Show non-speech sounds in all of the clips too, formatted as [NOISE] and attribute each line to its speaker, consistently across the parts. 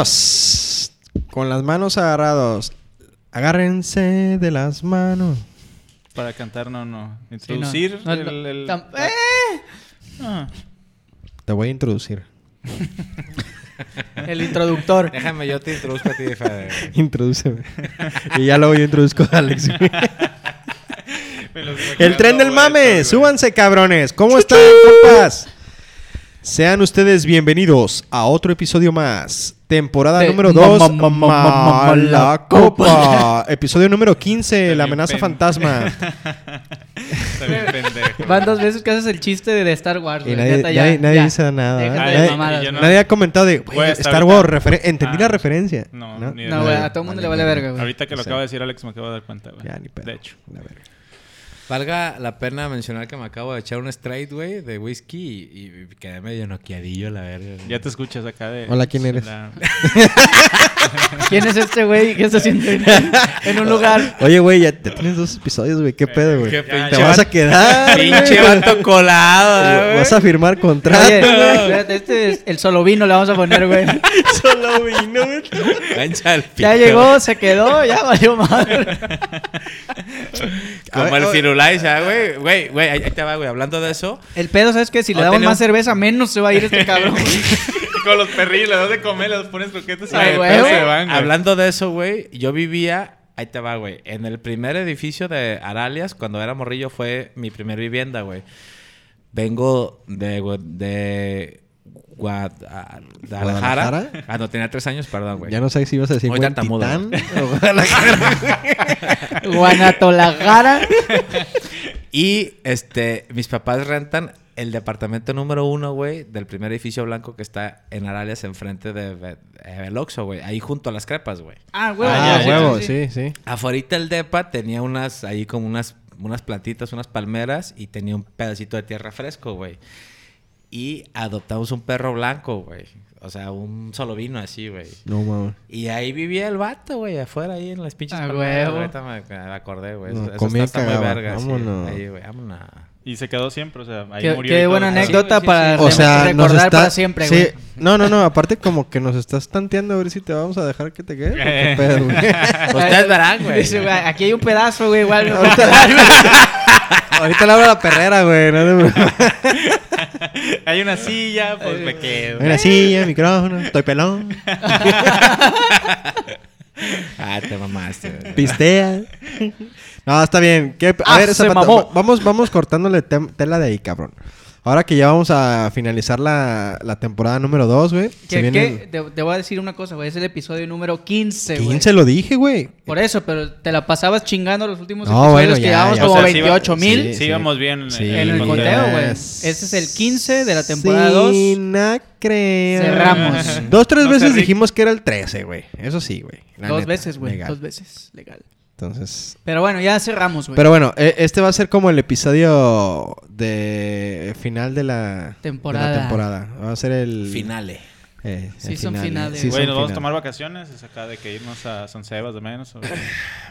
Speaker 1: Vámonos. Con las manos agarrados. Agárrense de las manos.
Speaker 2: Para cantar, no, no.
Speaker 3: Sí, no.
Speaker 2: Introducir
Speaker 3: No, no,
Speaker 2: el- el-
Speaker 3: tam-
Speaker 2: la-
Speaker 3: ¡Eh!
Speaker 2: Ah.
Speaker 1: Te voy a
Speaker 3: [LAUGHS]
Speaker 1: introducir.
Speaker 3: El introductor.
Speaker 4: Déjame, yo te introduzco a ti,
Speaker 2: [LAUGHS]
Speaker 4: Fede.
Speaker 1: Introdúceme. y ya luego yo introduzco a
Speaker 3: [LAUGHS]
Speaker 1: Alex.
Speaker 2: Me los imagino
Speaker 1: El tren del
Speaker 2: dando
Speaker 1: mame.
Speaker 2: vueltas, güey.
Speaker 1: Súbanse, cabrones. ¿Cómo están, compas? Sean ustedes bienvenidos a otro episodio más. Temporada
Speaker 3: De
Speaker 1: número
Speaker 3: ma-
Speaker 1: 2.
Speaker 3: ma- ma- ma-
Speaker 1: La
Speaker 3: ma- la
Speaker 1: Copa. Episodio número 15.
Speaker 2: Está
Speaker 1: La
Speaker 2: bien
Speaker 1: amenaza
Speaker 2: pen-
Speaker 1: fantasma.
Speaker 3: [LAUGHS]
Speaker 2: Está bien pendejo.
Speaker 3: Van dos veces que haces el chiste de, de Star Wars.
Speaker 1: Y
Speaker 3: güey.
Speaker 1: nadie,
Speaker 3: Neta, Pues ya,
Speaker 1: nadie- nadie
Speaker 3: ya.
Speaker 1: dice nada. ¿verdad?
Speaker 3: Déjate de
Speaker 1: Nadie,
Speaker 3: mamadas,
Speaker 2: y yo
Speaker 3: güey.
Speaker 2: no-
Speaker 1: nadie ha comentado de güey,
Speaker 2: Güey, hasta
Speaker 1: Star
Speaker 2: ahorita-
Speaker 1: Wars. referen- Entendí
Speaker 2: Ah.
Speaker 1: la referencia.
Speaker 2: No, ni idea.
Speaker 3: No, güey, a todo
Speaker 1: Vale,
Speaker 3: el mundo le vale
Speaker 1: madre.
Speaker 3: verga, güey.
Speaker 2: Ahorita que lo
Speaker 1: Sí.
Speaker 2: acaba de decir Alex, me acabo de dar cuenta, güey.
Speaker 1: Ya, ni pedo.
Speaker 2: De hecho.
Speaker 1: La verga.
Speaker 4: Valga la pena mencionar que me acabo de echar un straight, güey, de whisky y, y quedé medio noqueadillo, la verga. güey.
Speaker 2: Ya
Speaker 4: [LAUGHS]
Speaker 2: te [LAUGHS] escuchas acá de.
Speaker 1: Hola, ¿quién eres?
Speaker 2: La- [LAUGHS]
Speaker 3: ¿Quién es este güey? ¿Qué
Speaker 1: [LAUGHS]
Speaker 3: está haciendo en, en un lugar?
Speaker 1: Oye, güey, ya te tienes dos episodios, güey. ¿Qué pedo, güey?
Speaker 4: Qué
Speaker 1: Te
Speaker 4: pinche
Speaker 1: vas a
Speaker 4: vato-
Speaker 1: quedar.
Speaker 4: [LAUGHS] Pinche
Speaker 1: güey. [LAUGHS]
Speaker 4: vato colado, güey.
Speaker 1: Vas a firmar contrato.
Speaker 3: Oye, [LAUGHS] espérate, este es el solo vino, le vamos a poner, güey.
Speaker 1: Solo vino, güey.
Speaker 4: Gancha al
Speaker 3: Ya
Speaker 4: pito,
Speaker 3: llegó, se quedó, ya valió madre.
Speaker 1: A ver,
Speaker 4: Como el
Speaker 1: oye.
Speaker 4: Firulais, ah, güey. Güey, güey, ahí ahí te va, güey. Hablando de eso,
Speaker 3: El pedo, ¿sabes qué? Si le
Speaker 4: No,
Speaker 3: damos
Speaker 4: tenemos-
Speaker 3: más cerveza, menos se va a ir este
Speaker 2: [LAUGHS]
Speaker 3: cabrón. güey.
Speaker 2: Con los perrillos, los das de comer, los pones croquetas y
Speaker 3: Ay,
Speaker 2: de
Speaker 3: güey,
Speaker 2: pedo
Speaker 3: güey.
Speaker 2: se van, güey.
Speaker 4: Ah, Hablando de eso, güey, yo vivía, ahí te va, güey, en el primer edificio de Aralias, cuando era morrillo, fue mi primer vivienda, güey. Vengo de, Gua- de Gua- a- Guadalajara.
Speaker 1: ¿Guadalajara?
Speaker 4: Cuando tenía tres años, perdón, güey.
Speaker 1: Ya no sé si ibas a decir
Speaker 4: Muy
Speaker 1: buen
Speaker 2: [LAUGHS]
Speaker 4: tartamudo,
Speaker 1: titán o
Speaker 2: Ah,
Speaker 1: Guadalajara.
Speaker 3: Guanatolajara.
Speaker 4: Y este, mis papás rentan el departamento número uno, güey, del primer edificio blanco que está en Aralias, enfrente de Be- eh, del Oxxo, güey. Ahí junto a las crepas, güey.
Speaker 3: Ah, huevo.
Speaker 1: Ah,
Speaker 2: ya, ya,
Speaker 1: huevo, sí, sí.
Speaker 4: Afuera el depa tenía unas, ahí como unas, unas plantitas, unas palmeras y tenía un pedacito de tierra fresco, güey. Y adoptamos un perro blanco, güey. O sea, un solo vino así, güey.
Speaker 1: No, mames.
Speaker 4: Y ahí vivía el vato, güey, afuera ahí en las pinches
Speaker 3: Ah,
Speaker 4: palmeras.
Speaker 3: huevo.
Speaker 4: güey. Ahorita me, me acordé, güey.
Speaker 1: No,
Speaker 4: eso eso
Speaker 1: comía
Speaker 4: está, está muy
Speaker 1: cagaba.
Speaker 4: verga, sí.
Speaker 1: Vámonos.
Speaker 4: Ahí, güey, vámonos.
Speaker 2: Y se quedó siempre, o sea, ahí
Speaker 3: Qué,
Speaker 2: murió.
Speaker 3: qué
Speaker 2: y todo.
Speaker 3: buena
Speaker 2: Sí,
Speaker 3: anécdota
Speaker 2: güey, sí,
Speaker 3: para
Speaker 1: O sea, nos
Speaker 3: recordar
Speaker 1: está...
Speaker 3: para siempre,
Speaker 1: sí.
Speaker 3: güey.
Speaker 1: No, no, no. Aparte como que nos estás tanteando a ver si te vamos a dejar que te quede. ¿Qué pedo, güey?
Speaker 4: Ustedes verán, güey.
Speaker 3: Dice, güey, aquí hay un pedazo, güey, igual. [LAUGHS]
Speaker 1: Ahorita le abro la perrera, güey. No te preocupes.
Speaker 2: sí. [LAUGHS] Hay una silla, pues me
Speaker 1: [LAUGHS]
Speaker 2: quedo.
Speaker 1: Mira, silla, micrófono, estoy pelón,
Speaker 4: Ah, te mamaste, güey.
Speaker 1: pistea. No, está bien. ¿Qué- A
Speaker 3: Ah,
Speaker 1: ver,
Speaker 3: se
Speaker 1: Zapata,
Speaker 3: mamó.
Speaker 1: va- vamos, vamos cortándole tem- tela de ahí, cabrón. Ahora que ya vamos a finalizar la, la temporada número 2, güey. se
Speaker 3: ¿Qué-
Speaker 1: viene el-
Speaker 3: qué? Te, te voy a decir una cosa, güey. Es el episodio número 15, güey.
Speaker 1: 15 lo dije, güey.
Speaker 3: Por eso, pero te la pasabas chingando los últimos
Speaker 1: No,
Speaker 3: episodios
Speaker 1: bueno,
Speaker 3: que
Speaker 1: ya,
Speaker 3: llevamos
Speaker 1: ya.
Speaker 3: como
Speaker 1: O sea,
Speaker 2: sí
Speaker 3: 28
Speaker 2: iba-
Speaker 3: mil
Speaker 2: Sí, sí, íbamos bien
Speaker 1: Sí.
Speaker 3: en el
Speaker 1: sí.
Speaker 3: conteo, güey.
Speaker 1: Yes.
Speaker 3: Este es el 15 de la temporada 2.
Speaker 1: na creer.
Speaker 3: Cerramos.
Speaker 1: Dos, tres
Speaker 2: No sé,
Speaker 1: veces
Speaker 2: Rick.
Speaker 1: dijimos que era el 13, güey. Eso sí, güey. La
Speaker 3: Dos
Speaker 1: neta,
Speaker 3: veces, güey.
Speaker 1: legal.
Speaker 3: Dos veces. Legal.
Speaker 1: Entonces.
Speaker 3: Pero bueno, ya cerramos, güey.
Speaker 1: Pero bueno, e- este va a ser como el episodio de final de la
Speaker 3: Temporada.
Speaker 1: de la temporada. Va a ser el
Speaker 4: Finale.
Speaker 1: Eh, el
Speaker 3: Season
Speaker 1: final,
Speaker 3: final,
Speaker 1: eh,
Speaker 3: güey.
Speaker 1: season
Speaker 2: Güey, nos vamos a
Speaker 1: final.
Speaker 2: tomar vacaciones, es acá de que irnos a San Sebas de menos. o-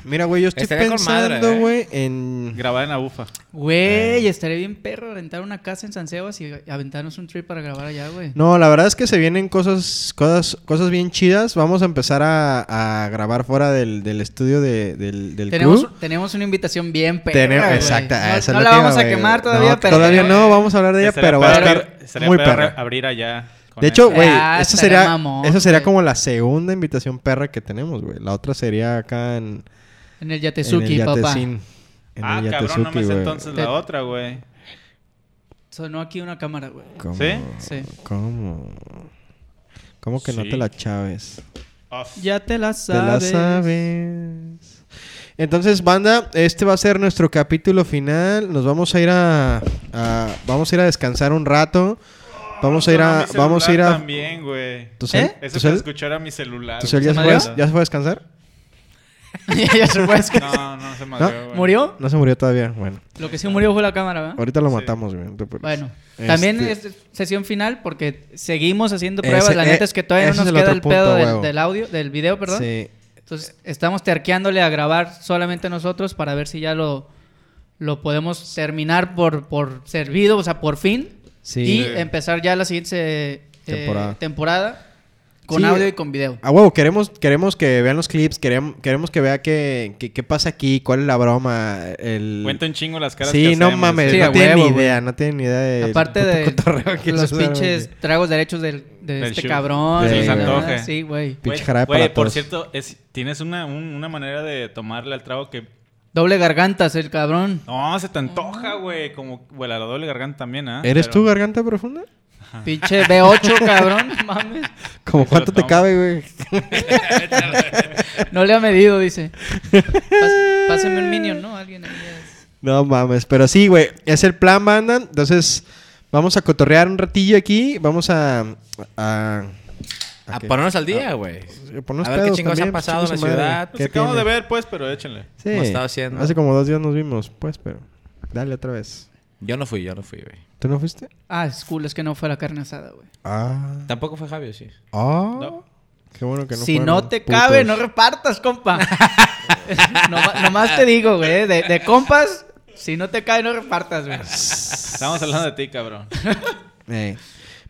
Speaker 1: Mira, güey, yo estoy
Speaker 4: Estaría con madre,
Speaker 1: pensando,
Speaker 4: eh.
Speaker 1: güey, en
Speaker 2: Grabar en la bufa.
Speaker 3: Güey, estaría bien perro rentar una casa en San Sebas y aventarnos un trip para grabar allá, güey.
Speaker 1: No, la verdad es que se vienen cosas, cosas, cosas bien chidas. Vamos a empezar a, a grabar fuera del, del estudio de- del, del
Speaker 3: Tenemos,
Speaker 1: crew.
Speaker 3: tenemos una una invitación bien perra,
Speaker 1: Tenemos-
Speaker 3: güey.
Speaker 1: exacta,
Speaker 3: No,
Speaker 1: eso
Speaker 3: no
Speaker 1: es lo
Speaker 3: la
Speaker 1: que
Speaker 3: vamos
Speaker 1: iba,
Speaker 3: a
Speaker 1: güey.
Speaker 3: quemar todavía,
Speaker 1: No,
Speaker 3: pero...
Speaker 1: Todavía no, vamos a hablar de ella,
Speaker 2: Estaría
Speaker 1: pero va a
Speaker 2: perro-
Speaker 1: estar
Speaker 2: estaría
Speaker 1: muy
Speaker 2: perro
Speaker 1: perra.
Speaker 2: Abrir allá. con
Speaker 1: De hecho,
Speaker 2: esa-
Speaker 1: güey,
Speaker 3: Ah,
Speaker 1: esa
Speaker 3: estaría
Speaker 1: sería,
Speaker 3: mamón,
Speaker 1: esa sería
Speaker 3: güey.
Speaker 1: como la segunda invitación perra que tenemos, güey. La otra sería acá en,
Speaker 3: En el
Speaker 1: en
Speaker 3: Yatezuki,
Speaker 1: el
Speaker 3: papá.
Speaker 1: Yatecín. En
Speaker 2: Ah,
Speaker 1: el
Speaker 2: cabrón, no me
Speaker 1: Yatezuki,
Speaker 2: sé
Speaker 1: güey.
Speaker 2: entonces
Speaker 3: Te-
Speaker 2: la otra, güey.
Speaker 3: Sonó aquí una cámara, güey.
Speaker 1: ¿Cómo?
Speaker 2: ¿Sí?
Speaker 3: Sí.
Speaker 1: ¿Cómo? ¿Cómo que no
Speaker 2: Sí.
Speaker 1: te la chaves?
Speaker 2: Off.
Speaker 3: Ya te la
Speaker 1: Te la
Speaker 3: sabes.
Speaker 1: sabes. Entonces, banda, este va a ser nuestro capítulo final. Nos vamos a ir a, a- vamos a ir a descansar un rato. Vamos a ir
Speaker 2: Sonó
Speaker 1: a
Speaker 2: mi celular
Speaker 1: vamos a ir a
Speaker 2: También, güey.
Speaker 1: ¿Tu cel?
Speaker 3: ¿Eh?
Speaker 1: ¿Tu
Speaker 2: Eso que
Speaker 1: cel?
Speaker 2: escuchar a mi celular.
Speaker 1: ¿Tu cel ya
Speaker 3: ¿Se
Speaker 1: se, fue,
Speaker 3: madreó?
Speaker 1: ya se fue a descansar?
Speaker 3: [LAUGHS] ya se fue. es que-
Speaker 2: No, no se madreó, güey.
Speaker 3: ¿Murió?
Speaker 1: No se murió todavía. Bueno,
Speaker 3: Lo que sí murió fue la cámara, ¿verdad?
Speaker 1: ahorita lo
Speaker 2: Sí.
Speaker 1: matamos. güey, no te preocupes.
Speaker 3: Ah. Bueno,
Speaker 1: Este-
Speaker 3: también es sesión final porque seguimos haciendo pruebas.
Speaker 1: Ese-
Speaker 3: la
Speaker 1: eh,
Speaker 3: neta es que todavía
Speaker 1: ese
Speaker 3: no
Speaker 1: es
Speaker 3: nos
Speaker 1: el
Speaker 3: queda
Speaker 1: otro
Speaker 3: el
Speaker 1: punto,
Speaker 3: pedo del,
Speaker 1: huevo.
Speaker 3: del audio, del video, perdón.
Speaker 1: Sí.
Speaker 3: Entonces estamos terqueándole a grabar solamente nosotros para ver si ya lo, lo podemos terminar por, por servido, o sea, por fin.
Speaker 1: Sí.
Speaker 3: Y
Speaker 1: Sí.
Speaker 3: empezar ya la siguiente eh,
Speaker 1: Temporada.
Speaker 3: temporada Con
Speaker 1: Sí,
Speaker 3: audio y con video.
Speaker 1: A Ah, huevo, queremos, queremos que vean los clips, queremos, queremos que vea qué que, qué pasa aquí, cuál es la broma, el...
Speaker 2: Cuenta un chingo las caras que
Speaker 1: sí, no
Speaker 2: hacemos.
Speaker 1: mames,
Speaker 3: Sí, a
Speaker 1: no tienen ni
Speaker 3: huevo, güey.
Speaker 1: idea, no tienen ni idea de...
Speaker 3: Aparte de los pinches
Speaker 1: pinches...
Speaker 3: tragos derechos del, de
Speaker 2: Del
Speaker 3: este
Speaker 2: show.
Speaker 3: cabrón.
Speaker 1: Sí,
Speaker 3: y
Speaker 1: güey.
Speaker 3: nada,
Speaker 2: Antoje.
Speaker 3: Sí, güey.
Speaker 1: Pinche
Speaker 2: Güey,
Speaker 1: jarabe
Speaker 2: güey,
Speaker 1: para
Speaker 2: por
Speaker 1: todos.
Speaker 2: cierto, es- tienes una, un- una manera de tomarle al trago que...
Speaker 3: Doble gargantas el cabrón.
Speaker 2: No, se te antoja, güey. Como, güey, la doble garganta también, ¿ah?
Speaker 1: Ah. ¿Eres
Speaker 2: Pero-
Speaker 1: tú, garganta profunda? [LAUGHS]
Speaker 3: Pinche B8, cabrón. no Mames.
Speaker 1: ¿Cómo
Speaker 2: Pero
Speaker 1: cuánto te
Speaker 2: toma.
Speaker 1: cabe, güey? [LAUGHS]
Speaker 3: No le ha medido, dice. Pás- Pásenme un minion, ¿no? Alguien ahí es-
Speaker 1: No mames, pero sí, güey, es el plan, banda. Entonces, vamos a cotorrear un ratillo aquí, vamos a... a...
Speaker 4: A
Speaker 1: qué?
Speaker 4: ponernos al día, güey.
Speaker 1: ponernos
Speaker 4: A ver qué
Speaker 1: Ah, eh, pedos
Speaker 4: chingados
Speaker 1: también,
Speaker 4: ha pasado en la
Speaker 1: chingue su madre.
Speaker 4: ciudad.
Speaker 2: Nos
Speaker 1: ¿Qué
Speaker 2: acabamos
Speaker 1: tiene?
Speaker 2: de ver, pues, pero échale.
Speaker 1: Sí.
Speaker 4: ¿Cómo estaba haciendo?
Speaker 1: Hace como dos días nos vimos, pues, pero... Dale otra vez.
Speaker 4: Yo no fui, yo no fui, güey.
Speaker 1: ¿Tú no fuiste?
Speaker 3: Ah, es cool, es que no fue la carne asada, güey.
Speaker 1: Ah.
Speaker 4: Tampoco fue Javier, sí.
Speaker 1: Ah.
Speaker 2: No.
Speaker 1: Qué bueno que no
Speaker 3: si
Speaker 1: fueron,
Speaker 3: no te
Speaker 1: putos.
Speaker 3: cabe, no repartas,
Speaker 1: [LAUGHS]
Speaker 3: compa. Noma- nomás te digo, güey. ¿eh? De, de compas, si no te cabe, no repartas, güey. [LAUGHS]
Speaker 2: Estamos hablando de ti, cabrón.
Speaker 1: Eh.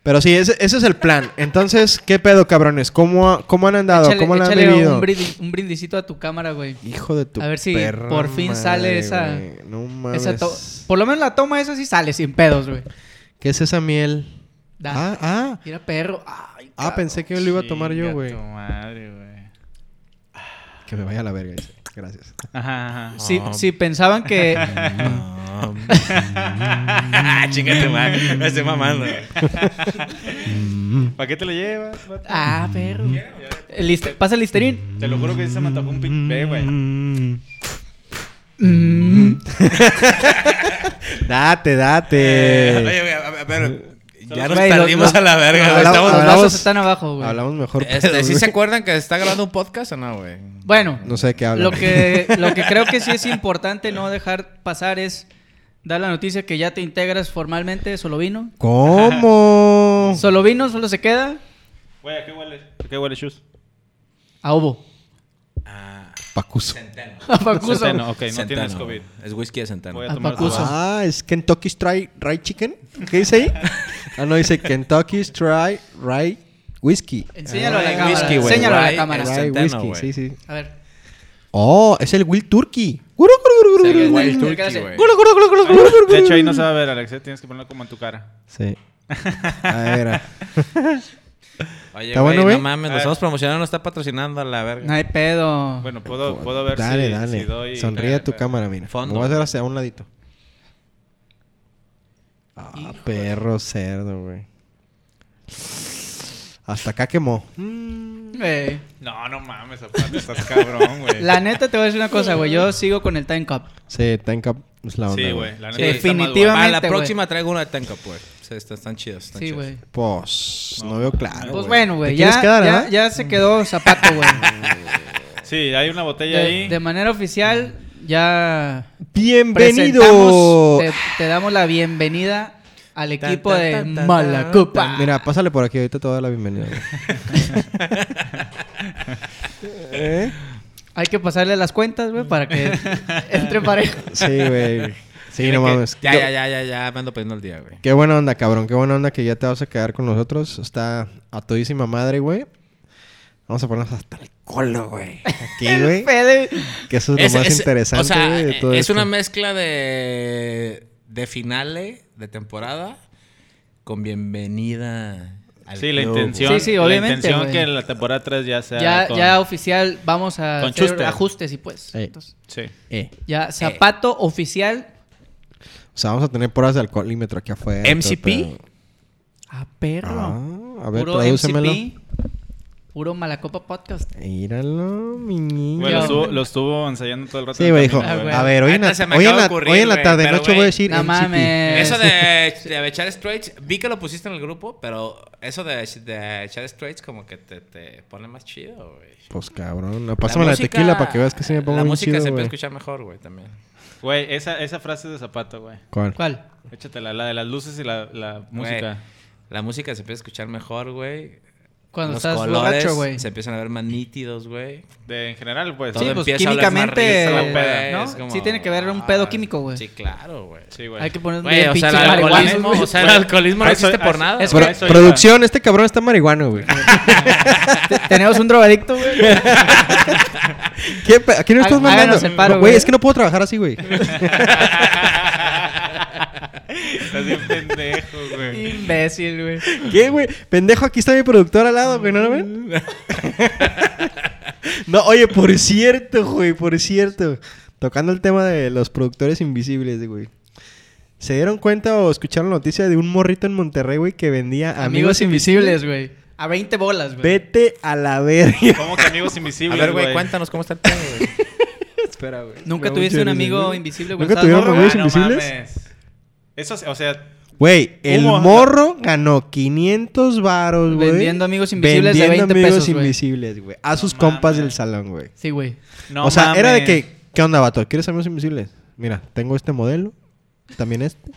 Speaker 1: Pero sí, ese, ese es el plan. Entonces, ¿qué pedo, cabrones? ¿Cómo, cómo han andado?
Speaker 3: Échale,
Speaker 1: ¿Cómo han
Speaker 3: échale
Speaker 1: vivido?
Speaker 3: un, brindis- un brindisito a tu cámara, güey.
Speaker 1: Hijo de tu
Speaker 3: A ver si
Speaker 1: perra
Speaker 3: por fin
Speaker 1: madre,
Speaker 3: sale esa-
Speaker 1: güey. No mames.
Speaker 3: Esa to- Por lo menos la toma esa sí sale sin pedos, güey.
Speaker 1: ¿Qué es esa miel?
Speaker 3: Da.
Speaker 1: Ah, ah.
Speaker 3: Mira, perro. Ay,
Speaker 1: Ah,
Speaker 3: cabrón.
Speaker 1: pensé que lo iba a tomar yo,
Speaker 2: Chinga
Speaker 1: güey.
Speaker 2: tu madre, güey.
Speaker 1: Que me vaya a la verga. dice. Gracias.
Speaker 2: Ajá, ajá.
Speaker 3: Si, si pensaban que.
Speaker 4: Um,
Speaker 2: Ah,
Speaker 4: Chingate,
Speaker 2: [LAUGHS]
Speaker 4: man. Me estoy mamando.
Speaker 2: ¿Para qué te lo llevas? vato?
Speaker 3: Ah, perro. El liste- Pasa el listerín.
Speaker 2: Te lo juro que sí se me antojó un pin... Ve, güey.
Speaker 1: Mm.
Speaker 3: Mm.
Speaker 1: Date, date.
Speaker 4: Eh, Oye, güey, a a ver. Ya nos
Speaker 3: Güey, los-
Speaker 4: perdimos
Speaker 3: los-
Speaker 4: a la verga, güey.
Speaker 1: hablamos-
Speaker 4: Estamos-
Speaker 3: Los
Speaker 1: hablamos-
Speaker 3: vasos están abajo, güey.
Speaker 1: Hablamos mejor.
Speaker 4: Este,
Speaker 1: pedos,
Speaker 4: ¿Sí
Speaker 1: güey.
Speaker 4: se acuerdan que está grabando un podcast o no, güey?
Speaker 3: Bueno,
Speaker 1: No sé de qué hablan.
Speaker 3: lo que, lo que creo que sí es importante no dejar pasar es dar la noticia que ya te integras formalmente de Solovino.
Speaker 1: ¿Cómo?
Speaker 3: Solovino solo se queda
Speaker 2: Güey, ¿a qué huele? ¿A qué huele, Shus?
Speaker 3: a Obo.
Speaker 1: Pacuso.
Speaker 3: A Facuso.
Speaker 2: Centeno, ok, Este no
Speaker 4: Centeno.
Speaker 2: tienes COVID.
Speaker 4: Es whisky de centeno.
Speaker 2: Voy a
Speaker 3: Al
Speaker 2: tomar
Speaker 1: [LAUGHS]
Speaker 3: Pacuso.
Speaker 2: tu-
Speaker 1: Ah, es Kentucky's Try Rye Chicken. ¿Qué dice
Speaker 4: [LAUGHS]
Speaker 1: ahí? Ah, no, dice Kentucky's Try Rye Whiskey.
Speaker 3: Enséñalo a la
Speaker 4: Rye
Speaker 3: cámara.
Speaker 4: whisky, güey.
Speaker 3: Enséñalo a la
Speaker 4: Rye-
Speaker 3: cámara.
Speaker 4: Rye-
Speaker 1: Rye
Speaker 4: centeno,
Speaker 1: Whiskey,
Speaker 4: güey.
Speaker 1: sí, sí.
Speaker 3: A ver.
Speaker 1: Oh, es el Will Turkey.
Speaker 4: Sí,
Speaker 3: güey,
Speaker 4: el Wild
Speaker 3: ¿qué
Speaker 4: Turkey,
Speaker 3: hace?
Speaker 4: güey.
Speaker 2: De hecho, ahí no se va a ver, Alex. eh, Tienes que ponerlo como en tu cara.
Speaker 1: Sí. A ver.
Speaker 4: Oye,
Speaker 1: ¿Está bueno, güey?
Speaker 4: no mames, nos
Speaker 2: Ah.
Speaker 4: estamos promocionando, nos está patrocinando a la verga.
Speaker 3: No hay pedo.
Speaker 2: Bueno, puedo, puedo ver
Speaker 1: dale,
Speaker 2: si,
Speaker 1: dale.
Speaker 2: si doy...
Speaker 1: Sonríe a tu cámara, mira.
Speaker 4: Fondo.
Speaker 1: Lo voy a hacer hacia un ladito. Ah, perro cerdo, güey. Hasta acá quemó.
Speaker 3: Eh,
Speaker 2: No, no mames, aparte estás cabrón, güey.
Speaker 3: La neta te voy a decir una cosa, güey. Yo sigo con el Time Cup.
Speaker 1: Sí, Tanka es la onda.
Speaker 2: Sí, güey. La neta
Speaker 4: Sí,
Speaker 2: está
Speaker 3: definitiva-
Speaker 2: más
Speaker 4: Para la
Speaker 3: güey.
Speaker 4: próxima traigo una de Tenka, pues. Sí, están, están chidas. Están
Speaker 3: Sí,
Speaker 4: chidas.
Speaker 3: güey.
Speaker 1: Pues, no, veo claro.
Speaker 3: Pues bueno, güey.
Speaker 1: ¿Te
Speaker 3: Ya,
Speaker 1: quieres quedar, ah?
Speaker 3: ya,
Speaker 1: verdad?
Speaker 3: ya se quedó zapato, güey.
Speaker 2: guapa. Sí, hay una botella
Speaker 3: De,
Speaker 2: ahí.
Speaker 3: de manera oficial, ya
Speaker 1: ¡Bienvenido!
Speaker 4: eh,
Speaker 3: Presentamos, Te, te damos la bienvenida al
Speaker 4: Tan,
Speaker 3: equipo
Speaker 4: tan,
Speaker 3: de
Speaker 4: tan, tan,
Speaker 3: Malacopa.
Speaker 1: Mira, pásale por aquí, ahorita te voy a dar la bienvenida. güey.
Speaker 4: [LAUGHS]
Speaker 1: ¿Eh?
Speaker 3: Hay que pasarle las cuentas, güey, para que entre pareja.
Speaker 1: Sí, güey. Sí,
Speaker 4: Tiene
Speaker 1: no
Speaker 4: que-
Speaker 1: mames.
Speaker 4: Ya,
Speaker 1: Yo-
Speaker 4: ya, ya, ya, ya, me ando poniendo al día, güey.
Speaker 1: Qué buena onda, cabrón. Qué buena onda que ya te vas a quedar con nosotros. Está a todísima madre, güey. Vamos a ponernos hasta el colo, güey.
Speaker 4: [LAUGHS]
Speaker 1: Aquí, güey.
Speaker 3: Fede.
Speaker 1: Que eso es lo
Speaker 4: Es-
Speaker 1: más
Speaker 4: es-
Speaker 1: interesante,
Speaker 4: O sea, eh,
Speaker 1: güey, de todo
Speaker 4: es
Speaker 1: esto.
Speaker 4: una mezcla de, de finale de temporada con bienvenida al
Speaker 2: Sí, la
Speaker 4: club,
Speaker 2: intención.
Speaker 4: güey.
Speaker 3: Sí, sí,
Speaker 2: La
Speaker 3: obviamente,
Speaker 2: intención
Speaker 3: güey.
Speaker 2: que la temporada 3 ya sea.
Speaker 3: Ya,
Speaker 2: con-
Speaker 3: ya oficial, vamos a
Speaker 2: Con
Speaker 3: hacer
Speaker 2: Schuster.
Speaker 3: ajustes y pues.
Speaker 1: Ey.
Speaker 3: Entonces,
Speaker 2: Sí.
Speaker 1: Eh,
Speaker 3: ya, zapato oficial.
Speaker 1: O sea, vamos a tener pruebas de alcoholímetro aquí afuera. todo el
Speaker 4: MCP.
Speaker 1: pedo.
Speaker 3: Ah, perro.
Speaker 1: Ah, a ver,
Speaker 3: Puro
Speaker 1: tradúcemelo.
Speaker 3: MCP. Puro Malacopa Podcast.
Speaker 1: Míralo, mi niño.
Speaker 2: Güey, lo
Speaker 3: Yo-
Speaker 2: estuvo, lo estuvo ensayando todo el rato.
Speaker 1: Sí,
Speaker 2: en
Speaker 1: güey,
Speaker 2: el
Speaker 1: dijo.
Speaker 2: camino,
Speaker 3: Ah, güey.
Speaker 1: A ver, hoy en la,
Speaker 4: Ahorita se me
Speaker 1: hoy en
Speaker 4: acaba
Speaker 1: la-
Speaker 4: de ocurrir,
Speaker 1: hoy en la
Speaker 4: güey,
Speaker 1: tarde
Speaker 4: pero,
Speaker 1: noche voy a
Speaker 4: güey,
Speaker 1: decir
Speaker 3: No
Speaker 1: MCP.
Speaker 3: mames.
Speaker 4: Eso de,
Speaker 1: [LAUGHS]
Speaker 4: de echar straights, vi que lo pusiste en el grupo, pero eso de, de echar straights como que te, te pone más chido, güey.
Speaker 1: Pues cabrón, no, pásame la,
Speaker 4: música-
Speaker 1: tequila para que veas que sí me pongo
Speaker 4: La
Speaker 1: bien
Speaker 4: música
Speaker 1: chido,
Speaker 4: se
Speaker 1: güey.
Speaker 4: puede escuchar mejor, güey, también.
Speaker 2: Güey, esa, esa frase de zapato, güey.
Speaker 1: ¿Cuál?
Speaker 3: ¿Cuál?
Speaker 2: Échatela, la de las luces y la, la
Speaker 4: Güey,
Speaker 2: música.
Speaker 4: la música se puede escuchar mejor, güey.
Speaker 3: Cuando
Speaker 4: los
Speaker 3: estás
Speaker 4: colores
Speaker 3: borracho, güey.
Speaker 4: se empiezan a ver más nítidos, güey.
Speaker 2: De, en general, pues.
Speaker 4: Todo
Speaker 3: Sí,
Speaker 2: Sí,
Speaker 3: pues,
Speaker 4: empieza a oler más
Speaker 3: químicamente,
Speaker 4: rico, güey.
Speaker 3: ¿no?
Speaker 4: Es como,
Speaker 3: Sí tiene que ver un pedo
Speaker 4: ah,
Speaker 3: químico, güey.
Speaker 4: Sí, claro, güey.
Speaker 2: sí, güey.
Speaker 3: Hay que poner
Speaker 4: pues. Güey,
Speaker 3: bien
Speaker 4: o sea, el
Speaker 3: pinche marihuana,
Speaker 4: alcoholismo,
Speaker 3: güey.
Speaker 4: o sea, el
Speaker 2: Güey,
Speaker 4: alcoholismo no
Speaker 2: a eso-
Speaker 4: existe por
Speaker 2: a-
Speaker 4: nada.
Speaker 3: es
Speaker 4: güey.
Speaker 1: Pro-
Speaker 2: eso iba.
Speaker 1: producción, este cabrón está marihuano,
Speaker 4: [LAUGHS]
Speaker 1: güey.
Speaker 3: [LAUGHS] Tenemos un drogadicto, güey.
Speaker 1: ¿Qué pe- ¿A quién estás
Speaker 3: Há- háganos
Speaker 1: mandando?
Speaker 3: el paro,
Speaker 1: No,
Speaker 3: güey.
Speaker 1: Güey, es que no puedo trabajar así, güey.
Speaker 2: [LAUGHS] Estás bien pendejo, güey.
Speaker 3: Imbécil, güey.
Speaker 1: ¿Qué, güey? Pendejo, aquí está mi productor al lado, güey, ¿no lo
Speaker 3: [LAUGHS]
Speaker 1: ven? no, oye, por cierto, güey, por cierto. Tocando el tema de los productores invisibles, güey. ¿Se dieron cuenta o escucharon la noticia de un morrito en Monterrey, güey, que vendía amigos,
Speaker 3: Amigos invisibles, güey. A 20 bolas, güey.
Speaker 1: Vete a la verga.
Speaker 2: ¿Cómo que amigos
Speaker 4: [LAUGHS] A
Speaker 2: invisibles?
Speaker 4: ver, güey, cuéntanos cómo está el pedo, güey.
Speaker 1: Espera, güey.
Speaker 3: ¿Nunca
Speaker 1: Me da
Speaker 3: tuviste
Speaker 1: mucha
Speaker 3: un
Speaker 1: risa,
Speaker 3: amigo
Speaker 1: güey.
Speaker 3: invisible, güey?
Speaker 1: ¿Nunca tuvieron
Speaker 3: ¿Estabas morro,
Speaker 1: amigos
Speaker 2: Ah, no
Speaker 1: invisibles?
Speaker 2: mames. Eso, o sea,
Speaker 1: Güey, el
Speaker 2: Humo.
Speaker 1: morro ganó 500 varos, güey.
Speaker 3: Vendiendo amigos invisibles de 20
Speaker 1: amigos
Speaker 3: pesos, güey.
Speaker 1: invisibles, güey. A sus
Speaker 2: No
Speaker 1: compas
Speaker 2: mames.
Speaker 1: del salón, güey.
Speaker 3: Sí, güey.
Speaker 2: no
Speaker 1: o sea, era de
Speaker 2: mames.
Speaker 1: que, ¿qué onda, vato? ¿Quieres amigos invisibles? Mira, tengo este modelo, también este,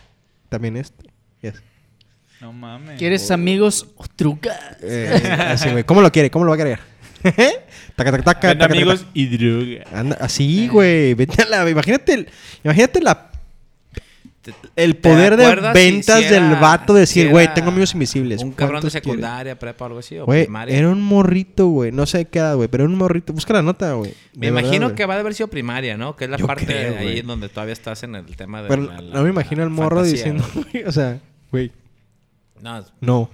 Speaker 1: también este. y así.
Speaker 2: No mames.
Speaker 3: ¿Quieres amigos o
Speaker 1: [LAUGHS]
Speaker 3: trucas?
Speaker 1: Eh, así, güey. ¿Cómo lo quiere? ¿Cómo lo va a querer? [LAUGHS] taca, taca, taca,
Speaker 2: Vende
Speaker 1: taca,
Speaker 2: amigos
Speaker 1: taca.
Speaker 2: y droga.
Speaker 1: Anda, así, güey. Vete a la- Imagínate, el- imagínate la, el poder
Speaker 4: ¿Te
Speaker 1: de
Speaker 4: acuerdas si-
Speaker 1: ventas
Speaker 4: si era-
Speaker 1: del vato de decir,
Speaker 4: si
Speaker 1: güey,
Speaker 4: era
Speaker 1: tengo amigos invisibles.
Speaker 4: Un cabrón de
Speaker 1: ¿cuántos quieres?
Speaker 4: secundaria, prepa o algo así, o
Speaker 1: Güey,
Speaker 4: primaria.
Speaker 1: era un morrito, güey. No sé qué edad, güey, pero era un morrito. Busca la nota, güey.
Speaker 4: Me
Speaker 1: De verdad,
Speaker 4: imagino
Speaker 1: güey.
Speaker 4: que va a haber sido primaria, ¿no? Que es la
Speaker 1: Yo
Speaker 4: parte
Speaker 1: creo,
Speaker 4: ahí
Speaker 1: güey.
Speaker 4: donde todavía estás en el tema de.
Speaker 1: Pero
Speaker 4: la- la-
Speaker 1: no me imagino al
Speaker 4: la
Speaker 1: morro
Speaker 4: fantasía,
Speaker 1: diciendo,
Speaker 4: güey.
Speaker 1: [LAUGHS] güey, o sea, güey,
Speaker 4: No, es
Speaker 1: no.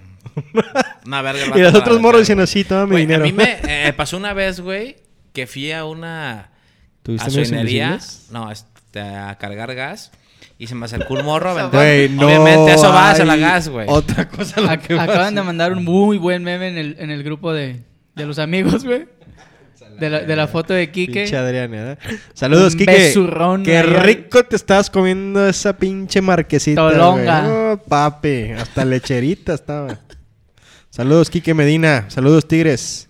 Speaker 4: una verga. el
Speaker 1: Y
Speaker 4: vato
Speaker 1: los
Speaker 4: para
Speaker 1: otros
Speaker 4: vender,
Speaker 1: morros
Speaker 4: güey.
Speaker 1: diciendo, sí, toma mi
Speaker 4: Güey,
Speaker 1: dinero.
Speaker 4: A mí me eh, pasó una vez, güey, que fui a una
Speaker 1: ¿Tuviste amigos
Speaker 4: gasolinería.
Speaker 1: invisibles?
Speaker 4: No, este, a cargar gas. Y se me acercó un morro a vender.
Speaker 1: Güey, no.
Speaker 4: Obviamente, eso va a la
Speaker 1: hay
Speaker 4: gas, güey.
Speaker 1: Otra cosa a la que vas.
Speaker 3: Acaban de mandar un muy buen meme en el, en el grupo de, de los amigos, güey. De la, de la foto de
Speaker 1: Pinche
Speaker 3: Quique.
Speaker 1: Adriana, ¿eh? Saludos,
Speaker 3: Un
Speaker 1: Kike.
Speaker 3: besurrón
Speaker 1: Qué
Speaker 3: ahí al-
Speaker 1: rico te estabas comiendo esa pinche marquesita. güey.
Speaker 3: Tolonga.
Speaker 1: No, papi. Hasta lecherita estaba. Saludos, Quique Medina. Saludos, Tigres.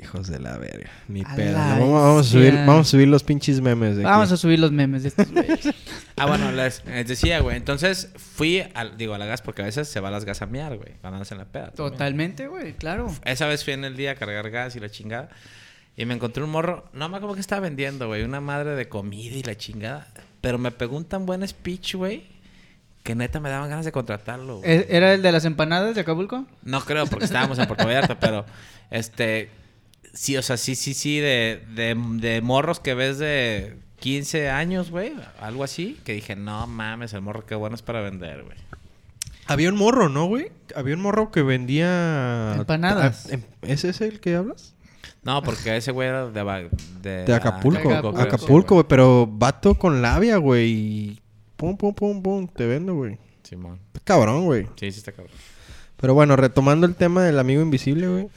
Speaker 1: Hijos de la verga. Ni
Speaker 3: A
Speaker 1: pedo.
Speaker 3: la
Speaker 1: Vamos, vamos a subir,
Speaker 3: bestia.
Speaker 1: vamos a subir los pinches memes. De
Speaker 3: Vamos
Speaker 1: aquí.
Speaker 3: a subir los memes de estos, güeyes.
Speaker 4: Ah, bueno, les, les decía, güey. Entonces fui, al, digo, a la gas porque a veces se va a las gas a mear, güey. Cuando andas en la peda. también.
Speaker 3: Totalmente, güey, claro.
Speaker 4: Esa vez fui en el día a cargar gas y la chingada. Y me encontré un morro. No me acuerdo que estaba vendiendo, güey. Una madre de comida y la chingada. Pero me pegó un tan buen speech, güey. Que neta me daban ganas de contratarlo. güey.
Speaker 3: ¿E- ¿Era el de las empanadas de Acapulco?
Speaker 4: No creo, porque estábamos en Puerto Vallarta, pero este. Sí, o sea, sí, sí, sí, de, de, de morros que ves de 15 años, güey, algo así, que dije, no mames, el morro qué bueno es para vender, güey.
Speaker 1: Había un morro, ¿no, güey? Había un morro que vendía.
Speaker 3: Empanadas.
Speaker 1: Ah, em- ¿Es ese el que hablas?
Speaker 4: No, porque ese güey era de, Ba- de,
Speaker 1: De Acapulco.
Speaker 3: De
Speaker 4: creo,
Speaker 1: Acapulco,
Speaker 4: sí,
Speaker 1: güey. Pero vato con labia, güey. y Pum, pum, pum, pum. Te vendo, güey.
Speaker 4: Simón.
Speaker 1: Está Cabrón, güey.
Speaker 4: Sí, sí, está cabrón.
Speaker 1: Pero bueno, retomando el tema del amigo invisible, güey.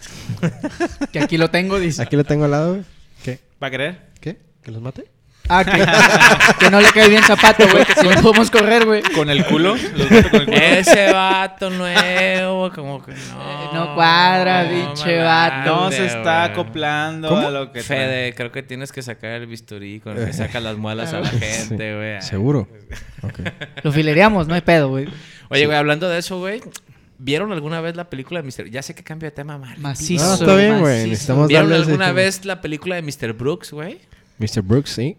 Speaker 3: Que aquí lo tengo, dice.
Speaker 1: Aquí lo tengo al lado, güey. ¿Qué?
Speaker 2: ¿Va a querer?
Speaker 1: ¿Qué? ¿Que los mate?
Speaker 3: Ah, que, [LAUGHS] que no le cae bien zapato, güey. Que si no podemos correr, güey.
Speaker 2: ¿Con el culo? ¿Los meto con el culo?
Speaker 4: Ese vato nuevo, como que
Speaker 3: Eh,
Speaker 4: no.
Speaker 3: no cuadra, pinche
Speaker 4: me
Speaker 3: vato.
Speaker 2: No
Speaker 4: mande,
Speaker 2: se está
Speaker 4: güey.
Speaker 2: acoplando
Speaker 1: ¿Cómo?
Speaker 2: a lo que trae.
Speaker 4: Fede, creo que tienes que sacar el bisturí con el que saca las muelas
Speaker 1: [LAUGHS]
Speaker 4: a la gente, güey. [LAUGHS]
Speaker 1: ¿Seguro? Ok.
Speaker 3: Lo filereamos, no hay pedo, güey.
Speaker 4: Oye, güey, hablando de eso, güey. ¿Vieron alguna vez la película de Mr. Ya sé que cambio de tema, mal.
Speaker 3: Macizo.
Speaker 1: No, está bien, güey,
Speaker 3: macizo.
Speaker 1: necesitamos-
Speaker 4: ¿Vieron
Speaker 1: darle ese
Speaker 4: alguna
Speaker 1: ejemplo.
Speaker 4: vez la película de Mr. Brooks, güey?
Speaker 1: Mr. Brooks, sí.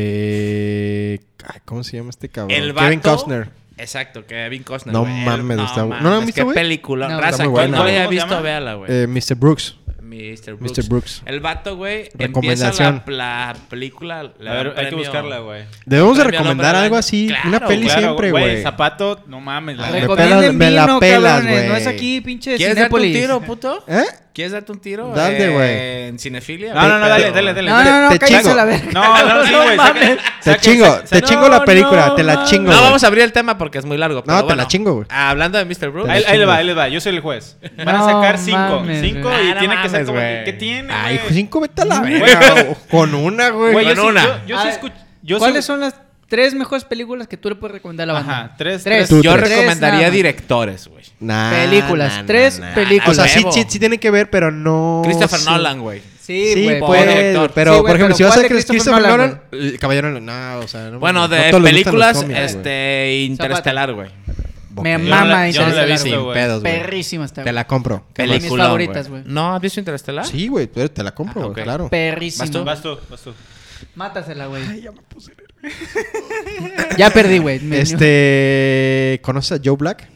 Speaker 1: De... Ay, ¿Cómo se llama este cabrón?
Speaker 4: El vato.
Speaker 1: Kevin Costner.
Speaker 4: Exacto, Kevin Costner.
Speaker 1: No
Speaker 4: güey. El-
Speaker 1: mames, está bu-
Speaker 4: mames,
Speaker 1: ¿No la han visto,
Speaker 4: qué
Speaker 1: güey?
Speaker 4: película.
Speaker 3: No,
Speaker 4: Raza,
Speaker 1: está muy
Speaker 4: que
Speaker 1: buena.
Speaker 4: no la haya
Speaker 2: ¿Cómo se
Speaker 4: visto,
Speaker 2: llama?
Speaker 4: véala, güey.
Speaker 1: Eh, Mr. Brooks.
Speaker 4: Mr. Brooks.
Speaker 1: Mr. Brooks.
Speaker 4: El vato, güey, empieza
Speaker 1: Recomendación.
Speaker 4: la, la película. le
Speaker 2: A
Speaker 4: dan
Speaker 2: ver, hay que
Speaker 4: premio.
Speaker 2: buscarla, güey.
Speaker 1: Debemos de
Speaker 4: Premio al
Speaker 1: recomendar
Speaker 4: hombre del
Speaker 1: algo
Speaker 4: año.
Speaker 1: así.
Speaker 4: Claro,
Speaker 1: una peli
Speaker 4: claro,
Speaker 1: siempre, güey.
Speaker 2: Zapato, no mames. la
Speaker 1: Me
Speaker 2: neta.
Speaker 3: Recomienden
Speaker 1: pelas- me la
Speaker 3: vino,
Speaker 1: pelas,
Speaker 3: cabrones,
Speaker 1: güey.
Speaker 3: No es aquí, pinche
Speaker 4: ¿Quieres darte un
Speaker 3: Cinépolis.
Speaker 4: tiro, puto?
Speaker 1: ¿Eh?
Speaker 4: ¿Quieres darte un tiro?
Speaker 1: Dale,
Speaker 4: eh,
Speaker 1: güey.
Speaker 4: En cinefilia.
Speaker 2: No, no, no,
Speaker 4: Pero-
Speaker 2: dale, dale, dale.
Speaker 3: No, no, no,
Speaker 1: Te- te
Speaker 3: cállese
Speaker 1: chingo.
Speaker 3: la verga.
Speaker 2: No, no, sí, güey. saca-
Speaker 1: Te
Speaker 2: saca-
Speaker 1: chingo,
Speaker 2: saca-
Speaker 1: te
Speaker 2: no,
Speaker 1: chingo la película,
Speaker 4: no,
Speaker 1: te la
Speaker 4: no.
Speaker 1: chingo.
Speaker 4: No,
Speaker 1: güey.
Speaker 4: vamos a abrir el tema porque es muy largo. pero
Speaker 1: te la
Speaker 4: bueno.
Speaker 1: chingo, güey.
Speaker 4: Hablando de Mr. Brooks.
Speaker 2: Ahí, ahí le va, ahí le va. Yo soy el juez. Van a
Speaker 3: No
Speaker 2: sacar cinco.
Speaker 3: mames,
Speaker 2: cinco
Speaker 4: güey. Ah,
Speaker 2: y
Speaker 4: no
Speaker 2: tiene que ser
Speaker 4: mames,
Speaker 2: como
Speaker 4: güey.
Speaker 2: que- ¿Qué tiene,
Speaker 1: Ay,
Speaker 2: güey?
Speaker 1: cinco, vete a la
Speaker 2: Güey,
Speaker 1: verga. Con una,
Speaker 2: Güey,
Speaker 1: güey.
Speaker 2: yo
Speaker 4: Con
Speaker 2: sí-
Speaker 4: una.
Speaker 2: yo- Yo
Speaker 3: A
Speaker 2: sí
Speaker 3: ver,
Speaker 2: escucho... yo sí-
Speaker 3: ¿Cuáles son las tres mejores películas que tú le puedes recomendar a la banda?
Speaker 2: Ajá, tres, tres.
Speaker 3: Tres.
Speaker 1: Tú
Speaker 4: Yo
Speaker 1: tres.
Speaker 4: recomendaría
Speaker 3: nada más.
Speaker 4: directores, güey.
Speaker 1: Nah,
Speaker 3: Películas,
Speaker 1: nah,
Speaker 3: tres
Speaker 1: nah, nah.
Speaker 3: películas.
Speaker 1: O sea, sí,
Speaker 4: Huevo.
Speaker 1: sí, sí tiene que ver, pero no.
Speaker 4: Christopher
Speaker 1: sí.
Speaker 4: Nolan, güey.
Speaker 3: Sí,
Speaker 1: sí, pues,
Speaker 3: güey.
Speaker 4: pobre
Speaker 3: pero-
Speaker 4: director.
Speaker 1: pero
Speaker 3: Sí,
Speaker 1: por
Speaker 3: güey,
Speaker 1: ejemplo,
Speaker 3: pero
Speaker 1: si vas a
Speaker 3: ¿cuál de
Speaker 1: Christopher,
Speaker 3: Christopher
Speaker 1: Nolan,
Speaker 3: Nolan,
Speaker 1: el caballero, no, o sea, no,
Speaker 4: Bueno,
Speaker 1: no
Speaker 4: de
Speaker 1: todos les gustan los
Speaker 4: películas,
Speaker 1: cómics, güey.
Speaker 4: este, Interestelar, güey.
Speaker 3: Me
Speaker 4: Yo no
Speaker 2: la-
Speaker 3: mama
Speaker 2: yo no la he
Speaker 3: Interestelar.
Speaker 2: visto,
Speaker 3: güey.
Speaker 2: güey.
Speaker 4: pedos, güey.
Speaker 3: Perrísima está.
Speaker 1: Te la compro.
Speaker 3: de mis
Speaker 4: Peliculón,
Speaker 3: favoritas, güey.
Speaker 4: ¿No has visto Interestelar?
Speaker 1: Sí, güey, pero te la compro,
Speaker 4: Ah,
Speaker 1: güey,
Speaker 4: ok.
Speaker 1: claro.
Speaker 3: Perrísima.
Speaker 4: ¿Vas tú?
Speaker 2: Vas tú, vas tú.
Speaker 3: Mátasela, güey. [LAUGHS] ya perdí, güey. Me-
Speaker 1: Este. ¿Conoces a Joe Black?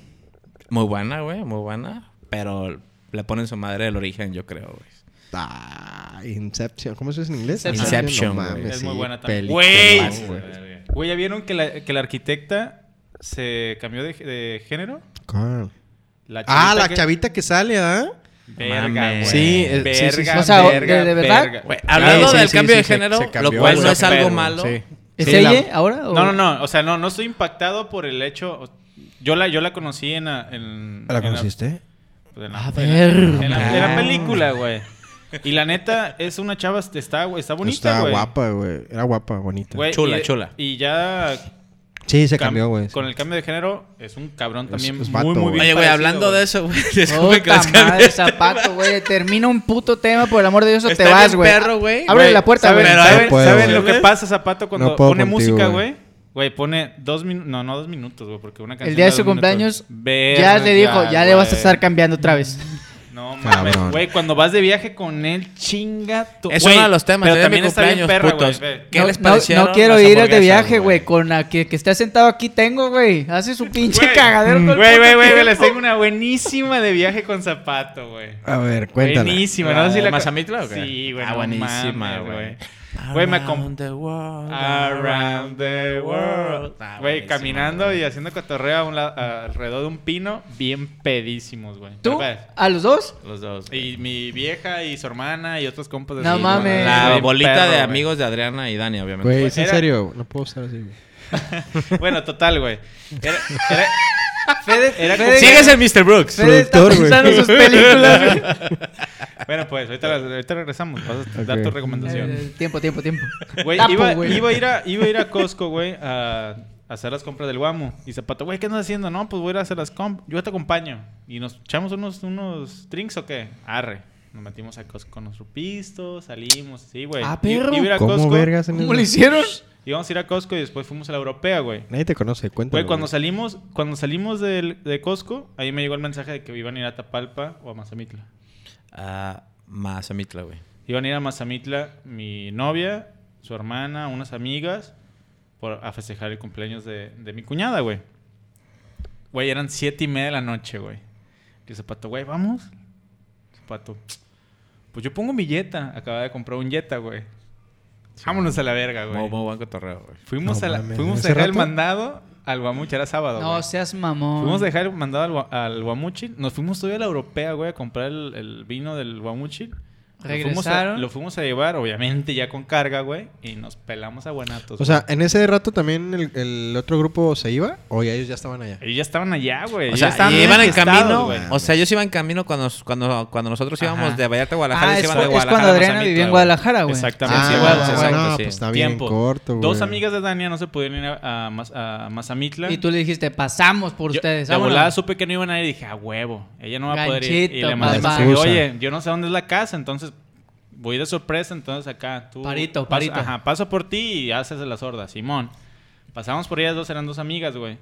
Speaker 4: Muy buena, güey, muy buena. Pero le ponen su madre del origen, yo creo, güey.
Speaker 1: Ah, Inception. ¿Cómo se dice en inglés?
Speaker 3: Inception.
Speaker 4: Inception,
Speaker 1: No
Speaker 4: güey.
Speaker 1: mames,
Speaker 2: Es muy
Speaker 1: sí,
Speaker 2: buena también.
Speaker 1: peliculón,
Speaker 2: Güey. Güey, ¿ya vieron que la, que la arquitecta se cambió de, de género?
Speaker 1: Con-
Speaker 2: La
Speaker 1: Ah,
Speaker 2: chavita
Speaker 1: la
Speaker 2: que-
Speaker 1: chavita que sale, ¿ah.
Speaker 2: Verga,
Speaker 4: Mames.
Speaker 2: güey.
Speaker 1: Sí, eh, sí, sí, sí.
Speaker 2: verga,
Speaker 3: O sea, ¿de-
Speaker 2: verga,
Speaker 3: de verdad?
Speaker 2: verga.
Speaker 4: Güey, hablando
Speaker 1: Sí, sí,
Speaker 4: del
Speaker 1: sí,
Speaker 4: cambio
Speaker 1: sí,
Speaker 4: de
Speaker 1: se-
Speaker 4: género,
Speaker 1: se cambió,
Speaker 4: lo cual
Speaker 2: güey.
Speaker 4: no es
Speaker 2: Pero,
Speaker 4: algo
Speaker 2: güey,
Speaker 4: malo.
Speaker 1: Sí.
Speaker 3: ¿Es
Speaker 1: Sí,
Speaker 3: ella
Speaker 1: la-
Speaker 3: ahora? o-
Speaker 2: No, no, no. O sea, no, no estoy impactado por el hecho. Yo la, yo la conocí en la. En,
Speaker 1: ¿La
Speaker 2: en
Speaker 1: conociste?
Speaker 2: en
Speaker 3: A
Speaker 2: en
Speaker 3: ver.
Speaker 2: En la, en la
Speaker 4: Ah.
Speaker 2: película, güey. Y la neta, es una chava, está, está bonita,
Speaker 1: Está
Speaker 2: güey.
Speaker 1: guapa, güey. Era guapa, bonita.
Speaker 2: Güey,
Speaker 4: Chula,
Speaker 2: y-
Speaker 4: chula.
Speaker 2: Y ya
Speaker 1: Sí, se
Speaker 2: Cam-
Speaker 1: cambió, güey.
Speaker 2: Con el cambio de género, es un cabrón también
Speaker 1: es vato,
Speaker 2: muy, muy
Speaker 1: güey.
Speaker 2: bien.
Speaker 4: Oye, güey,
Speaker 2: parecido,
Speaker 4: hablando de eso, güey. [LAUGHS] disculpe que
Speaker 3: Puta
Speaker 4: los cambie.
Speaker 3: madre, zapato, güey. Termina un puto tema, por el amor de Dios, o
Speaker 4: Está
Speaker 3: te vas,
Speaker 4: bien
Speaker 3: güey.
Speaker 4: perro, güey.
Speaker 3: Abre
Speaker 2: Güey,
Speaker 3: la puerta,
Speaker 2: ¿Saben,
Speaker 3: güey.
Speaker 4: pero-
Speaker 2: saben-
Speaker 1: No puedo,
Speaker 2: saben
Speaker 1: güey.
Speaker 2: lo que pasa, Zapato, cuando
Speaker 1: No puedo
Speaker 2: pone
Speaker 1: contigo,
Speaker 2: música,
Speaker 1: güey.
Speaker 2: güey? Güey, pone dos minutos, no, no dos minutos, güey, porque una canción.
Speaker 3: El día de
Speaker 2: da
Speaker 3: su
Speaker 2: dos minutos.
Speaker 3: cumpleaños, ya le dijo,
Speaker 2: Verga,
Speaker 3: ya le vas a
Speaker 2: güey.
Speaker 3: estar cambiando otra vez.
Speaker 2: No mames,
Speaker 1: Cabrón.
Speaker 2: güey, cuando vas de viaje con él, chinga tu-
Speaker 4: Es
Speaker 2: Güey,
Speaker 4: uno de los temas,
Speaker 2: Pero
Speaker 4: el día de
Speaker 2: también
Speaker 4: mi
Speaker 2: está bien
Speaker 4: cumpleaños,
Speaker 2: perra, güey.
Speaker 4: putos.
Speaker 2: ve.
Speaker 4: ¿Qué
Speaker 3: no,
Speaker 4: les
Speaker 3: no-
Speaker 4: parecieron
Speaker 3: No, quiero
Speaker 4: las
Speaker 3: ir de
Speaker 4: hamburguesas,
Speaker 3: viaje,
Speaker 4: güey?
Speaker 3: güey. Con la que, que está sentado aquí tengo, güey. Hace su [LAUGHS] pinche
Speaker 2: Güey.
Speaker 3: cagadero. todo el
Speaker 2: Güey, güey,
Speaker 3: puto
Speaker 2: güey,
Speaker 3: tiempo.
Speaker 2: güey, les tengo una buenísima de viaje con zapato, güey.
Speaker 1: A ver, cuéntala.
Speaker 2: Buenísima,
Speaker 4: ¿La
Speaker 2: no sé si
Speaker 4: de
Speaker 2: la
Speaker 4: Mazamitla o qué?
Speaker 2: Sí, güey.
Speaker 4: Ah,
Speaker 2: no
Speaker 4: buenísima,
Speaker 2: mames,
Speaker 4: güey. Ah,
Speaker 2: Güey, me acom-
Speaker 4: Around the world,
Speaker 2: Around the world.
Speaker 4: Ah,
Speaker 2: Güey,
Speaker 4: buenísimo,
Speaker 2: caminando
Speaker 4: güey.
Speaker 2: y haciendo cotorreo a un la- alrededor de un pino, bien pedísimos, güey.
Speaker 3: ¿Tú?
Speaker 2: Pero,
Speaker 3: ¿A los dos?
Speaker 4: Los dos. güey.
Speaker 2: Y mi vieja y su hermana y otros compas.
Speaker 3: No
Speaker 2: así,
Speaker 3: mames.
Speaker 2: güey,
Speaker 4: La
Speaker 2: bien
Speaker 4: bolita
Speaker 2: perro,
Speaker 4: de
Speaker 2: güey.
Speaker 4: amigos de Adriana y Dani, obviamente.
Speaker 1: Güey, es en
Speaker 2: Era-
Speaker 1: serio. No puedo estar así, güey.
Speaker 2: [LAUGHS] Bueno, total, güey. Era, era, era
Speaker 3: [LAUGHS] Fede-
Speaker 2: como-
Speaker 4: Sigues el Mr. Brooks.
Speaker 3: Fede está
Speaker 1: Productor, güey.
Speaker 3: pensando en sus películas. güey.
Speaker 2: [LAUGHS] Bueno, pues, ahorita,
Speaker 4: [LAUGHS]
Speaker 2: las- ahorita regresamos. Vas a dar
Speaker 1: Ok.
Speaker 2: tu recomendación.
Speaker 3: Eh, Tiempo, tiempo, tiempo.
Speaker 2: Güey,
Speaker 3: Tapo,
Speaker 2: iba,
Speaker 3: güey.
Speaker 2: iba a ir a, iba a ir a Costco, güey, a a hacer las compras del guamo. Y Zapato, güey, ¿qué andas haciendo? No, pues voy a ir a hacer las compras. Yo te acompaño. ¿Y nos echamos unos, unos drinks o qué? Arre. Nos metimos a Costco con nuestro pisto, salimos, sí, güey.
Speaker 3: Ah,
Speaker 2: Y-
Speaker 3: perro.
Speaker 2: y iba a ir a
Speaker 1: ¿Cómo
Speaker 2: Costco.
Speaker 1: vergas en
Speaker 3: ¿Cómo lo hicieron?
Speaker 2: Íbamos a ir a Costco y después fuimos a la europea, güey.
Speaker 1: Nadie te conoce, cuéntame.
Speaker 2: Güey, cuando salimos, cuando salimos del, de Costco, ahí me llegó el mensaje de que iban a ir a Tapalpa o a Mazamitla.
Speaker 4: Ah, Mazamitla, güey.
Speaker 2: Iban a ir a Mazamitla mi novia, su hermana, unas amigas, por, a festejar el cumpleaños de, de mi cuñada, güey. Güey, eran siete y media de la noche, güey. Y el zapato, güey, vamos. Zapato, pues yo pongo mi Jetta. Acababa de comprar un Jetta, güey. Vámonos a la verga,
Speaker 4: Muy,
Speaker 2: güey.
Speaker 4: muy buen cotorreo, güey.
Speaker 2: Fuimos,
Speaker 1: No
Speaker 2: a, la-
Speaker 1: mames,
Speaker 2: fuimos
Speaker 1: ¿ese
Speaker 2: a dejar el
Speaker 1: rato?
Speaker 2: mandado al Guamuchi, era sábado.
Speaker 3: No
Speaker 2: güey.
Speaker 3: seas mamón.
Speaker 2: Fuimos a dejar el mandado al, gua- al Guamuchil. Nos fuimos todavía a la europea, güey, a comprar el, el vino del Guamuchil. Lo fuimos a-
Speaker 3: Regresaron.
Speaker 2: Lo fuimos, a, llevar, obviamente, ya con carga, güey. Y nos pelamos a Guanatos.
Speaker 1: O sea, en ese rato también el, el otro grupo se iba o ya ellos ya estaban allá.
Speaker 2: güey. ellos ya estaban allá, güey.
Speaker 4: O
Speaker 2: Ellos ya
Speaker 4: sea,
Speaker 2: estaban
Speaker 4: y iban en
Speaker 2: enquistados,
Speaker 4: camino.
Speaker 2: güey.
Speaker 4: O sea, ellos iban en camino cuando, nos- cuando, cuando nosotros íbamos
Speaker 2: Ajá.
Speaker 4: de Vallarta a Guadalajara.
Speaker 3: Ah,
Speaker 4: ellos
Speaker 3: es,
Speaker 4: iban de
Speaker 3: cu- es
Speaker 4: Guadalajara
Speaker 3: cuando
Speaker 4: a
Speaker 3: Adriana
Speaker 4: Mazamitla,
Speaker 3: vivía en
Speaker 4: güey.
Speaker 3: Guadalajara, güey.
Speaker 2: Exactamente.
Speaker 1: Ah,
Speaker 2: sí,
Speaker 1: bueno,
Speaker 2: güey,
Speaker 1: bueno,
Speaker 2: exacto,
Speaker 1: no,
Speaker 2: sí.
Speaker 1: pues está bien
Speaker 2: Tiempo.
Speaker 1: corto, güey.
Speaker 2: Dos amigas de Dania no se pudieron ir a, a, Maz- a Mazamitla.
Speaker 3: Y tú le dijiste, pasamos por
Speaker 2: Yo-
Speaker 3: ustedes.
Speaker 2: De
Speaker 3: vámonos.
Speaker 2: volada supe que no iban a ir y dije, a huevo, ella no va a poder ir. Y
Speaker 3: Ganchito,
Speaker 2: le mandé
Speaker 1: papá.
Speaker 2: mensaje,
Speaker 1: Excusa.
Speaker 2: oye, yo no sé dónde es la casa, entonces voy de sorpresa, entonces acá tú...
Speaker 3: Parito,
Speaker 2: paso-
Speaker 3: parito.
Speaker 2: Ajá, paso por ti y haces la sorda, Simón. Pasamos por ellas dos, eran dos amigas, güey.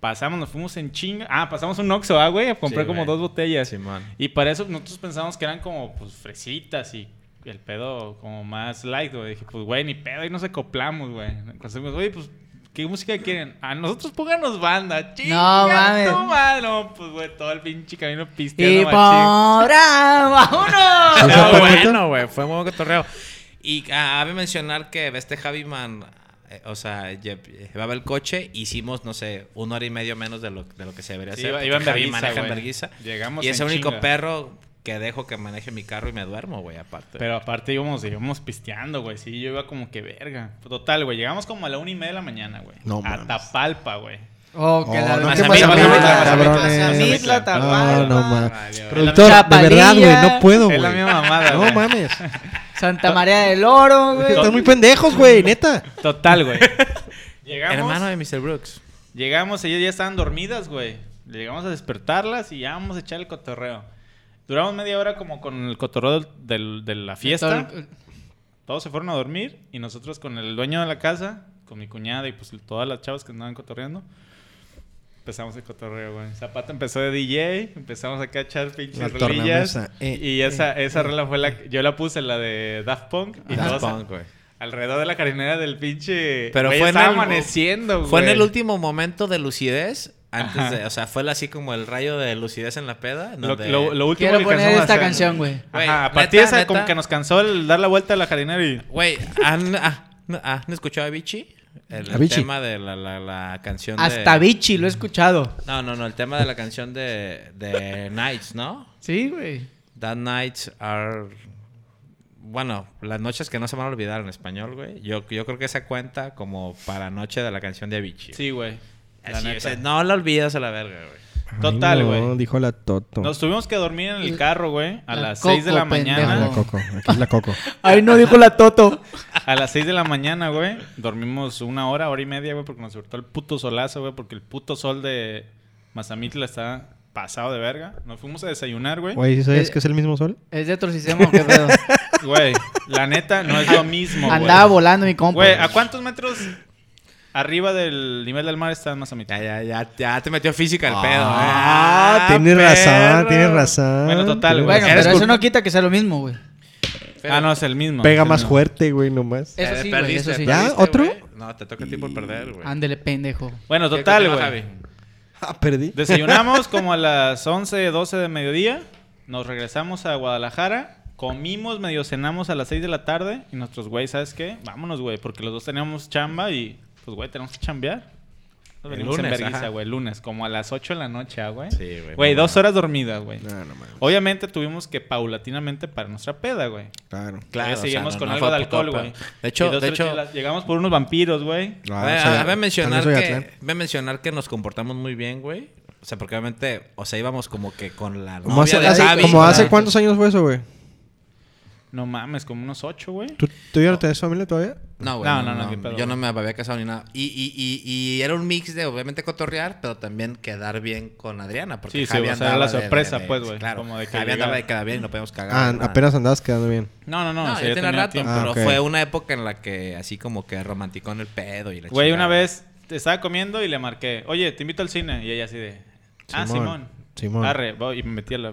Speaker 2: Pasamos, nos fuimos en chinga. Ah, pasamos un Oxxo, ah, güey, compré
Speaker 4: Sí,
Speaker 2: como
Speaker 4: güey.
Speaker 2: dos botellas.
Speaker 4: Simón.
Speaker 2: Y para eso nosotros pensábamos que eran como, pues, fresitas y el pedo como más light, güey. Dije, pues, güey, ni pedo, y nos acoplamos, güey. Nos fuimos, Oye, pues, ¿qué música quieren? A nosotros pónganos banda, chinga. No, mames.
Speaker 3: mames.
Speaker 2: No, mames. No, pues, güey, todo el pinche camino
Speaker 3: Y
Speaker 2: pisteando,
Speaker 3: por
Speaker 2: machín.
Speaker 3: ahora,
Speaker 1: [LAUGHS]
Speaker 3: vámonos.
Speaker 1: ¿Sí,
Speaker 4: Pero
Speaker 1: Zapatito?
Speaker 4: Ah, bueno, güey, fue muy buen cotorreo. Y ah, cabe mencionar que este Javi Man, eh, o sea, lle- llevaba el coche, hicimos, no sé, una hora y medio menos de lo, de lo que se debería
Speaker 2: Sí,
Speaker 4: hacer.
Speaker 2: iba-
Speaker 4: porque
Speaker 2: iba en
Speaker 4: Javi
Speaker 2: vergüenza,
Speaker 4: maneja en
Speaker 2: güey.
Speaker 4: vergüenza.
Speaker 2: Llegamos
Speaker 4: Y es
Speaker 2: en
Speaker 4: el único
Speaker 2: chinga.
Speaker 4: perro que dejo que maneje mi carro y me duermo, güey, aparte.
Speaker 2: Pero aparte íbamos, íbamos pisteando, güey. Sí, yo iba como que verga. Total, güey. Llegamos como a la una y media de la mañana, güey.
Speaker 1: No
Speaker 2: A
Speaker 1: mames.
Speaker 2: Tapalpa, güey.
Speaker 3: Oh,
Speaker 1: [LAUGHS]
Speaker 3: que
Speaker 1: Oh, no,
Speaker 3: la
Speaker 4: ¿qué
Speaker 3: Mazamitla,
Speaker 4: pasa,
Speaker 3: Mazamitla,
Speaker 1: cabrones?
Speaker 3: Mazamitla,
Speaker 1: No, no
Speaker 3: Tapalpa,
Speaker 1: mames.
Speaker 4: vale.
Speaker 1: Productor, de verdad, güey, no puedo,
Speaker 2: es la
Speaker 1: güey.
Speaker 2: misma mamada,
Speaker 1: No
Speaker 2: güey.
Speaker 1: mames.
Speaker 3: Santa María del Oro, güey.
Speaker 1: Están muy pendejos, güey, neta. [LAUGHS]
Speaker 2: Total, güey. Llegamos.
Speaker 4: Hermano de Mr. Brooks.
Speaker 2: Llegamos, ellas ya estaban dormidas, güey. Llegamos a despertarlas y ya vamos a echar el cotorreo. Duramos media hora como con el cotorreo del- del- de la fiesta. Todos se fueron a dormir y nosotros con el dueño de la casa, con mi cuñada y pues todas las chavas que andaban cotorreando, empezamos el cotorreo, güey. Zapata empezó de DJ, empezamos acá a echar
Speaker 1: La
Speaker 2: pinches
Speaker 1: tornamesa,
Speaker 2: rolillas.
Speaker 1: eh,
Speaker 2: y esa, esa rola fue la... Yo la puse, la de Daft Punk. Y
Speaker 4: Daft
Speaker 2: todos a-
Speaker 4: Punk, güey.
Speaker 2: alrededor de la carinera del pinche...
Speaker 4: Pero
Speaker 2: Güey,
Speaker 4: fue en
Speaker 2: estaba
Speaker 4: el-
Speaker 2: amaneciendo, Pues, güey.
Speaker 4: Fue en el último momento de lucidez. Antes de, o sea, fue así como el rayo de lucidez en la peda.
Speaker 2: Lo,
Speaker 4: donde-
Speaker 2: lo- lo último
Speaker 3: Quiero
Speaker 2: que
Speaker 3: poner
Speaker 2: alcanzamos a
Speaker 3: esta
Speaker 2: hacer.
Speaker 3: canción, güey.
Speaker 4: Güey,
Speaker 2: Ajá, a partir de
Speaker 4: neta,
Speaker 2: esa como
Speaker 4: neta.
Speaker 2: que nos cansó el dar la vuelta a la jardinera y...
Speaker 4: Güey, ¿han, ah, no, ah, ¿han escuchado a Avicii? El, el
Speaker 1: Avicii.
Speaker 4: tema de la, la, la canción de-
Speaker 3: Hasta Vichy lo he escuchado.
Speaker 4: No, no, no. El tema de la canción de, de Nights, ¿no?
Speaker 3: Sí, güey.
Speaker 4: That nights are... Bueno, las noches que no se van a olvidar en español, güey. Yo, yo creo que esa cuenta como para noche de la canción de Avicii.
Speaker 2: Sí, güey. La
Speaker 4: Así,
Speaker 2: neta.
Speaker 4: o sea, no la olvidas a la verga, güey.
Speaker 2: Total, güey.
Speaker 1: No, dijo la Toto.
Speaker 2: Nos tuvimos que dormir en el carro, güey. A
Speaker 3: La
Speaker 2: las 6 de
Speaker 3: Coco,
Speaker 2: la mañana.
Speaker 1: La Coco. Aquí es la Coco.
Speaker 3: Ay, no dijo la Toto.
Speaker 2: A las 6 de la mañana, güey. Dormimos una hora, hora y media, güey, porque nos soltó el puto solazo, güey, porque el puto sol de Mazamitla está pasado de verga. Nos fuimos a desayunar, güey.
Speaker 1: Güey, ¿sí sabes
Speaker 3: Eh,
Speaker 1: que es el mismo sol?
Speaker 3: ¿Es de otro sistema o qué pedo?
Speaker 2: Güey, la neta no es lo mismo, güey.
Speaker 3: Andaba volando mi compa.
Speaker 2: Güey, ¿a cuántos metros arriba del nivel del mar está Mazamitla?
Speaker 4: Ya, ya, ya, ya te metió física el
Speaker 1: Ah,
Speaker 4: pedo. ¿eh? Ah,
Speaker 1: tienes razón,
Speaker 4: perro!
Speaker 1: tienes razón.
Speaker 2: Bueno, total,
Speaker 1: Tienes
Speaker 3: Bueno,
Speaker 1: razón.
Speaker 3: pero
Speaker 4: Eres
Speaker 3: eso
Speaker 4: cul-
Speaker 3: no quita que sea lo mismo, güey.
Speaker 2: Ah, no, es el mismo.
Speaker 1: Pega
Speaker 2: es el
Speaker 1: más
Speaker 2: mismo.
Speaker 1: fuerte, güey, nomás.
Speaker 3: Eso
Speaker 4: Eh,
Speaker 3: sí, güey,
Speaker 4: perdiste,
Speaker 3: eso sí.
Speaker 1: ¿Ya?
Speaker 4: perdiste,
Speaker 1: ¿Otro?
Speaker 4: güey. No, te toca a ti por perder, güey.
Speaker 3: Ándele, pendejo.
Speaker 2: Bueno,
Speaker 4: ¿Qué
Speaker 2: total,
Speaker 4: continúa,
Speaker 2: güey.
Speaker 4: Javi?
Speaker 1: Ah, perdí.
Speaker 2: Desayunamos como a las 11, 12 de mediodía. Nos regresamos a Guadalajara. Comimos, medio cenamos a las 6 de la tarde. Y nuestros güey, ¿sabes qué? Vámonos, güey, porque los dos teníamos chamba y, pues, güey, tenemos que chambear. Nos
Speaker 4: El
Speaker 2: venimos en
Speaker 4: lunes,
Speaker 2: vergüenza,
Speaker 4: ajá.
Speaker 2: güey, el lunes, como a las 8 de la noche, ah, güey.
Speaker 4: Sí, güey,
Speaker 2: Güey,
Speaker 4: mamá.
Speaker 2: dos horas dormidas, güey.
Speaker 1: No, no mames.
Speaker 2: Obviamente tuvimos que paulatinamente para nuestra peda, güey.
Speaker 1: Claro.
Speaker 4: Claro,
Speaker 2: Claro,
Speaker 4: o sea,
Speaker 2: seguimos
Speaker 4: no-
Speaker 2: con
Speaker 4: no
Speaker 2: algo
Speaker 4: fue
Speaker 2: de alcohol,
Speaker 4: poco,
Speaker 2: güey.
Speaker 4: pero- de hecho-
Speaker 2: Y dos,
Speaker 4: de
Speaker 2: tres
Speaker 4: hecho-
Speaker 2: chelas. llegamos por unos vampiros, güey.
Speaker 1: Ah,
Speaker 4: A ver,
Speaker 1: o sea,
Speaker 4: a ver, mencionar
Speaker 1: también soy
Speaker 4: que,
Speaker 1: Atlán.
Speaker 4: ve mencionar que nos comportamos muy bien, güey. O sea, porque obviamente, o sea, íbamos como que con la
Speaker 1: Como hace,
Speaker 4: novia de
Speaker 1: hace-
Speaker 4: Javi,
Speaker 1: como
Speaker 4: con la-
Speaker 1: hace cuántos años fue eso, güey.
Speaker 2: No mames, como unos ocho, güey.
Speaker 1: ¿Tú, ¿Tú ya no tenés familia todavía?
Speaker 4: No, güey.
Speaker 2: No,
Speaker 4: No, no,
Speaker 2: no, no, qué pedo,
Speaker 4: yo no
Speaker 2: güey.
Speaker 4: me había casado ni nada. Y, y, y, y era un mix de obviamente cotorrear, pero también quedar bien con Adriana. Porque
Speaker 2: Sí, sí, o
Speaker 4: Javi
Speaker 2: sea,
Speaker 4: andaba
Speaker 2: era la
Speaker 4: de- de-
Speaker 2: sorpresa,
Speaker 4: de-
Speaker 2: pues, güey,
Speaker 4: Claro,
Speaker 2: como de que
Speaker 4: Javi andaba
Speaker 2: llegaba.
Speaker 4: de quedar bien y no podíamos cagar.
Speaker 1: Ah,
Speaker 4: nada.
Speaker 1: apenas andabas quedando bien.
Speaker 2: No, no, no.
Speaker 4: No,
Speaker 2: o sea,
Speaker 4: ya tenía rato,
Speaker 2: tiempo.
Speaker 4: pero
Speaker 1: Ah, ok.
Speaker 4: fue una época en la que así como que romanticó en el pedo y la
Speaker 2: Güey,
Speaker 4: chingada.
Speaker 2: una vez estaba comiendo y le marqué, oye, te invito al cine. Y ella así de, ah,
Speaker 1: Simón,
Speaker 2: Simón.
Speaker 1: Simón.
Speaker 2: Arre, voy", y me metí a, la-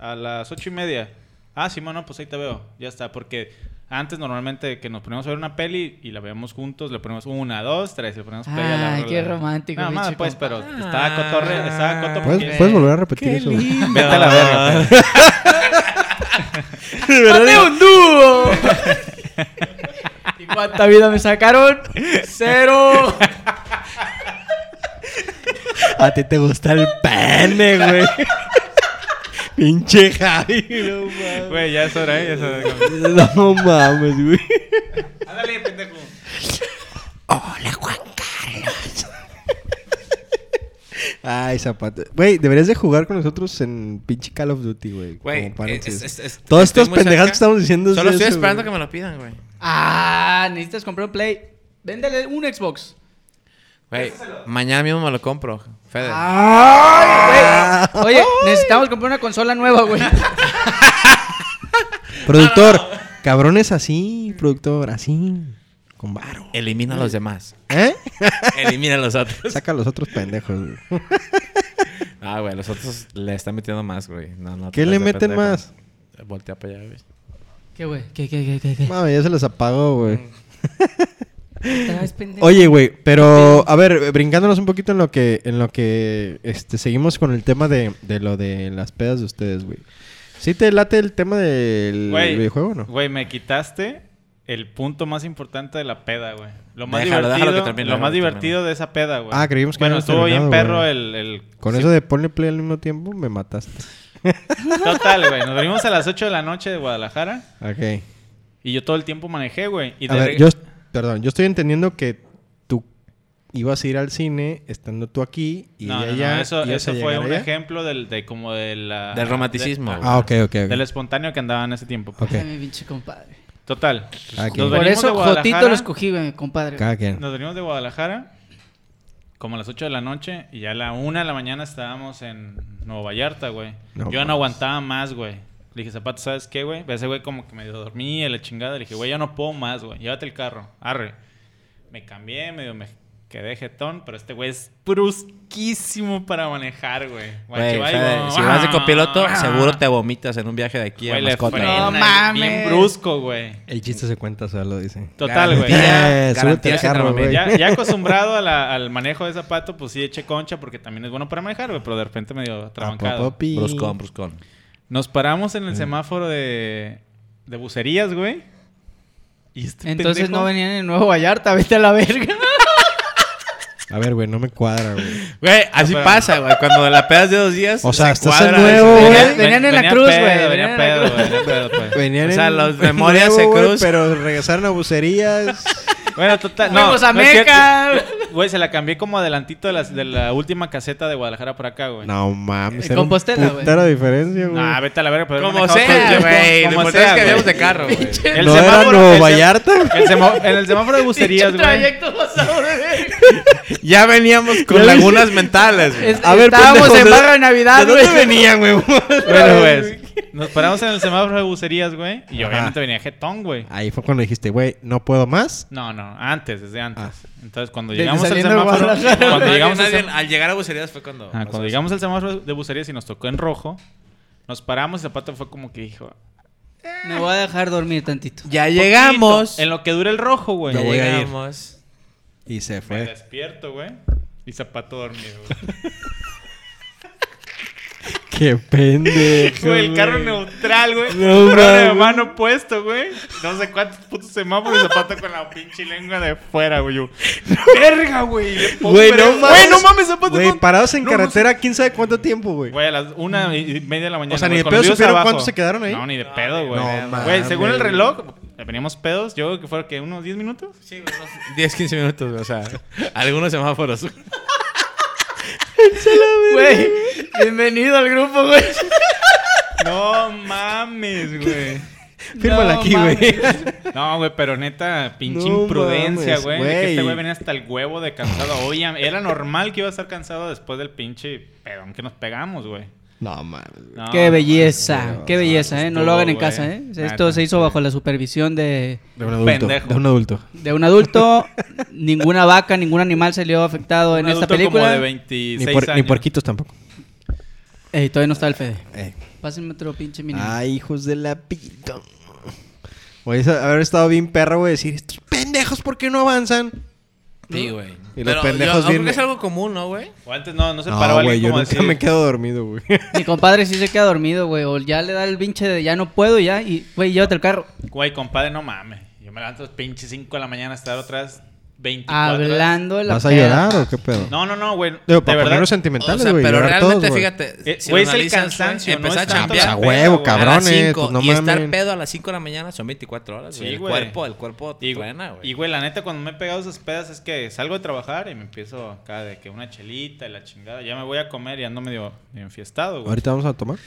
Speaker 2: a las ocho y media. Ah, Simón, no, pues ahí te veo. Ya está, porque antes normalmente que nos poníamos a ver una peli y la veíamos juntos, le ponemos una, dos, tres, le ponemos play a la
Speaker 3: Ay,
Speaker 2: rola.
Speaker 3: qué romántico,
Speaker 2: Nada más,
Speaker 3: pinche
Speaker 2: pues,
Speaker 3: compa.
Speaker 2: pero estaba cotorre, estaba coto
Speaker 1: ¿Puedes,
Speaker 2: porque-
Speaker 1: puedes volver a repetir eso? güey?
Speaker 2: Vete a la verga. pues.
Speaker 3: un dúo! ¿Y cuánta vida me sacaron? ¡Cero!
Speaker 1: A ti te gusta el pene, güey. Pinche Javi, no mames.
Speaker 2: Güey, ya es hora, ¿eh? Ya es hora.
Speaker 1: No mames, güey.
Speaker 2: Ándale, pendejo.
Speaker 1: Ay, zapata. Güey, deberías de jugar con nosotros en pinche Call of Duty, güey.
Speaker 4: Güey,
Speaker 1: como para
Speaker 4: es-
Speaker 1: antes.
Speaker 4: es- es-
Speaker 1: Todas
Speaker 4: estoy
Speaker 1: estas
Speaker 4: muy
Speaker 1: pendejadas
Speaker 4: cerca.
Speaker 1: que estamos diciendo es
Speaker 4: Solo
Speaker 1: de
Speaker 4: estoy
Speaker 1: eso,
Speaker 4: esperando que
Speaker 1: güey.
Speaker 4: me lo pidan, güey.
Speaker 3: Ah, necesitas comprar un Play. Véndele un Xbox.
Speaker 4: Güey, mañana mismo me Este lo compro. Fede.
Speaker 1: Ah.
Speaker 3: ¡Ay, güey! Oye, necesitamos comprar una consola nueva, güey.
Speaker 1: Productor, cabrones así, productor, así. Con varo.
Speaker 4: Elimina a los demás.
Speaker 1: ¿Eh?
Speaker 4: [LAUGHS] Elimina a los otros.
Speaker 1: Saca a los otros pendejos, güey.
Speaker 4: Ah, güey, los otros le están metiendo más, güey. No, no,
Speaker 1: ¿Qué
Speaker 4: te
Speaker 1: le
Speaker 4: hagas de
Speaker 1: meten
Speaker 4: pendejo.
Speaker 1: más?
Speaker 4: Voltea para allá, güey.
Speaker 3: ¿Qué, güey? ¿Qué, qué, qué, qué? qué?
Speaker 1: Mami, ya se los apagó, güey.
Speaker 3: Traes, pendejo.
Speaker 1: Oye, güey, pero a ver, brincándonos un poquito en lo que, en lo que este, seguimos con el tema de, de lo de las pedas de ustedes, güey. ¿Sí te late el tema del
Speaker 2: Güey,
Speaker 1: videojuego o no?
Speaker 2: Güey, me quitaste el punto más importante de la peda, güey. Lo más
Speaker 4: Déjalo, déjalo
Speaker 2: divertido,
Speaker 4: que termine,
Speaker 2: lo
Speaker 4: déjalo
Speaker 2: más
Speaker 4: que
Speaker 2: divertido de esa peda, güey.
Speaker 1: Ah, creímos que
Speaker 2: Bueno,
Speaker 1: habías
Speaker 2: estuvo bien
Speaker 1: terminado,
Speaker 2: perro
Speaker 1: güey.
Speaker 2: el, el-
Speaker 1: Con
Speaker 2: sí,
Speaker 1: eso de ponle play al mismo tiempo, me mataste.
Speaker 2: [LAUGHS] Total, güey. Nos venimos a las 8 de la noche de Guadalajara
Speaker 1: Ok.
Speaker 2: y yo todo el tiempo manejé, güey. Y
Speaker 1: A
Speaker 2: de
Speaker 1: ver,
Speaker 2: reg-
Speaker 1: yo, perdón, yo estoy entendiendo que tú ibas a ir al cine estando tú aquí y
Speaker 2: No, no,
Speaker 1: ella
Speaker 2: no,
Speaker 1: allá.
Speaker 2: eso,
Speaker 1: ibas
Speaker 2: eso
Speaker 1: a
Speaker 2: fue
Speaker 1: llegar
Speaker 2: un
Speaker 1: allá.
Speaker 2: ejemplo del, de como de la...
Speaker 4: Del romanticismo,
Speaker 2: de-
Speaker 4: güey.
Speaker 1: Ah, ok, ok. ok.
Speaker 2: Del espontáneo que andaba en ese tiempo. pues.
Speaker 1: Ok.
Speaker 3: Ay, mi pinche compadre.
Speaker 2: Total.
Speaker 1: Aquí.
Speaker 2: Nos
Speaker 3: Por
Speaker 2: venimos de
Speaker 3: eso,
Speaker 2: Guadalajara.
Speaker 3: Jotito lo escogí, güey, compadre.
Speaker 1: Cada quien.
Speaker 2: Nos venimos de Guadalajara como a las 8 de la noche y ya a la 1 de la mañana estábamos en Nuevo Vallarta, güey.
Speaker 1: No
Speaker 2: yo ya
Speaker 1: mames.
Speaker 2: no aguantaba más, güey. Le dije, Zapato, ¿sabes qué, güey? Ese güey como que medio dormía, la chingada. Le dije, güey, ya no puedo más, güey. Llévate el carro. Arre. Me cambié, medio me Quedé jetón, pero este güey es brusquísimo para manejar, güey.
Speaker 4: Güey, Ah. o
Speaker 2: Guachi,
Speaker 4: sea,
Speaker 2: guay,
Speaker 4: si vas de copiloto,
Speaker 2: guau.
Speaker 4: seguro te vomitas en un viaje de aquí a
Speaker 2: Güey, le
Speaker 4: Mascota.
Speaker 2: frena
Speaker 3: No
Speaker 2: y bien
Speaker 3: mames.
Speaker 2: brusco, güey.
Speaker 1: El chiste se cuenta solo, dice.
Speaker 2: Total, güey.
Speaker 4: Garantía,
Speaker 1: Eh, súbete
Speaker 4: garantía
Speaker 1: al
Speaker 4: que te
Speaker 1: carro,
Speaker 4: vomitas.
Speaker 1: güey.
Speaker 2: Ya,
Speaker 1: [LAUGHS]
Speaker 2: ya acostumbrado a la- al manejo de zapato, pues sí eché concha porque también es bueno para manejar, güey, pero de repente medio
Speaker 1: Ah,
Speaker 2: trabancado.
Speaker 1: papi.
Speaker 4: Bruscón, bruscón.
Speaker 2: Nos paramos
Speaker 1: Mm.
Speaker 2: en el semáforo de, de bucerías, güey. Y este
Speaker 3: Entonces
Speaker 2: pendejo-
Speaker 3: no venían en Nuevo Vallarta, vete a la verga.
Speaker 1: A ver, güey, no me cuadra,
Speaker 2: [LAUGHS]
Speaker 1: güey.
Speaker 4: Güey, así
Speaker 2: pero-
Speaker 4: pasa, güey. Cuando la pedas de dos días.
Speaker 1: O sea,
Speaker 4: se
Speaker 1: estás en
Speaker 4: cuadra,
Speaker 1: nuevo,
Speaker 4: se-
Speaker 1: güey.
Speaker 2: Venía-
Speaker 3: Venían en la
Speaker 2: venía
Speaker 3: cruz,
Speaker 2: pedo,
Speaker 3: güey,
Speaker 2: Venía
Speaker 3: venían en la
Speaker 2: pedo,
Speaker 3: cruz.
Speaker 2: güey, venía
Speaker 1: [LAUGHS]
Speaker 2: pedo, pues.
Speaker 1: Venían
Speaker 4: O sea,
Speaker 1: en-
Speaker 4: los
Speaker 1: en
Speaker 4: memorias se
Speaker 1: güey,
Speaker 4: cruzan.
Speaker 1: Pero regresaron a
Speaker 2: [LAUGHS]
Speaker 1: bucerías.
Speaker 2: Bueno, total. [LAUGHS] No,
Speaker 3: Fuimos a
Speaker 2: no es cierto.
Speaker 3: Meca.
Speaker 2: Güey, se la cambié como adelantito de, las- de la última caseta de Guadalajara por acá, güey.
Speaker 1: no mames.
Speaker 3: En
Speaker 1: era un
Speaker 3: Compostela, güey.
Speaker 1: putero de diferencia, güey.
Speaker 2: Nah, vete a la verga. pero
Speaker 4: Como
Speaker 2: manejaba todo el
Speaker 4: sea,
Speaker 2: tiempo.
Speaker 4: güey. Lo
Speaker 2: Como
Speaker 4: importante es
Speaker 2: sea,
Speaker 4: que habíamos
Speaker 2: güey.
Speaker 4: de carro, güey.
Speaker 2: El
Speaker 1: ¿No era
Speaker 2: semáforo-
Speaker 1: Nuevo
Speaker 2: el sem-
Speaker 1: Vallarta?
Speaker 2: el semo- en el semáforo
Speaker 3: [LAUGHS]
Speaker 2: de bucerías,
Speaker 3: Dicho
Speaker 2: güey.
Speaker 3: trayecto vas a volver.
Speaker 4: Ya veníamos con lagunas mentales, güey.
Speaker 3: Es-
Speaker 1: A ver,
Speaker 3: Estábamos
Speaker 1: pendejo,
Speaker 3: en
Speaker 1: ¿de-
Speaker 3: barra de Navidad,
Speaker 1: ¿De dónde [LAUGHS]
Speaker 3: güey.
Speaker 1: venían, güey?
Speaker 2: Bueno, pues, nos paramos en el semáforo de bucerías, güey. Y
Speaker 1: Ajá.
Speaker 2: obviamente venía jetón, güey.
Speaker 1: Ahí fue cuando dijiste, güey, no puedo más.
Speaker 2: No, no, antes, desde antes.
Speaker 1: Ah.
Speaker 2: Entonces, cuando
Speaker 3: Desde
Speaker 2: llegamos al
Speaker 3: saliendo de
Speaker 2: semáforo,
Speaker 3: Guadalajara.
Speaker 2: cuando
Speaker 4: Nadie-
Speaker 2: llegamos al
Speaker 4: nadie-
Speaker 2: sem-
Speaker 4: al llegar a Bucerías fue cuando.
Speaker 2: Ah, cuando llegamos al semáforo de bucerías y nos tocó en rojo, nos paramos y Zapato fue como que dijo...
Speaker 3: Me voy a dejar dormir tantito.
Speaker 4: Ya
Speaker 2: "Poquito, En lo que dura el rojo, güey.
Speaker 1: Ya
Speaker 2: Me
Speaker 1: voy a ir.
Speaker 4: llegamos.
Speaker 1: Y se fue.
Speaker 2: despierto, güey. Y Zapato dormido, güey.
Speaker 1: Qué pendejo.
Speaker 2: Güey, el carro neutral, güey.
Speaker 1: No
Speaker 2: Freno de
Speaker 1: mames.
Speaker 2: mano puesto, güey. No sé cuántos putos semáforos y Zapato con la pinche lengua de fuera, güey. Yo, ¡Verga, güey! Le pongo
Speaker 1: Güey,
Speaker 2: verga.
Speaker 1: no mames.
Speaker 2: Güey, no mames, Zapato.
Speaker 1: Güey,
Speaker 2: no-
Speaker 1: parados en
Speaker 2: no, no
Speaker 1: carretera, quién sabe cuánto tiempo, güey.
Speaker 2: Güey, a las una y media de la mañana.
Speaker 1: O sea,
Speaker 2: güey,
Speaker 1: ni de
Speaker 2: con
Speaker 1: pedo
Speaker 2: los vidrios
Speaker 1: supieron
Speaker 2: abajo.
Speaker 1: cuántos se quedaron ahí.
Speaker 2: No, ni de pedo, güey.
Speaker 1: no
Speaker 2: Güey, según el
Speaker 1: mames.
Speaker 2: reloj, eh, veníamos pedos. Yo creo que fueron que unos 10 minutos.
Speaker 4: Sí, güey, unos 10, 15 minutos, güey, o sea, algunos semáforos.
Speaker 3: Güey, bienvenido al grupo, güey.
Speaker 2: No mames, güey.
Speaker 1: Fírmala
Speaker 3: No
Speaker 1: aquí, güey.
Speaker 2: No, güey, pero neta, pinche
Speaker 1: No
Speaker 2: imprudencia,
Speaker 1: mames,
Speaker 2: güey. de que Este
Speaker 1: güey.
Speaker 2: güey venía hasta el huevo de cansado. Oye, era normal que iba a estar cansado después del pinche pedón que nos pegamos, güey.
Speaker 1: [LAUGHS] No mames. güey.
Speaker 2: No,
Speaker 3: Qué belleza,
Speaker 1: no,
Speaker 3: qué
Speaker 1: no,
Speaker 3: belleza, ¿eh? No lo
Speaker 2: estuvo,
Speaker 3: hagan en
Speaker 2: güey.
Speaker 3: casa, ¿eh? Esto
Speaker 2: Neta,
Speaker 3: se hizo bajo la supervisión de,
Speaker 1: De un adulto.
Speaker 2: Pendejo.
Speaker 1: De un adulto.
Speaker 3: de
Speaker 2: [LAUGHS]
Speaker 3: un adulto. Ninguna vaca, ningún animal salió afectado en
Speaker 2: Un
Speaker 3: esta
Speaker 2: adulto
Speaker 3: película.
Speaker 2: Como de
Speaker 1: Ni,
Speaker 2: 26
Speaker 1: por- ni
Speaker 2: años.
Speaker 1: puerquitos tampoco.
Speaker 3: Ey, todavía no está el Fede.
Speaker 1: Eh.
Speaker 3: Pásenme otro pinche mini.
Speaker 1: Ay, hijos de la pito. Güey, eso- haber estado bien perro, güey, decir, estos pendejos, ¿por qué no avanzan?
Speaker 4: Sí, güey.
Speaker 1: Y los pendejos
Speaker 4: yo-
Speaker 1: vienen-
Speaker 4: creo que es algo común, ¿no, güey?
Speaker 2: O antes no, no se paró
Speaker 1: No,
Speaker 2: alguien
Speaker 1: güey, yo
Speaker 2: como
Speaker 1: nunca
Speaker 2: decir,
Speaker 1: me quedo dormido, güey.
Speaker 3: Mi compadre sí se queda dormido, güey. O ya le da el pinche de ya no puedo, ya. Y, güey, llévate el carro.
Speaker 2: Güey, compadre, no mames. Yo me levanto a las pinches 5 de la mañana a estar otras 24 horas.
Speaker 3: Hablando de la
Speaker 1: ¿Vas a
Speaker 3: peda.
Speaker 1: llorar o qué pedo?
Speaker 2: No, no, no, güey.
Speaker 1: Digo,
Speaker 2: de
Speaker 1: para
Speaker 2: verdad.
Speaker 1: ponernos sentimentales,
Speaker 4: o sea,
Speaker 1: güey.
Speaker 4: pero
Speaker 1: llorar
Speaker 4: realmente,
Speaker 1: todos, güey.
Speaker 4: fíjate,
Speaker 2: Eh, güey,
Speaker 4: lo
Speaker 2: es el
Speaker 4: analizas,
Speaker 2: cansancio,
Speaker 4: güey,
Speaker 2: no
Speaker 4: empezar
Speaker 2: es tanto
Speaker 4: a
Speaker 1: Pues,
Speaker 2: la
Speaker 1: a
Speaker 4: chambear
Speaker 2: peda,
Speaker 1: huevo,
Speaker 2: güey.
Speaker 4: a las
Speaker 1: cabrones.
Speaker 4: cinco,
Speaker 1: pues, no
Speaker 4: y estar
Speaker 1: mames.
Speaker 4: pedo a las 5 de la mañana son 24 horas, güey.
Speaker 2: Sí,
Speaker 4: el
Speaker 2: güey.
Speaker 4: cuerpo, el cuerpo
Speaker 2: Y,
Speaker 4: truena, güey.
Speaker 2: y, güey, la neta, cuando me he pegado esas pedas es que salgo de trabajar y me empiezo acá de que una chelita y la chingada. Ya me voy a comer y ando medio, medio enfiestado, güey.
Speaker 1: Ahorita vamos a tomar.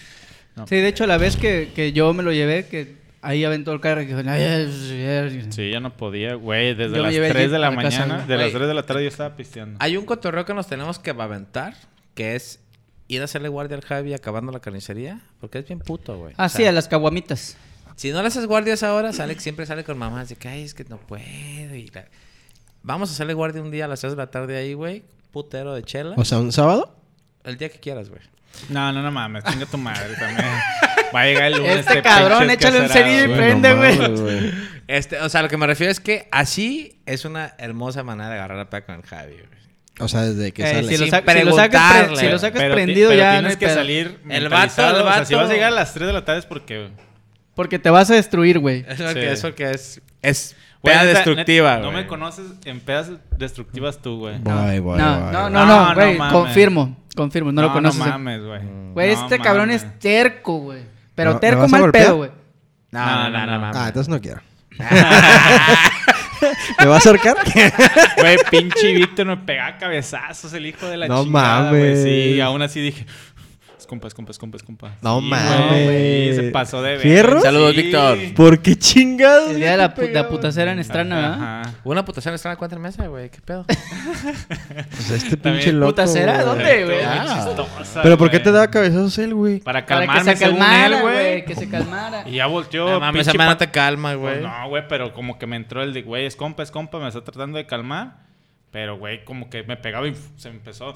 Speaker 3: Sí, de hecho, la vez que, que yo me lo llevé, que ahí aventó el carro y dijo, "Ay, ay, ay, ay".
Speaker 2: Sí, ya no podía, güey. Desde
Speaker 3: Yo me
Speaker 2: las
Speaker 3: llevé
Speaker 2: 3
Speaker 3: Jeep
Speaker 2: de la
Speaker 3: para casa,
Speaker 2: mañana,
Speaker 3: güey.
Speaker 2: de las
Speaker 4: Güey.
Speaker 2: 3 de la tarde yo estaba pisteando.
Speaker 4: Hay un cotorreo que nos tenemos que aventar, que es ir a hacerle guardia al Javi acabando la carnicería, porque es bien puto, güey.
Speaker 3: Ah,
Speaker 4: O
Speaker 3: sí,
Speaker 4: sea,
Speaker 3: a las caguamitas.
Speaker 4: Si no le haces guardias ahora, sale, siempre sale con mamás de que, ay, es que no puedo. y la- Vamos a hacerle guardia un día a las 3 de la tarde ahí, güey. Putero de chela.
Speaker 1: O sea, un sábado.
Speaker 4: el día que quieras, güey.
Speaker 2: No, no, no mames. Chinga tu madre también. [LAUGHS] Va a llegar el lunes.
Speaker 3: Este cabrón,
Speaker 2: pinche
Speaker 3: échale un
Speaker 2: escarcerado,
Speaker 3: cerillo y
Speaker 2: güey.
Speaker 3: pre- prende,
Speaker 1: no
Speaker 3: güey.
Speaker 1: mames, güey.
Speaker 4: Este, o sea, lo que me refiero es que así es una hermosa manera de agarrar la peda con el Javi, güey.
Speaker 1: O sea, desde que
Speaker 3: Eh,
Speaker 1: sale.
Speaker 3: si, lo
Speaker 4: Sin
Speaker 3: sa- si lo sacas, pre-
Speaker 4: preguntarle,
Speaker 3: si lo
Speaker 4: güey.
Speaker 3: sacas
Speaker 2: Pero ti-
Speaker 3: prendido
Speaker 2: pero
Speaker 3: ya. no
Speaker 2: tienes
Speaker 3: hay
Speaker 2: que
Speaker 3: pedo.
Speaker 2: salir
Speaker 4: El vato, el
Speaker 2: mentalizado, o sea, si
Speaker 4: vato.
Speaker 2: vas a llegar a las 3 de la tarde es porque
Speaker 3: Porque te vas a destruir, güey.
Speaker 4: Eso
Speaker 2: Sí.
Speaker 4: que, eso que es. Es
Speaker 2: Güey,
Speaker 4: peda
Speaker 2: neta,
Speaker 4: destructiva,
Speaker 2: neta,
Speaker 4: güey.
Speaker 2: No me conoces en pedas destructivas tú, güey.
Speaker 1: No. Ay, güey,
Speaker 3: no,
Speaker 1: güey.
Speaker 2: No,
Speaker 3: no, no,
Speaker 2: no
Speaker 3: no, güey.
Speaker 2: mames.
Speaker 3: confirmo, confirmo. No, lo conoces.
Speaker 2: No mames, güey.
Speaker 3: Güey,
Speaker 2: No
Speaker 3: este cabrón
Speaker 2: mames.
Speaker 3: es terco, güey. Pero
Speaker 1: ¿Me- me
Speaker 3: terco
Speaker 1: vas a
Speaker 3: mal
Speaker 1: golpear?
Speaker 3: pedo, güey.
Speaker 4: No, no, no, no. mames.
Speaker 1: Ah, entonces no
Speaker 4: [LAUGHS]
Speaker 1: quiero. ¿Me va a acercar?
Speaker 2: Güey, pinche Víctor me pegaba cabezazos el hijo de la
Speaker 1: No
Speaker 2: chingada, güey.
Speaker 1: mames.
Speaker 2: Sí, aún así dije... Es compa, es compa, es compa, es compa.
Speaker 1: No
Speaker 2: Sí,
Speaker 1: mames.
Speaker 2: güey, se pasó de ver.
Speaker 1: ¿Fierro?
Speaker 4: Saludos, Víctor.
Speaker 1: ¿Por qué chingados? güey,
Speaker 3: El día de
Speaker 1: te
Speaker 3: la, pu-
Speaker 1: pegaba?
Speaker 3: la putacera en ¿ah? Estrana, ¿verdad?
Speaker 2: Ajá.
Speaker 4: Una putación está en la cuenta en mesa, güey. ¿Qué pedo?
Speaker 1: Pues este
Speaker 2: También,
Speaker 1: pinche loco.
Speaker 3: ¿putacera?
Speaker 1: güey.
Speaker 3: ¿Dónde, güey?
Speaker 1: Ah.
Speaker 2: Chistosa,
Speaker 1: ¿Pero por qué
Speaker 2: güey.
Speaker 1: te daba cabezazos él, güey?
Speaker 2: Para
Speaker 3: Para que
Speaker 2: calmarme
Speaker 3: se
Speaker 2: según
Speaker 3: calmara,
Speaker 2: él,
Speaker 3: güey.
Speaker 2: güey.
Speaker 3: Que se calmara.
Speaker 2: Y ya volteó.
Speaker 4: No mames, esa
Speaker 2: pinche
Speaker 4: mano
Speaker 2: pat-
Speaker 4: te calma, güey.
Speaker 2: Pues no, güey, pero como que me entró el de, güey, es compa, es compa, me está tratando de calmar. Pero, güey, como que me pegaba y f- se me empezó.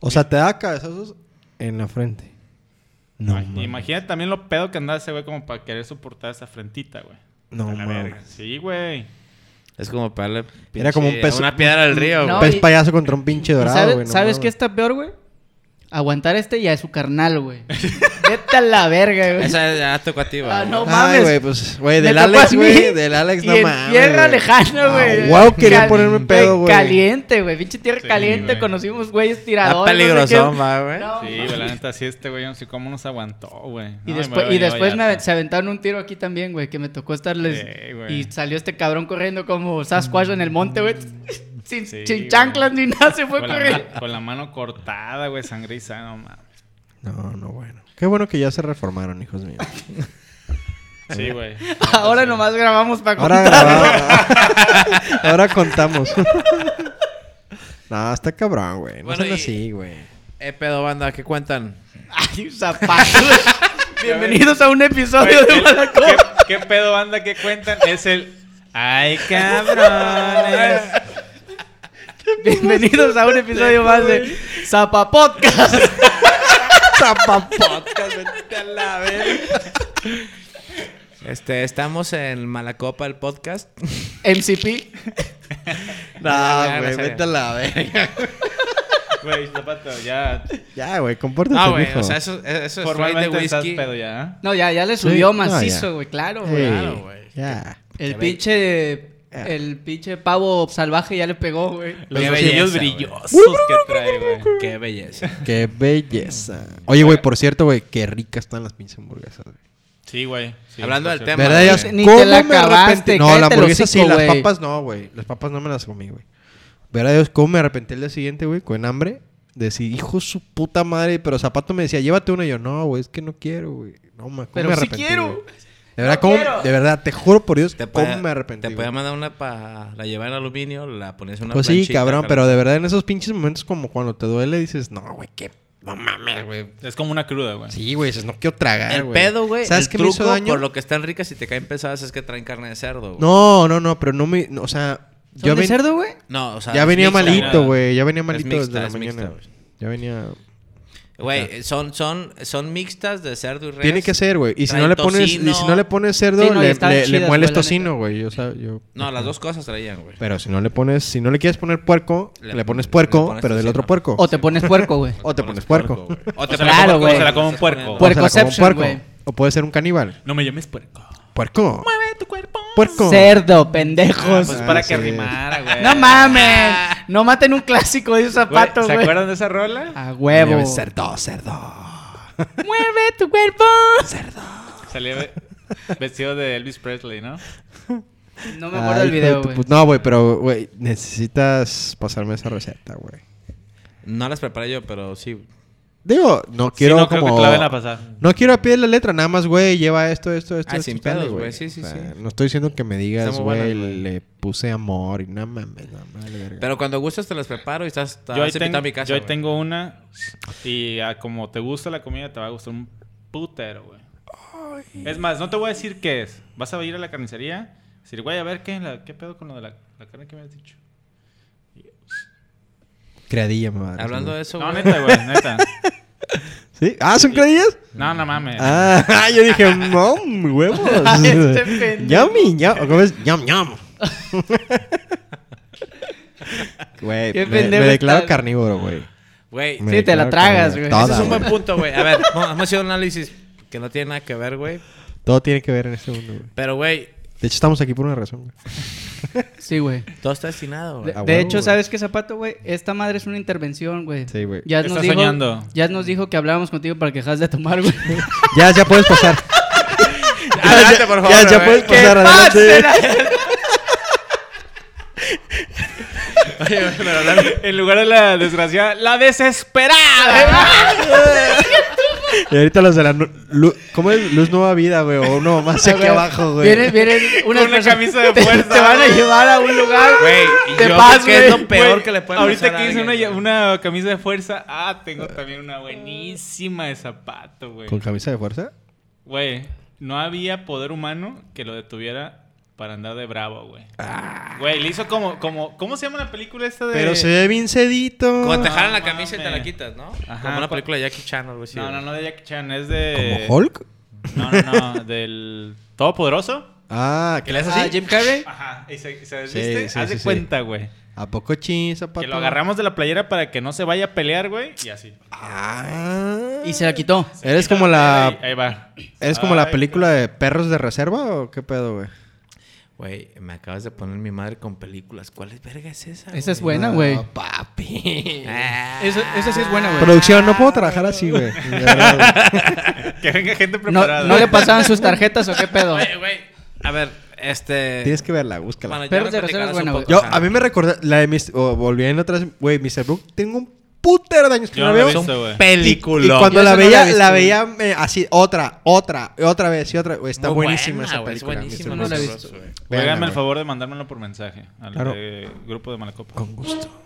Speaker 1: O sea, te da cabezazos en la frente. No,
Speaker 2: Ima-
Speaker 1: mames.
Speaker 2: Imagínate también lo pedo que andaba ese güey como para querer soportar esa frentita, güey.
Speaker 1: No,
Speaker 2: A la
Speaker 1: mames.
Speaker 2: verga. Sí, güey.
Speaker 4: Es como pegarle
Speaker 1: Era como un
Speaker 4: pinche-
Speaker 1: peso-
Speaker 4: una piedra al río,
Speaker 3: No,
Speaker 4: güey.
Speaker 1: Pez
Speaker 3: y-
Speaker 1: payaso contra un pinche
Speaker 3: ¿Y
Speaker 1: dorado,
Speaker 3: ¿Sabes,
Speaker 1: güey. no
Speaker 3: ¿sabes
Speaker 1: mames.
Speaker 3: qué está peor, güey? Aguantar este y a su
Speaker 2: [LAUGHS]
Speaker 3: carnal, güey. Vete a la verga, güey.
Speaker 4: Esa ya tocó a ti, güey.
Speaker 3: Ah, no
Speaker 1: Ay,
Speaker 3: mames.
Speaker 1: güey, pues, güey,
Speaker 3: Me
Speaker 1: del
Speaker 3: tocó
Speaker 1: Alex,
Speaker 3: a mí
Speaker 1: güey. Del Alex,
Speaker 3: y
Speaker 1: no
Speaker 3: en
Speaker 1: mames.
Speaker 3: Tierra
Speaker 1: güey.
Speaker 3: lejana,
Speaker 1: Ah,
Speaker 3: güey.
Speaker 1: guau, quería
Speaker 3: Cal-
Speaker 1: ponerme pedo, güey.
Speaker 3: Caliente, güey. Pinche tierra
Speaker 2: Sí,
Speaker 3: caliente.
Speaker 2: güey.
Speaker 3: Conocimos güeyes
Speaker 4: Está
Speaker 3: tiradores. no sé
Speaker 4: peligroso,
Speaker 3: qué.
Speaker 4: va, güey.
Speaker 3: No,
Speaker 2: Sí, güey, la neta, sí, este güey, no sé cómo nos aguantó, güey. No,
Speaker 3: Y,
Speaker 2: me
Speaker 3: después,
Speaker 2: hubiera
Speaker 3: y
Speaker 2: venido
Speaker 3: después me
Speaker 2: ya,
Speaker 3: aven- se aventaron un tiro aquí también, güey, que me tocó estarles.
Speaker 2: Sí, güey.
Speaker 3: y salió este cabrón corriendo como Sasquatch en el monte, güey. [LAUGHS] Sin,
Speaker 2: Sí,
Speaker 3: sin
Speaker 2: güey.
Speaker 3: chanclas ni nada, se fue
Speaker 2: Con la,
Speaker 3: corriendo.
Speaker 2: ma- con la mano cortada, güey, sangre y sana, no mames.
Speaker 1: No, no, bueno. Qué bueno que ya se reformaron, hijos míos.
Speaker 2: Sí, güey.
Speaker 3: [LAUGHS] Ahora nomás grabamos para
Speaker 1: Ahora
Speaker 3: contar.
Speaker 1: grabamos. Ahora contamos. no, está cabrón, güey. No
Speaker 4: Bueno,
Speaker 1: sean
Speaker 4: y-
Speaker 1: así, güey.
Speaker 4: Eh, pedo, banda, ¿qué cuentan?
Speaker 3: Ay, zapatos. [LAUGHS] Bienvenidos a un episodio
Speaker 2: Güey,
Speaker 3: de
Speaker 2: el-
Speaker 3: Malacopa.
Speaker 2: ¿qué, qué pedo banda que cuentan? Es el. ¡Ay, cabrones!
Speaker 3: Bienvenidos a un episodio más de Zapa Podcast. [LAUGHS]
Speaker 1: Zapapodcast, vete a la verga.
Speaker 4: Este, estamos en Malacopa, el
Speaker 1: [LAUGHS]
Speaker 4: podcast.
Speaker 3: MCP.
Speaker 1: [LAUGHS] No,
Speaker 4: Ya,
Speaker 1: güey,
Speaker 4: gracias.
Speaker 1: vete a la verga.
Speaker 2: Güey, zapato, ya.
Speaker 1: Ya, güey, compórtate,
Speaker 4: Ah,
Speaker 1: mijo.
Speaker 4: güey, o sea, eso, eso es flight de
Speaker 2: Formalmente estás
Speaker 4: whisky.
Speaker 2: pedo ya.
Speaker 3: No, ya, ya le
Speaker 1: Sí.
Speaker 3: subió
Speaker 1: No, ya.
Speaker 3: macizo, güey. Claro, güey.
Speaker 1: Ey,
Speaker 4: claro, güey.
Speaker 1: Ya.
Speaker 3: El
Speaker 4: Que
Speaker 3: pinche. El pinche pavo salvaje ya le pegó, güey.
Speaker 2: Los
Speaker 4: Qué
Speaker 2: ojillos
Speaker 4: belleza,
Speaker 2: brillosos que trae, güey.
Speaker 4: Qué belleza.
Speaker 1: Qué belleza. Oye, güey, por cierto, güey, qué ricas están las pinches hamburguesas, güey.
Speaker 2: Sí, güey. sí, pues
Speaker 4: Hablando del
Speaker 2: por
Speaker 4: tema.
Speaker 2: cierto.
Speaker 1: ¿Verdad? Ya-
Speaker 4: güey.
Speaker 3: Ni te la acabaste,
Speaker 1: No, la
Speaker 3: cállate el
Speaker 1: hamburguesa sí,
Speaker 3: hocico,
Speaker 1: las
Speaker 3: güey.
Speaker 1: papas no, güey. Las papas no me las comí, güey. ¿Verdad Dios cómo me arrepentí el día siguiente, güey? Con hambre. Decía, hijo de su puta madre. Pero Zapato me decía, llévate una. Y yo, no, güey, es que no quiero, güey. No, ma, ¿cómo
Speaker 3: Pero
Speaker 1: me
Speaker 3: sí
Speaker 1: arrepentí,
Speaker 3: quiero.
Speaker 1: güey? De verdad, ¿cómo?
Speaker 3: quiero.
Speaker 1: De verdad, te juro por Dios,
Speaker 4: Te
Speaker 1: ¿cómo
Speaker 4: podía-
Speaker 1: me arrepentí?
Speaker 4: Te
Speaker 1: güey?
Speaker 4: podía mandar una para la llevar en aluminio, la ponías en una
Speaker 1: Pues sí,
Speaker 4: planchita,
Speaker 1: cabrón,
Speaker 4: jala-
Speaker 1: pero de verdad en esos pinches momentos como cuando te duele dices, no, güey, qué... No mames, güey.
Speaker 2: Es como una cruda, güey.
Speaker 1: Sí, güey, dices, no quiero tragar,
Speaker 4: El
Speaker 1: güey.
Speaker 4: pedo, güey.
Speaker 1: ¿Sabes
Speaker 4: el
Speaker 1: qué me
Speaker 4: truco
Speaker 1: hizo daño?
Speaker 4: Por lo que están ricas y te caen pesadas es que traen carne de cerdo, güey.
Speaker 1: No, no, no, pero no me... no, o sea...
Speaker 3: ¿Son de
Speaker 1: ven-
Speaker 3: cerdo, güey?
Speaker 4: No, o sea.
Speaker 1: ya
Speaker 4: es
Speaker 1: venía
Speaker 4: mixta,
Speaker 1: malito,
Speaker 4: güey.
Speaker 1: güey. Ya venía malito
Speaker 4: mixta,
Speaker 1: desde la
Speaker 4: es
Speaker 1: mañana.
Speaker 4: mixta, güey.
Speaker 1: ya venía.
Speaker 4: Güey, son, son, son mixtas de cerdo y res.
Speaker 1: Tiene que ser, güey. Y si
Speaker 4: Trae
Speaker 1: no le pones, y
Speaker 4: tocino.
Speaker 1: si no le pones cerdo,
Speaker 3: Sí, no, y
Speaker 1: le,
Speaker 3: estaban
Speaker 1: le- le
Speaker 3: chidas,
Speaker 1: mueles
Speaker 3: güey, la
Speaker 1: tocino, güey. O sea, yo.
Speaker 4: No, las dos cosas traían, güey.
Speaker 1: Pero si no le pones, si no le quieres poner puerco, le,
Speaker 4: Le-
Speaker 1: pones
Speaker 4: le
Speaker 1: puerco,
Speaker 4: pones
Speaker 1: pero del
Speaker 4: tocino.
Speaker 1: otro puerco.
Speaker 3: O te pones puerco, güey.
Speaker 1: O te pones puerco.
Speaker 4: güey. O
Speaker 2: O
Speaker 4: te
Speaker 2: sea,
Speaker 4: pones
Speaker 3: claro,
Speaker 4: puerco,
Speaker 3: güey.
Speaker 2: Se la come un
Speaker 4: Estás poniendo-
Speaker 2: puerco.
Speaker 1: O sea, como
Speaker 3: Puercoception,
Speaker 1: puerco.
Speaker 3: güey.
Speaker 1: O puede ser un caníbal.
Speaker 2: No me llames puerco.
Speaker 1: Puerco.
Speaker 2: Mueve tu cuerpo.
Speaker 1: Puerco.
Speaker 3: Cerdo,
Speaker 2: Ah,
Speaker 3: pendejos.
Speaker 2: pues
Speaker 1: Ah,
Speaker 2: para
Speaker 1: sí.
Speaker 2: que rimara, güey.
Speaker 3: No mames. No maten un clásico de un
Speaker 2: Güey,
Speaker 3: zapato,
Speaker 2: ¿Se
Speaker 3: eh. güey. Ah.
Speaker 2: acuerdan de esa rola?
Speaker 3: A huevo.
Speaker 1: Cerdo, cerdo.
Speaker 3: Mueve tu cuerpo.
Speaker 2: Salía ve- vestido de Elvis Presley, ¿no?
Speaker 3: No me acuerdo el
Speaker 1: Ay,
Speaker 3: video,
Speaker 1: Ah, hijo de
Speaker 3: güey.
Speaker 1: tu put- No, güey, pero, güey, necesitas pasarme esa receta, güey.
Speaker 4: No las preparé yo, pero sí.
Speaker 1: Digo, no quiero
Speaker 2: Sí, no,
Speaker 1: como.
Speaker 2: creo que te la ven a pasar.
Speaker 1: No quiero a pie de la letra, nada más, güey, lleva esto, esto, esto.
Speaker 4: Ah,
Speaker 1: esto,
Speaker 4: sin
Speaker 1: esto, dale,
Speaker 4: pedos, güey. Sí, sí, sí.
Speaker 1: No estoy diciendo que me digas,
Speaker 4: Está muy buena,
Speaker 1: güey,
Speaker 4: güey.
Speaker 1: le puse amor y nada mames, nada más. la verga.
Speaker 4: Pero cuando gustas te las preparo y estás.
Speaker 2: yo ahí,
Speaker 4: has invitado
Speaker 2: tengo,
Speaker 4: a mi casa,
Speaker 2: yo ahí
Speaker 4: güey.
Speaker 2: tengo una. Y ah, como te gusta la comida, te va a gustar un putero, güey. Es más, no te voy a decir qué es. Vas a ir a la carnicería. Decir, güey, a ver, ¿qué, la- qué pedo con lo de la, la carne que me has dicho?
Speaker 1: Creadilla, me va a dar
Speaker 4: Hablando de
Speaker 1: eso,
Speaker 4: eso,
Speaker 2: No,
Speaker 4: güey.
Speaker 2: neta, güey, neta.
Speaker 1: güey. ¿Sí? ¿Ah, son creadillas?
Speaker 2: No, no mames.
Speaker 1: Ah, [LAUGHS] yo dije, no, mi
Speaker 4: [LAUGHS]
Speaker 1: huevos.
Speaker 3: Este pendejo.
Speaker 1: Yummy, yum. ¿Cómo es? Yum, yum. Güey,
Speaker 3: Qué
Speaker 1: me, me
Speaker 3: pendejo
Speaker 1: declaro
Speaker 3: estás.
Speaker 1: carnívoro, güey.
Speaker 4: Güey,
Speaker 1: Me
Speaker 3: Sí, te la
Speaker 1: declaro
Speaker 3: tragas,
Speaker 1: carnívoro.
Speaker 3: güey.
Speaker 1: Toda,
Speaker 4: ese es un buen
Speaker 1: güey.
Speaker 4: punto, güey. A ver, no, hemos hecho un análisis que no tiene nada que ver, güey.
Speaker 1: Todo tiene que ver en este mundo, güey.
Speaker 4: Pero, güey,
Speaker 1: De hecho, estamos aquí por una razón, güey.
Speaker 3: Sí, güey.
Speaker 4: todo está destinado,
Speaker 3: De,
Speaker 4: güey. [LAUGHS]
Speaker 1: Ah,
Speaker 3: de
Speaker 1: huevo,
Speaker 3: hecho,
Speaker 1: güey.
Speaker 3: ¿sabes qué, Zapato, güey? Esta madre es una intervención, güey.
Speaker 1: Sí, güey.
Speaker 3: Ya nos
Speaker 2: Estás
Speaker 3: dijo,
Speaker 2: soñando.
Speaker 3: Ya nos dijo que hablábamos contigo para que dejas de
Speaker 1: [LAUGHS]
Speaker 3: tomar, güey.
Speaker 1: Ya, ya puedes pasar.
Speaker 4: Adelante, por favor,
Speaker 1: Ya, ya
Speaker 4: güey.
Speaker 1: puedes pasar adelante.
Speaker 3: ¡Pásela!
Speaker 4: Oye, güey, pero hablando-
Speaker 2: En lugar de la desgraciada, la desesperada.
Speaker 1: Y ahorita los de la... nu- lu- ¿Cómo es? Luz Nueva Vida, güey. O uno más
Speaker 3: [LAUGHS]
Speaker 1: aquí abajo, güey.
Speaker 3: Vienen, vienen unas
Speaker 2: Con una
Speaker 3: personas-
Speaker 2: camisa de
Speaker 3: pues, te-
Speaker 2: fuerza,
Speaker 3: Te van a
Speaker 2: güey.
Speaker 3: llevar a un lugar
Speaker 1: Ah,
Speaker 4: Güey, y
Speaker 3: de
Speaker 4: yo
Speaker 3: paz,
Speaker 4: creo que es
Speaker 3: güey.
Speaker 4: lo peor
Speaker 2: Güey,
Speaker 4: que le pueden
Speaker 2: Ahorita
Speaker 4: pasar a
Speaker 2: que hice una,
Speaker 4: alguien, güey.
Speaker 2: una camisa de fuerza. Ah, tengo también una buenísima de zapato, güey.
Speaker 1: ¿Con camisa de fuerza?
Speaker 2: Güey, no había poder humano que lo detuviera para andar de bravo, güey. Güey, le hizo como, como... ¿Cómo se llama la película esta de...?
Speaker 1: Ah. Pero se ve bien cedito.
Speaker 4: Cuando te jalan
Speaker 2: no
Speaker 4: la camisa y te la
Speaker 2: mames.
Speaker 4: quitas, ¿no?
Speaker 2: Ajá,
Speaker 4: Como una
Speaker 2: cu-
Speaker 4: película de Jackie Chan o algo así.
Speaker 2: No, no,
Speaker 4: güey.
Speaker 2: no de Jackie Chan. Es de...
Speaker 1: ¿Como Hulk?
Speaker 2: No, no, no. Del Todopoderoso.
Speaker 1: Ah,
Speaker 4: ¿Que
Speaker 1: que
Speaker 4: le haces
Speaker 3: Ah,
Speaker 4: así?
Speaker 3: Jim Carrey.
Speaker 2: Ajá. Y se, y se
Speaker 1: Sí,
Speaker 2: desviste.
Speaker 1: sí,
Speaker 2: Haz
Speaker 1: sí,
Speaker 2: de
Speaker 1: sí.
Speaker 2: cuenta, güey.
Speaker 1: ¿A poco chin, zapato?
Speaker 2: Que lo agarramos de la playera para que no se vaya a pelear, güey. Y así.
Speaker 1: Ah.
Speaker 3: Y se la quitó.
Speaker 1: Eres como la...
Speaker 2: Ahí, ahí va.
Speaker 1: ¿Eres como la
Speaker 2: Ay,
Speaker 1: película de perros de reserva o qué pedo, güey?
Speaker 4: Güey, me acabas de poner mi madre con películas. ¿Cuál es verga es esa?
Speaker 3: Esa es buena, güey.
Speaker 1: No, papi.
Speaker 3: Esa, esa sí es buena, güey.
Speaker 1: Producción, no puedo trabajar así, güey. De verdad, güey.
Speaker 2: Que venga gente
Speaker 3: No,
Speaker 2: preparada.
Speaker 3: ¿No le pasaban sus tarjetas o qué pedo? [LAUGHS]
Speaker 4: [LAUGHS] Güey, güey. A ver, este.
Speaker 1: Tienes que verla, búscala.
Speaker 4: ya
Speaker 3: Perros
Speaker 4: me
Speaker 3: de reserva
Speaker 4: platicarás
Speaker 3: es
Speaker 4: un
Speaker 3: buena,
Speaker 4: poco,
Speaker 3: güey.
Speaker 1: Yo,
Speaker 4: o sea,
Speaker 1: a
Speaker 4: [LAUGHS]
Speaker 1: mí me recordé la de Mr. o volviendo atrás, güey, Mr. Brook, tengo un putero de años que
Speaker 2: Yo
Speaker 1: no la
Speaker 2: no la
Speaker 1: veo.
Speaker 2: he
Speaker 4: Es un
Speaker 2: Eso, güey.
Speaker 4: película.
Speaker 1: Y, y cuando
Speaker 3: Yo
Speaker 1: la
Speaker 3: esa no la
Speaker 1: veía,
Speaker 3: he
Speaker 1: la,
Speaker 3: visto, güey.
Speaker 1: veía me- así, otra, otra, y otra vez, y otra. güey, está
Speaker 4: Muy
Speaker 1: buenísima
Speaker 4: buena,
Speaker 1: esa
Speaker 4: güey,
Speaker 1: película.
Speaker 4: Es
Speaker 1: Mr.
Speaker 4: buenísima,
Speaker 1: Brook.
Speaker 3: No la he
Speaker 4: Mr.
Speaker 3: visto.
Speaker 4: Bros, güey.
Speaker 1: Véanla,
Speaker 2: Háganme el
Speaker 1: güey.
Speaker 2: favor de mandármelo por mensaje al
Speaker 1: Claro.
Speaker 2: de grupo de Malacopa.
Speaker 1: Con gusto.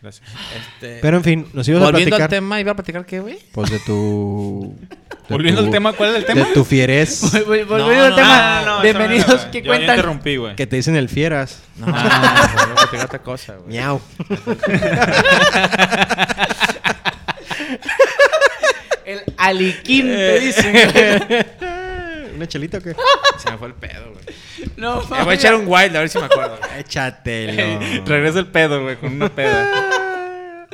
Speaker 2: Gracias.
Speaker 4: Este,
Speaker 1: Pero en fin, nos íbamos a
Speaker 4: volviendo
Speaker 1: platicar.
Speaker 4: al tema, iba a platicar qué, güey.
Speaker 1: Pues de tu. de
Speaker 2: Volviendo
Speaker 1: tu-
Speaker 2: al tema, ¿cuál es el tema? Ah,
Speaker 1: De tu
Speaker 3: [LAUGHS]
Speaker 1: fierez.
Speaker 3: Vol- vol-
Speaker 4: No,
Speaker 3: Volviendo al
Speaker 4: no,
Speaker 3: tema,
Speaker 4: no, no, no,
Speaker 3: bienvenidos, ¿qué
Speaker 2: Yo- Yo
Speaker 3: cuentan?
Speaker 2: interrumpí, güey. [LAUGHS]
Speaker 1: que te dicen el fieras.
Speaker 4: No, no, no, no, platicar otra cosa, güey.
Speaker 1: Miau.
Speaker 3: El aliquín te dicen. güey.
Speaker 1: [LAUGHS] ¿Una chelita o qué?
Speaker 4: Se me fue el pedo, [LAUGHS] güey.
Speaker 1: [LAUGHS]
Speaker 3: No,
Speaker 4: Me voy a
Speaker 3: mames.
Speaker 4: echar un wild, a ver si me acuerdo. güey.
Speaker 1: Échatelo.
Speaker 2: Regresa el pedo, güey, con una peda.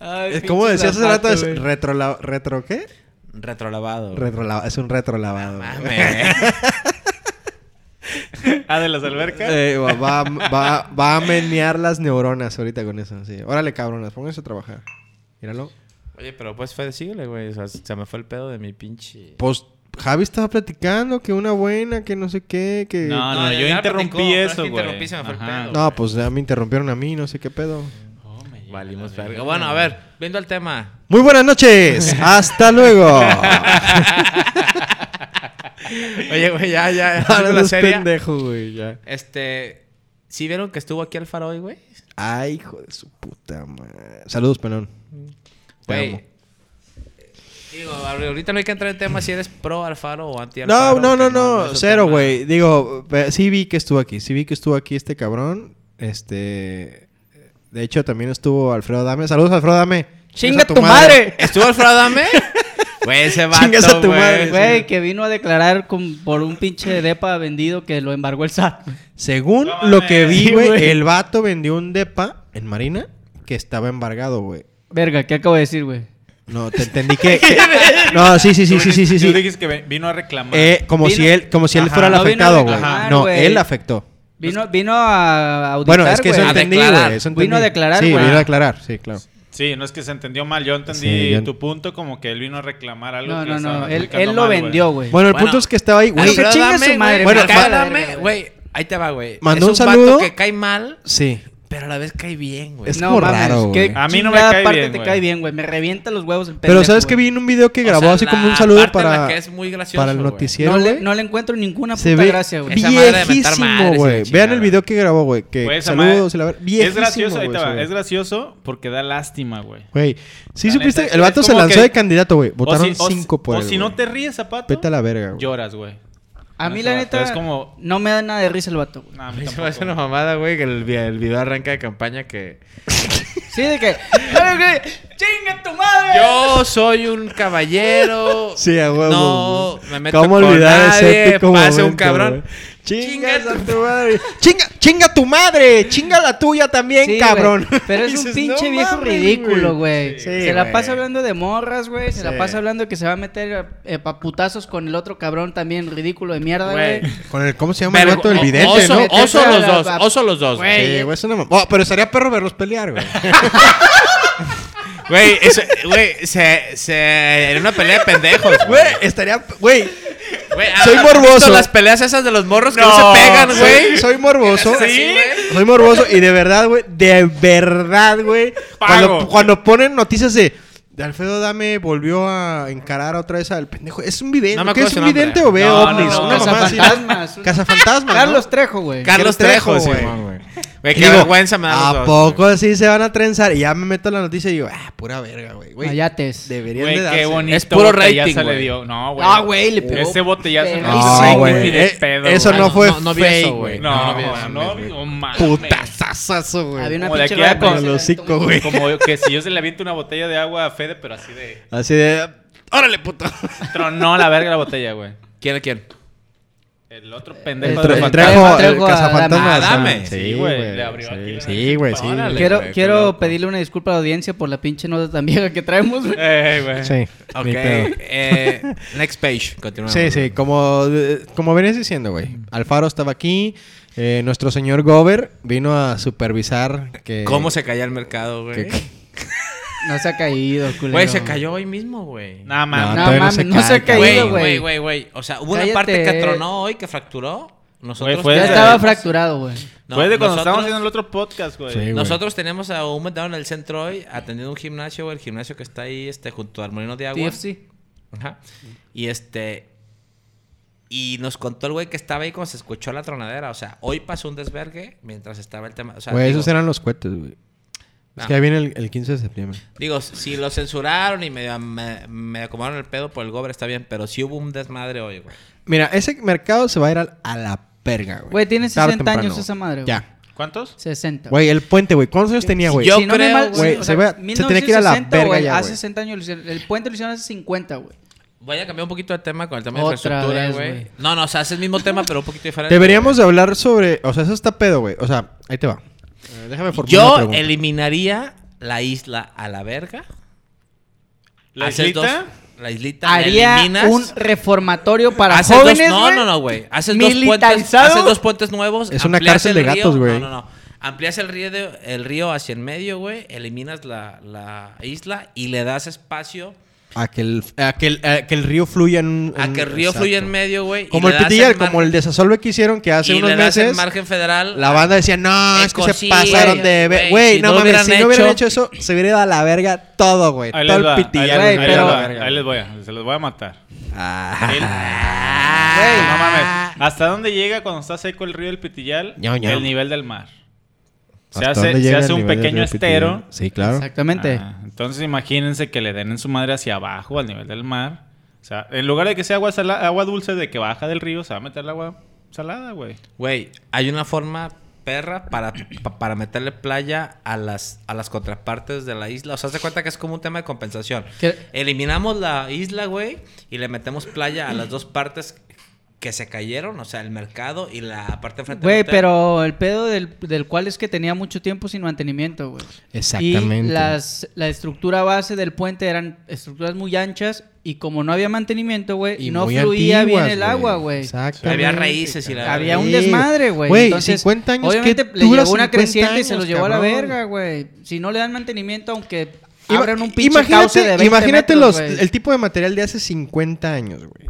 Speaker 3: Ay,
Speaker 1: Es Como
Speaker 3: pinche
Speaker 1: decías hace
Speaker 3: zapato,
Speaker 1: rato, es
Speaker 3: güey.
Speaker 1: retro, retro ¿qué?
Speaker 4: Retrolavado. güey.
Speaker 1: Retrolavado. Es un [LAUGHS] retrolavado. güey.
Speaker 4: Mames.
Speaker 2: [LAUGHS]
Speaker 4: [LAUGHS]
Speaker 2: ah, de las albercas.
Speaker 1: Eh, va, va, va- va a menear las neuronas ahorita con eso. Sí. Órale, cabronas, pónganse a trabajar. Míralo.
Speaker 4: Oye, pero pues fue decirle, güey. O sea, se me fue el pedo de mi pinche.
Speaker 1: Pues Javi estaba platicando que una buena, que no sé qué, que.
Speaker 2: No, no,
Speaker 4: ya-
Speaker 2: yo
Speaker 4: ya
Speaker 2: interrumpí
Speaker 4: platicó, pero es
Speaker 2: eso,
Speaker 4: que
Speaker 2: güey.
Speaker 4: interrumpí, se me fue el
Speaker 2: Ajá.
Speaker 4: pedo.
Speaker 1: No, pues ya me interrumpieron a mí, no sé qué pedo.
Speaker 2: Oh, me llega
Speaker 4: Valimos
Speaker 2: la
Speaker 4: verga. Bueno, a ver, viendo al tema.
Speaker 1: Muy buenas noches. Hasta luego.
Speaker 4: Oye, güey,
Speaker 1: [LAUGHS]
Speaker 4: ya, ya. ya.
Speaker 1: Ahora
Speaker 4: la
Speaker 1: los
Speaker 4: serie.
Speaker 1: pendejo, güey, ya.
Speaker 4: Este. ¿Sí vieron que estuvo aquí Alfaro hoy, güey?
Speaker 1: Ay, hijo de su puta madre. Saludos, pelón. Te amo.
Speaker 4: Güey. eh, Digo, ahorita no hay que entrar en tema si eres pro Alfaro o anti
Speaker 1: No,
Speaker 4: Alfaro.
Speaker 1: no, no,
Speaker 4: que
Speaker 1: no,
Speaker 4: es un
Speaker 1: cero,
Speaker 4: tema.
Speaker 1: güey. Digo, eh, sí vi que estuvo aquí, sí vi que estuvo aquí este cabrón. Este, de hecho también estuvo Alfredo Dame. Saludos, Alfredo Dame.
Speaker 3: ¡Chinga tu madre!
Speaker 4: ¿Estuvo Alfaro
Speaker 1: [LAUGHS]
Speaker 4: Dame? Güey, ese vato,
Speaker 1: Chingas a tu
Speaker 4: güey.
Speaker 1: madre,
Speaker 3: Güey, que vino a declarar con- por un pinche depa vendido que lo embargó el SAT.
Speaker 1: Según
Speaker 2: No
Speaker 1: lo que
Speaker 2: mames.
Speaker 1: vi,
Speaker 3: Sí,
Speaker 1: güey,
Speaker 3: güey.
Speaker 1: el vato vendió un depa en Marina que estaba embargado, güey.
Speaker 3: Verga, ¿qué acabo de decir, güey?
Speaker 1: No, te entendí
Speaker 3: [LAUGHS]
Speaker 1: que, que- No, sí, sí, sí, sí, sí, sí.
Speaker 2: Tú
Speaker 1: sí.
Speaker 2: dijiste que ve- vino a reclamar.
Speaker 1: Eh, como
Speaker 3: Vino-
Speaker 1: si él, como si él
Speaker 3: Ajá.
Speaker 1: fuera el
Speaker 3: No vino a
Speaker 1: afectado, güey.
Speaker 3: reclamar,
Speaker 1: No,
Speaker 3: güey.
Speaker 1: él afectó.
Speaker 3: Vino, vino a auditar,
Speaker 1: Bueno, es que eso
Speaker 3: güey.
Speaker 4: A
Speaker 1: entendí,
Speaker 4: declarar.
Speaker 1: güey. eso
Speaker 3: Vino
Speaker 1: entendí.
Speaker 3: a declarar,
Speaker 1: Sí,
Speaker 3: güey.
Speaker 1: vino a declarar, sí, claro.
Speaker 2: Sí, no es que se entendió mal. Yo entendí
Speaker 1: Sí, yo-
Speaker 2: tu punto como que él vino a reclamar algo.
Speaker 3: No,
Speaker 2: que
Speaker 3: no,
Speaker 2: estaban
Speaker 3: no. Él,
Speaker 2: aplicando
Speaker 3: él lo
Speaker 2: mal, güey.
Speaker 3: vendió, güey.
Speaker 1: Bueno, el
Speaker 4: Bueno,
Speaker 1: punto es que estaba ahí, güey.
Speaker 3: Alfredo- chinga su madre,
Speaker 1: Bueno,
Speaker 4: Bueno,
Speaker 1: ma-
Speaker 4: Dame, güey. Ahí te va, güey.
Speaker 1: Mandó
Speaker 4: es
Speaker 1: un
Speaker 4: vato
Speaker 1: saludo.
Speaker 4: que cae mal,
Speaker 1: Sí.
Speaker 4: pero a la vez cae bien, güey.
Speaker 1: Es
Speaker 4: [LAUGHS]
Speaker 1: como raro,
Speaker 3: qué
Speaker 1: güey.
Speaker 2: A mí no me
Speaker 3: chingada
Speaker 2: cae
Speaker 3: parte
Speaker 2: bien,
Speaker 3: te
Speaker 2: güey.
Speaker 3: cae bien, güey. Me revienta los huevos el
Speaker 1: Pero
Speaker 3: pendejo,
Speaker 1: ¿sabes que
Speaker 3: güey.
Speaker 1: vi en un video que
Speaker 4: O
Speaker 1: grabó
Speaker 4: sea,
Speaker 1: así como
Speaker 4: la
Speaker 1: un saludo
Speaker 4: parte en la
Speaker 1: para,
Speaker 4: que es muy gracioso,
Speaker 1: para el
Speaker 4: güey.
Speaker 1: noticiero,
Speaker 3: No le,
Speaker 1: güey?
Speaker 3: no le encuentro ninguna
Speaker 1: Se
Speaker 3: puta
Speaker 1: ve
Speaker 3: gracia, güey.
Speaker 4: Esa madre de mentar madres
Speaker 1: viejísimo,
Speaker 4: y la
Speaker 1: güey.
Speaker 4: chingada.
Speaker 1: Vean el video que grabó, güey. Que
Speaker 2: Güey, esa madre-
Speaker 1: saludos y la verdad. Viejísimo,
Speaker 2: Es gracioso, ahí
Speaker 1: güey,
Speaker 2: te va.
Speaker 1: se ve.
Speaker 2: Es gracioso porque da lástima, güey.
Speaker 1: Güey, sí
Speaker 2: La
Speaker 1: supiste,
Speaker 2: neta,
Speaker 1: el
Speaker 2: es
Speaker 1: vato se
Speaker 2: como
Speaker 1: lanzó
Speaker 2: que-
Speaker 1: de candidato, güey. Votaron
Speaker 2: si- si-
Speaker 1: cinco por
Speaker 2: O
Speaker 1: él,
Speaker 2: si no
Speaker 1: güey.
Speaker 2: te ríes, zapato,
Speaker 1: Vete a la verga, güey.
Speaker 2: lloras, güey.
Speaker 3: A mí,
Speaker 2: No,
Speaker 3: la
Speaker 2: pero
Speaker 3: neta,
Speaker 2: es como-
Speaker 3: no me da nada de risa el vato, güey.
Speaker 2: No, a
Speaker 4: A
Speaker 2: mí
Speaker 3: [LAUGHS]
Speaker 4: mí se me
Speaker 2: tampoco,
Speaker 4: hace una
Speaker 2: güey.
Speaker 4: mamada, güey, que el, vi- el video arranca de campaña que...
Speaker 3: Sí,
Speaker 1: [LAUGHS]
Speaker 3: de que... "Ay, güey, ¡Chinga tu madre!
Speaker 4: Yo soy un caballero.
Speaker 1: Sí, a huevo.
Speaker 4: No,
Speaker 1: güey.
Speaker 4: me meto
Speaker 1: ¿Cómo
Speaker 4: con
Speaker 1: olvidar
Speaker 4: nadie,
Speaker 1: ese épico
Speaker 4: pase un
Speaker 1: momento,
Speaker 4: cabrón.
Speaker 1: güey?
Speaker 4: Chinga
Speaker 1: Chingas a tu madre. Chinga, chinga tu madre. Chinga la tuya también,
Speaker 3: Sí,
Speaker 1: cabrón.
Speaker 3: güey, Pero
Speaker 1: [LAUGHS]
Speaker 3: es un
Speaker 1: Dices,
Speaker 3: pinche
Speaker 1: "No
Speaker 3: viejo
Speaker 1: mames,
Speaker 3: ridículo, güey.
Speaker 1: Sí,
Speaker 3: se la
Speaker 1: güey.
Speaker 3: pasa hablando de morras, güey. Se
Speaker 1: Sí.
Speaker 3: la pasa hablando que se va a meter eh, pa' putazos con el otro cabrón también ridículo de mierda,
Speaker 4: Güey.
Speaker 3: güey.
Speaker 1: Con el, ¿cómo se llama el
Speaker 4: Vergo-
Speaker 1: vato del
Speaker 4: o-
Speaker 1: vidente,
Speaker 4: oso,
Speaker 1: no?
Speaker 4: oso
Speaker 3: Esa
Speaker 4: los
Speaker 3: la-
Speaker 4: dos,
Speaker 3: la-
Speaker 4: oso los dos.
Speaker 3: Güey.
Speaker 1: Sí, güey, es una mam- Oh, pero sería perro verlos pelear, güey.
Speaker 4: Güey, eso, güey, se, se, era una pelea de pendejos,
Speaker 1: [LAUGHS] Güey, estaría. Güey,
Speaker 4: Güey,
Speaker 1: Soy
Speaker 4: ¿has visto
Speaker 1: morboso.
Speaker 4: las peleas esas de los morros que no,
Speaker 2: No,
Speaker 4: se pegan,
Speaker 1: soy-
Speaker 4: güey.
Speaker 1: Soy morboso.
Speaker 4: ¿Sí? güey?
Speaker 1: Soy morboso y de verdad, güey, de verdad, güey.
Speaker 2: Pago.
Speaker 1: Cuando, cuando ponen noticias de, de Alfredo Dame volvió a encarar otra vez al pendejo. Es un vidente.
Speaker 4: No me
Speaker 1: ¿Qué
Speaker 4: acuerdo
Speaker 1: es
Speaker 4: su
Speaker 1: un
Speaker 4: nombre.
Speaker 1: vidente o ve
Speaker 2: No,
Speaker 1: ovnis?
Speaker 2: no, no.
Speaker 1: Una mamá así, ¿no?
Speaker 3: Cazafantasmas.
Speaker 1: [LAUGHS] Cazafantasmas. [LAUGHS] ¿no?
Speaker 3: Carlos Trejo, güey.
Speaker 1: Carlos Trejo,
Speaker 4: Simón,
Speaker 1: güey.
Speaker 4: güey. Güey,
Speaker 1: Y
Speaker 4: qué
Speaker 1: digo,
Speaker 4: vergüenza me da.
Speaker 1: ¿A poco así se van a trenzar? Y ya me meto en la noticia y digo, ah, pura verga, güey. güey.
Speaker 3: Mayates.
Speaker 1: Deberían
Speaker 2: Güey,
Speaker 1: de darse.
Speaker 2: qué bonito.
Speaker 4: Es puro
Speaker 2: botellazo
Speaker 4: rating,
Speaker 2: le
Speaker 4: güey.
Speaker 2: dio. No, güey.
Speaker 3: Ah, güey, le pegó.
Speaker 2: Ese botellazo
Speaker 3: Pero-
Speaker 1: No,
Speaker 2: hizo
Speaker 1: güey,
Speaker 2: ni de
Speaker 1: eh, eso
Speaker 2: güey.
Speaker 1: no fue
Speaker 4: no, no vi
Speaker 1: fake,
Speaker 4: eso, güey.
Speaker 2: No,
Speaker 4: vi
Speaker 2: no,
Speaker 4: eso,
Speaker 2: no,
Speaker 4: güey.
Speaker 2: no mames.
Speaker 1: [LAUGHS] Putazazazo, güey.
Speaker 3: Había una
Speaker 2: Como de
Speaker 3: pinche
Speaker 2: aquí a
Speaker 3: gorra
Speaker 2: con
Speaker 3: que se
Speaker 1: los
Speaker 3: aventó
Speaker 1: hocico,
Speaker 3: un-
Speaker 1: güey.
Speaker 2: Como que si yo se le aviento una botella de agua a Fede, pero así de.
Speaker 1: Así de, órale, puto.
Speaker 2: Tronó a la verga la botella, güey.
Speaker 4: ¿Quién a quién?
Speaker 2: El otro
Speaker 3: Eh,
Speaker 1: El,
Speaker 2: pendejo.
Speaker 1: tre-
Speaker 2: de
Speaker 1: el
Speaker 2: fantasma.
Speaker 1: trejo, el
Speaker 3: Trejo a
Speaker 1: cazafantasmas.
Speaker 4: Adame. Adame.
Speaker 2: Sí, güey, le abrió
Speaker 1: sí,
Speaker 2: aquí la
Speaker 1: Sí, güey, sí.
Speaker 4: Órale.
Speaker 1: güey.
Speaker 3: Quiero,
Speaker 4: güey, qué
Speaker 3: quiero
Speaker 4: loco.
Speaker 3: pedirle una disculpa a la audiencia por la pinche nota tan vieja que traemos, güey.
Speaker 2: Eh, güey.
Speaker 1: Sí,
Speaker 4: Ok.
Speaker 1: ni pedo.
Speaker 4: eh, next page. Continuamos.
Speaker 1: Sí, sí, como, eh, como venías diciendo, güey. Alfaro estaba aquí. eh, nuestro señor Gober vino a supervisar que...
Speaker 4: ¿Cómo se cayó el mercado, güey?
Speaker 1: que-
Speaker 3: No se ha caído, culero.
Speaker 4: Güey, se cayó hoy mismo, güey.
Speaker 2: Nada más.
Speaker 3: No,
Speaker 1: todavía no
Speaker 3: mames,
Speaker 1: se
Speaker 3: no se ha
Speaker 1: cae,
Speaker 3: caído,
Speaker 4: güey,
Speaker 3: güey.
Speaker 4: güey, güey. O sea, hubo
Speaker 3: Cállate.
Speaker 4: una parte que tronó hoy, que fracturó.
Speaker 2: Güey,
Speaker 4: Nosotros
Speaker 2: fue
Speaker 3: Ya
Speaker 2: de-
Speaker 3: estaba fracturado, güey.
Speaker 4: No,
Speaker 2: Fue de cuando
Speaker 4: nosotros-
Speaker 2: estábamos haciendo el otro podcast, güey.
Speaker 1: Sí. güey.
Speaker 4: Nosotros tenemos a un down en el centro hoy atendiendo un gimnasio, güey, el gimnasio que está ahí este, junto al molino de agua.
Speaker 3: TFC.
Speaker 4: Ajá. Y este. Y nos contó el güey que estaba ahí cuando se escuchó la tronadera. O sea, hoy pasó un desvergue mientras estaba el tema. O sea,
Speaker 1: Güey,
Speaker 4: digo,
Speaker 1: esos eran los cohetes, güey. Es
Speaker 4: Ah.
Speaker 1: que ahí viene el, el 15 de septiembre.
Speaker 4: digo, si lo censuraron y me, me, me acomodaron el pedo por el gober, está bien. Pero sí hubo un desmadre hoy, güey.
Speaker 1: Mira, ese mercado se va a ir al- a la perga, güey.
Speaker 3: Güey, tiene
Speaker 1: Tarde o
Speaker 3: 60 años
Speaker 1: temprano.
Speaker 3: esa madre, güey.
Speaker 1: Ya.
Speaker 2: ¿Cuántos?
Speaker 3: 60.
Speaker 1: Güey, el puente, güey. ¿Cuántos años tenía, güey?
Speaker 4: yo
Speaker 3: no me
Speaker 4: creo,
Speaker 3: mal-
Speaker 1: güey,
Speaker 3: o
Speaker 1: se
Speaker 3: sea,
Speaker 1: va- se tiene que ir a la
Speaker 3: 1960,
Speaker 1: verga
Speaker 3: güey,
Speaker 1: ya,
Speaker 3: Hace
Speaker 1: güey.
Speaker 3: 60 años lo hicieron. El puente lo hicieron hace 50, güey.
Speaker 4: Voy a cambiar un poquito de tema con el tema de
Speaker 3: Otra
Speaker 4: infraestructura,
Speaker 3: vez,
Speaker 4: güey.
Speaker 3: güey.
Speaker 4: No, no, o sea, es el mismo tema, pero un poquito diferente.
Speaker 1: Deberíamos de hablar sobre... O sea, eso está pedo, güey. O sea, ahí te va. Eh, déjame formular
Speaker 4: Yo
Speaker 1: una pregunta.
Speaker 4: eliminaría la isla a la verga.
Speaker 2: ¿La
Speaker 4: Haces
Speaker 2: islita?
Speaker 4: dos- la islita la
Speaker 3: Haría
Speaker 4: eliminas.
Speaker 3: un reformatorio para
Speaker 4: Haces dos-
Speaker 3: jóvenes,
Speaker 4: No,
Speaker 3: güey.
Speaker 4: no, no, güey. Haces dos, puentes,
Speaker 3: Militarizado.
Speaker 4: haces dos puentes nuevos.
Speaker 1: Es una
Speaker 4: amplías
Speaker 1: cárcel
Speaker 4: el
Speaker 1: de
Speaker 4: río-
Speaker 1: gatos, güey.
Speaker 4: No, no, no. Amplías el río, de- el río hacia el medio, güey. Eliminas la, la isla y le das espacio
Speaker 1: A que el, a que el- a que el río fluya en...
Speaker 4: a
Speaker 1: en-
Speaker 4: que el río
Speaker 1: Exacto.
Speaker 4: fluya en medio, güey. y
Speaker 1: Como
Speaker 4: le
Speaker 1: el
Speaker 4: das
Speaker 1: Pitillar, como
Speaker 4: margen-
Speaker 1: el desasolve que hicieron que hace
Speaker 4: y
Speaker 1: unos
Speaker 4: le das el
Speaker 1: meses...
Speaker 4: margen federal.
Speaker 1: La banda decía, no,
Speaker 4: Eh,
Speaker 1: es que se
Speaker 4: cosí,
Speaker 1: pasaron
Speaker 4: güey,
Speaker 1: de... ver-".
Speaker 4: güey,
Speaker 1: Güey,
Speaker 4: si
Speaker 1: no
Speaker 4: no
Speaker 1: mames,
Speaker 4: hubieran
Speaker 1: si no hubieran hecho
Speaker 4: hecho-
Speaker 1: eso, se hubiera ido a la verga todo, güey.
Speaker 2: Ahí
Speaker 1: Todo
Speaker 2: les va.
Speaker 1: el
Speaker 2: Ahí
Speaker 1: pitillar.
Speaker 3: Güey,
Speaker 2: les
Speaker 1: güey,
Speaker 2: va,
Speaker 1: a la
Speaker 2: ahí les va,
Speaker 3: pero-
Speaker 1: verga.
Speaker 2: ahí les voy a- se los voy a matar.
Speaker 1: Ah.
Speaker 2: El-
Speaker 4: Ah.
Speaker 2: Güey, no mames. ¿Hasta dónde llega cuando está seco el río del Pitillal?
Speaker 1: Ñau, ñau.
Speaker 2: El nivel del mar. Se
Speaker 1: ¿Hasta
Speaker 2: hace,
Speaker 1: dónde
Speaker 2: se
Speaker 1: llega el
Speaker 2: hace un
Speaker 1: nivel del
Speaker 2: pequeño
Speaker 1: río Pitillero?
Speaker 2: estero.
Speaker 1: Sí, claro.
Speaker 3: Exactamente.
Speaker 2: Ah, entonces imagínense que le den en su madre hacia abajo, al nivel del mar. O sea, en lugar de que sea agua, sala- agua dulce de que baja del río, se va a meter el agua salada, güey.
Speaker 4: Güey, hay una forma perra para, pa- para meterle playa a las, a las contrapartes de la isla. O sea, haz de cuenta que es como un tema de compensación.
Speaker 3: ¿Qué?
Speaker 4: Eliminamos la isla, güey, y le metemos playa a las dos partes que se cayeron, o sea, el mercado y la parte de frente. del
Speaker 3: Güey,
Speaker 4: hotel.
Speaker 3: pero el pedo del, del cual es que tenía mucho tiempo sin mantenimiento, güey.
Speaker 1: Exactamente.
Speaker 3: Y las, la estructura base del puente eran estructuras muy anchas y como no había mantenimiento, güey,
Speaker 1: Y
Speaker 3: no
Speaker 1: muy
Speaker 3: fluía
Speaker 1: antiguas,
Speaker 3: bien el agua, güey.
Speaker 1: Exactamente.
Speaker 4: Había raíces y la...
Speaker 3: Había un
Speaker 1: Sí.
Speaker 3: desmadre, güey.
Speaker 1: Güey,
Speaker 3: Entonces,
Speaker 1: 50 años,
Speaker 3: Obviamente
Speaker 1: ¿qué
Speaker 3: le
Speaker 1: dura
Speaker 3: llegó una
Speaker 1: 50
Speaker 3: creciente y se
Speaker 1: años,
Speaker 3: los llevó a la
Speaker 1: cabrón?
Speaker 3: verga, güey. Si no le dan mantenimiento, aunque
Speaker 1: Ima-
Speaker 3: abran un pinche cauce
Speaker 1: imagínate
Speaker 3: de 20
Speaker 1: imagínate
Speaker 3: metros,
Speaker 1: los,
Speaker 3: güey.
Speaker 1: el tipo de material de hace 50 años, güey.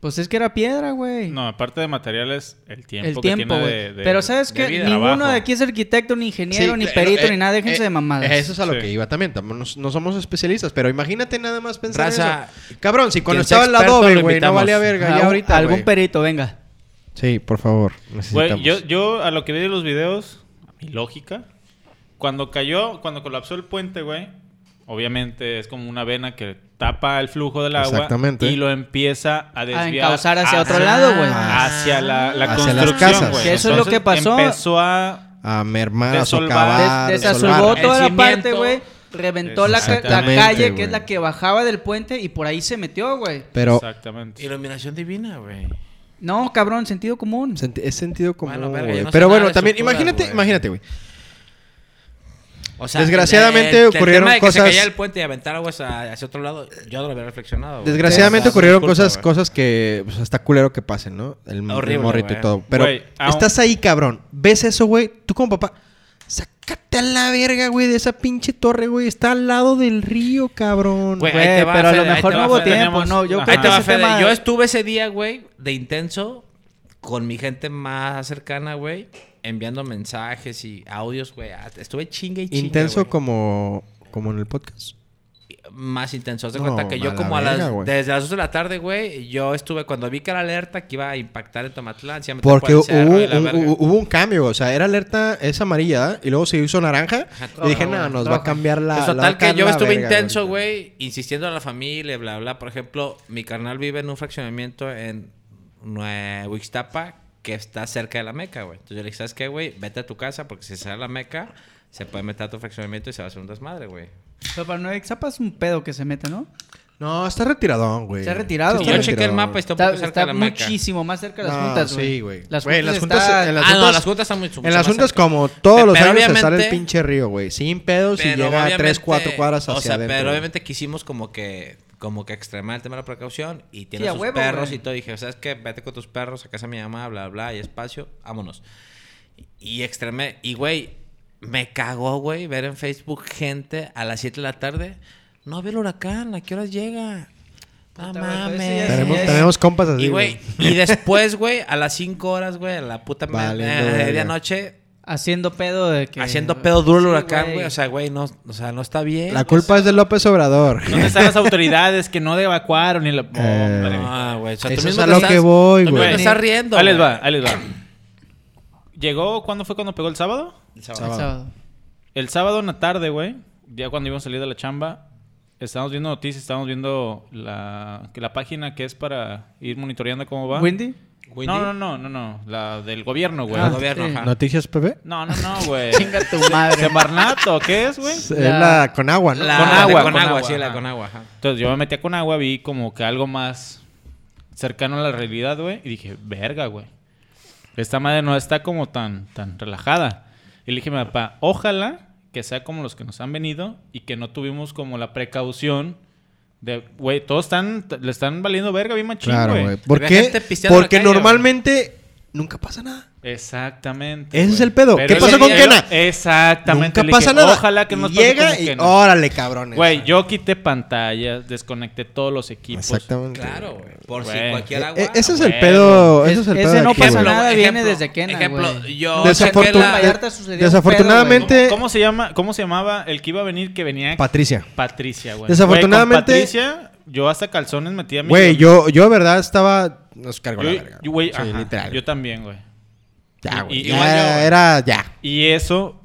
Speaker 3: Pues es que era piedra, güey.
Speaker 2: No, aparte de materiales, el tiempo,
Speaker 3: el tiempo,
Speaker 2: que tiene
Speaker 3: güey.
Speaker 2: de, de-
Speaker 3: Pero
Speaker 2: de
Speaker 3: ¿sabes qué?
Speaker 2: vida,
Speaker 3: Ninguno
Speaker 2: trabajo.
Speaker 3: de aquí es arquitecto, ni ingeniero,
Speaker 1: Sí,
Speaker 3: ni
Speaker 1: claro,
Speaker 3: perito,
Speaker 1: eh,
Speaker 3: ni nada. Déjense
Speaker 1: eh,
Speaker 3: de mamadas.
Speaker 1: Eso es a lo
Speaker 2: Sí.
Speaker 1: que iba también. Tam- No, no somos especialistas, pero imagínate nada más pensar en
Speaker 4: Raza,
Speaker 1: eso. Cabrón, si cuando
Speaker 4: quien sea
Speaker 1: estaba el
Speaker 4: experto
Speaker 1: adobe,
Speaker 4: lo
Speaker 1: güey, no
Speaker 4: invitamos.
Speaker 1: valía verga.
Speaker 3: Algún-
Speaker 1: ya ahorita,
Speaker 3: Algún
Speaker 1: güey.
Speaker 3: perito, venga.
Speaker 1: Sí, por favor.
Speaker 2: Güey,
Speaker 1: Necesitamos.
Speaker 2: yo, yo a lo que vi de los videos, a mi lógica, cuando cayó, cuando colapsó el puente, güey, obviamente es como una vena que tapa el flujo del agua
Speaker 1: Exactamente.
Speaker 2: y lo empieza a desviar.
Speaker 3: encauzar hacia otro lado, güey.
Speaker 2: Hacia la, la
Speaker 1: Hacia las
Speaker 2: construcción,
Speaker 1: casas.
Speaker 2: güey.
Speaker 1: Que
Speaker 3: eso es lo
Speaker 2: Entonces,
Speaker 3: que pasó.
Speaker 2: Empezó a...
Speaker 1: A mermar, a
Speaker 2: Desolvar.
Speaker 1: socavar.
Speaker 3: Des-
Speaker 1: desolvar.
Speaker 3: Desasolvó
Speaker 4: El
Speaker 3: toda la
Speaker 4: cimiento.
Speaker 3: parte, güey. Reventó la, ca- la
Speaker 1: Exactamente,
Speaker 3: calle, que
Speaker 1: güey.
Speaker 3: es la que bajaba del puente, y por ahí se metió, güey.
Speaker 1: Pero
Speaker 2: Exactamente.
Speaker 4: Iluminación divina, güey.
Speaker 3: No, cabrón, sentido común.
Speaker 1: senti- es sentido común,
Speaker 4: Bueno, verga,
Speaker 1: güey.
Speaker 4: yo no sé
Speaker 1: pero
Speaker 4: nada
Speaker 1: bueno,
Speaker 4: de
Speaker 1: también
Speaker 4: estructuras,
Speaker 1: imagínate,
Speaker 4: güey.
Speaker 1: imagínate, güey.
Speaker 4: O
Speaker 1: Desgraciadamente ocurrieron
Speaker 4: tema de que
Speaker 1: cosas-
Speaker 4: se caía el puente y aventar aguas a- hacia otro lado, yo no lo había reflexionado. güey.
Speaker 1: Desgraciadamente
Speaker 4: Sí,
Speaker 1: ocurrieron
Speaker 4: disculpa,
Speaker 1: cosas,
Speaker 4: güey.
Speaker 1: cosas que pues, hasta culero que pasen, ¿no? El, el
Speaker 4: Horrible,
Speaker 1: morrito y
Speaker 4: güey.
Speaker 1: todo. Pero
Speaker 2: Güey, aún-
Speaker 1: estás ahí, cabrón. ¿Ves eso, güey? Tú como papá. Sácate a la verga, güey, de esa pinche torre, güey. Está al lado del río, cabrón.
Speaker 4: Güey,
Speaker 3: Güey,
Speaker 4: ahí te va,
Speaker 3: Eh, pero a lo
Speaker 4: Fede, ahí
Speaker 3: mejor
Speaker 4: te
Speaker 3: no
Speaker 4: va,
Speaker 3: hubo
Speaker 2: Fede,
Speaker 3: tiempo.
Speaker 2: tenemos-
Speaker 3: No, yo
Speaker 2: Ajá.
Speaker 3: creo
Speaker 4: Ahí te
Speaker 3: que
Speaker 4: va,
Speaker 3: ese
Speaker 4: Fede.
Speaker 3: este tema...
Speaker 4: Yo estuve ese día, güey, de intenso, con mi gente más cercana, güey, enviando mensajes y audios, güey. Estuve Ah, chingue y chingue.
Speaker 1: Intenso
Speaker 4: güey.
Speaker 1: como, como en el podcast.
Speaker 4: más intenso. Haz de
Speaker 1: No,
Speaker 4: cuenta que yo
Speaker 1: mala
Speaker 4: como a
Speaker 1: verga,
Speaker 4: las...
Speaker 1: güey.
Speaker 4: Desde las 2 de la tarde, güey, yo estuve... Cuando vi que era alerta que iba a impactar en Tomatlán, sí, me tocó
Speaker 1: Porque
Speaker 4: el
Speaker 1: hubo,
Speaker 4: cerro y la
Speaker 1: un-
Speaker 4: verga.
Speaker 1: hubo- hubo un cambio, o sea, era alerta, es amarilla, ¿verdad? y luego se hizo naranja. y dije,
Speaker 3: roja,
Speaker 1: no,
Speaker 3: güey,
Speaker 1: nos va a
Speaker 3: roja".
Speaker 1: cambiar la.
Speaker 4: Pues
Speaker 1: la va a
Speaker 4: total que
Speaker 1: caer
Speaker 4: yo
Speaker 1: la
Speaker 4: estuve
Speaker 1: verga,
Speaker 4: intenso, güey, insistiendo a la familia, bla, bla. Por ejemplo, mi carnal vive en un fraccionamiento en eh, Huixtapa que está cerca de la Meca, güey. Entonces yo le dije, ¿sabes qué, güey? Vete a tu casa porque si sale a la Meca, se puede meter a tu fraccionamiento y se va a hacer un desmadre, güey.
Speaker 3: Pero para Nueva Ixapa es un pedo que se meta, ¿no?
Speaker 1: No, está retiradón, güey.
Speaker 3: Está retirado,
Speaker 1: Sí,
Speaker 3: güey.
Speaker 4: Yo
Speaker 1: está
Speaker 4: chequé el
Speaker 1: retirado.
Speaker 4: mapa y está un
Speaker 3: Está,
Speaker 4: poco cerca
Speaker 3: está
Speaker 4: de la Meca.
Speaker 3: muchísimo más cerca de las
Speaker 1: No,
Speaker 3: juntas, güey.
Speaker 1: sí, güey.
Speaker 3: Las
Speaker 1: Güey,
Speaker 3: juntas,
Speaker 1: las juntas-
Speaker 3: está-
Speaker 1: en las
Speaker 4: ah, no,
Speaker 1: juntas-
Speaker 4: las juntas están muy mucho
Speaker 1: En
Speaker 4: más
Speaker 1: las juntas,
Speaker 4: cerca.
Speaker 1: como todos los
Speaker 4: Pero
Speaker 1: años, se sale el
Speaker 4: obviamente-
Speaker 1: pinche río, güey. Sin pedos y
Speaker 4: Pero
Speaker 1: llega a 3,
Speaker 4: obviamente-
Speaker 1: 4 cuadras hacia
Speaker 4: O sea,
Speaker 1: adentro.
Speaker 4: pero
Speaker 1: güey.
Speaker 4: obviamente quisimos como que como que extremar el tema de la precaución y tiene
Speaker 3: Sí, a
Speaker 4: sus
Speaker 3: huevo,
Speaker 4: perros
Speaker 3: güey.
Speaker 4: y todo. Dije, ¿sabes qué? Vete con tus perros a casa de mi mamá, bla, bla, y espacio, vámonos. Y extremé. Y, güey, me cagó, güey, ver en Facebook gente a las 7 de la tarde. No vi el huracán, ¿a qué horas llega? No
Speaker 3: Puta, güey, pues, eso ya
Speaker 4: mames.
Speaker 3: es-
Speaker 1: Tenemos,
Speaker 3: Sí, sí.
Speaker 1: tenemos compas así, [LAUGHS]
Speaker 4: Y, güey, y después, güey, a las 5 horas, güey, a la puta
Speaker 1: Valiendo
Speaker 4: media-
Speaker 1: verga.
Speaker 4: medianoche,
Speaker 3: Haciendo pedo de que...
Speaker 4: haciendo pedo duro el
Speaker 3: Sí,
Speaker 4: huracán, güey. O sea, güey, no, o sea, no está bien.
Speaker 1: La culpa es de López Obrador.
Speaker 2: ¿Dónde están las autoridades que no
Speaker 1: [LAUGHS]
Speaker 2: evacuaron? Y la... Hombre.
Speaker 4: Ah, güey. O sea, tú
Speaker 1: Eso es
Speaker 4: mismo
Speaker 1: a
Speaker 4: te
Speaker 1: lo
Speaker 4: estás-
Speaker 1: que voy,
Speaker 4: tú
Speaker 1: Eh, güey.
Speaker 4: mismo te estás riendo.
Speaker 2: Ahí les
Speaker 4: güey.
Speaker 2: va, ahí les va. Llegó, ¿cuándo fue cuando pegó el sábado?
Speaker 3: El sábado.
Speaker 2: El sábado en la tarde, güey, ya cuando íbamos a salir de la chamba, estábamos viendo noticias, estábamos viendo la, que la página que es para ir monitoreando cómo va.
Speaker 3: ¿Windy?
Speaker 2: No, no, no, no, no, la del gobierno, güey.
Speaker 4: El gobierno,
Speaker 3: sí.
Speaker 4: ajá.
Speaker 1: ¿Noticias, Pepe?
Speaker 2: No, no, no,
Speaker 4: Eh.
Speaker 2: güey.
Speaker 3: [LAUGHS] Chinga tu madre.
Speaker 2: Semarnato, ¿qué es, güey?
Speaker 1: Es la con agua, ¿no?
Speaker 4: La-
Speaker 2: Con
Speaker 4: la de
Speaker 2: agua,
Speaker 4: Con
Speaker 2: con
Speaker 4: agua,
Speaker 2: agua,
Speaker 4: sí, la
Speaker 2: ajá.
Speaker 4: con agua. ajá.
Speaker 2: Entonces yo me metí con agua, vi como que algo más cercano a la realidad, güey. Y dije, verga, güey. Esta madre no está como tan, tan relajada. Y le dije a mi papá, ojalá que sea como los que nos han venido y que no tuvimos como la precaución de, güey, todos están, t- le están valiendo verga bien machín,
Speaker 1: Claro,
Speaker 2: güey.
Speaker 1: güey. ¿Por
Speaker 4: Había
Speaker 1: qué?
Speaker 4: gente pisteando en la
Speaker 1: Porque
Speaker 4: calle, güey.
Speaker 1: normalmente nunca pasa nada.
Speaker 2: Exactamente.
Speaker 1: Ese
Speaker 2: güey.
Speaker 1: es el pedo. ¿Qué
Speaker 2: es
Speaker 1: pasó
Speaker 2: que
Speaker 1: con
Speaker 2: llegó-
Speaker 1: Kena?
Speaker 2: Exactamente.
Speaker 1: Nunca
Speaker 2: le
Speaker 1: pasa
Speaker 2: dije,
Speaker 1: nada.
Speaker 2: Ojalá que no
Speaker 1: Llega y oh, órale, cabrones.
Speaker 2: Güey, yo pues, quité pantallas, desconecté todos los equipos.
Speaker 1: Exactamente.
Speaker 4: Claro, güey. Por si
Speaker 2: Güey.
Speaker 4: cualquier
Speaker 1: E-
Speaker 4: agua.
Speaker 1: e- ese es
Speaker 2: güey.
Speaker 1: el pedo, ese
Speaker 3: Es-
Speaker 1: es el
Speaker 3: ese
Speaker 1: pedo de
Speaker 3: no
Speaker 1: aquí,
Speaker 3: pasa
Speaker 1: güey.
Speaker 3: nada. viene
Speaker 4: ejemplo,
Speaker 3: desde Kena,
Speaker 4: Ejemplo,
Speaker 3: güey.
Speaker 4: yo
Speaker 1: Desafortun-
Speaker 4: chequé la-
Speaker 3: Vallarta sucedió un
Speaker 1: Desafortunadamente-
Speaker 3: pedo,
Speaker 2: ¿Cómo, cómo se llama, ¿Cómo se llamaba el que iba a venir que venía?
Speaker 1: Patricia.
Speaker 2: Patricia, güey.
Speaker 1: Desafortunadamente-
Speaker 2: Güey, con Patricia, yo hasta calzones metía mi.
Speaker 1: Güey, yo, yo de verdad estaba. Nos cargó la
Speaker 2: Yo,
Speaker 1: verga.
Speaker 2: yo, güey,
Speaker 1: Sí,
Speaker 2: ajá,
Speaker 1: literal.
Speaker 2: yo también, güey.
Speaker 1: ya,
Speaker 2: y-
Speaker 1: güey.
Speaker 2: y-
Speaker 1: ya
Speaker 2: igual yo, güey.
Speaker 1: era ya.
Speaker 2: Y eso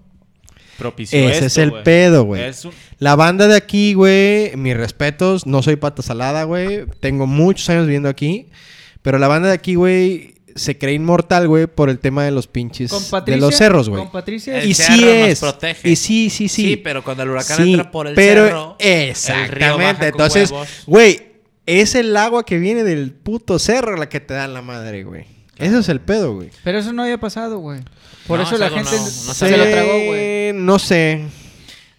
Speaker 2: propició.
Speaker 1: Ese
Speaker 2: esto,
Speaker 1: es el
Speaker 2: güey.
Speaker 1: pedo, güey.
Speaker 2: Es un-
Speaker 1: La banda de aquí, güey, mis respetos, no soy pata salada, güey. Tengo muchos años viviendo aquí. Pero la banda de aquí, güey, se cree inmortal, güey, por el tema de los pinches.
Speaker 3: Con Patricia-
Speaker 1: de los cerros, güey.
Speaker 3: Con Patricia
Speaker 4: El
Speaker 1: Y
Speaker 4: cerro
Speaker 1: sí
Speaker 4: nos
Speaker 1: es.
Speaker 4: protege.
Speaker 1: Y sí, sí, sí.
Speaker 4: Sí, pero cuando el huracán entra por el
Speaker 1: pero
Speaker 4: cerro, el río baja
Speaker 1: Exactamente.
Speaker 4: con
Speaker 1: Entonces,
Speaker 4: huevos.
Speaker 1: güey, es el agua que viene del puto cerro la que te da la madre, güey. Ese es el pedo, güey.
Speaker 3: Pero eso no había pasado, güey. Por
Speaker 4: No,
Speaker 3: eso
Speaker 4: es
Speaker 3: la
Speaker 4: algo
Speaker 3: gente
Speaker 4: no- no
Speaker 3: se
Speaker 4: sabía.
Speaker 3: lo tragó, güey.
Speaker 1: Eh, No sé.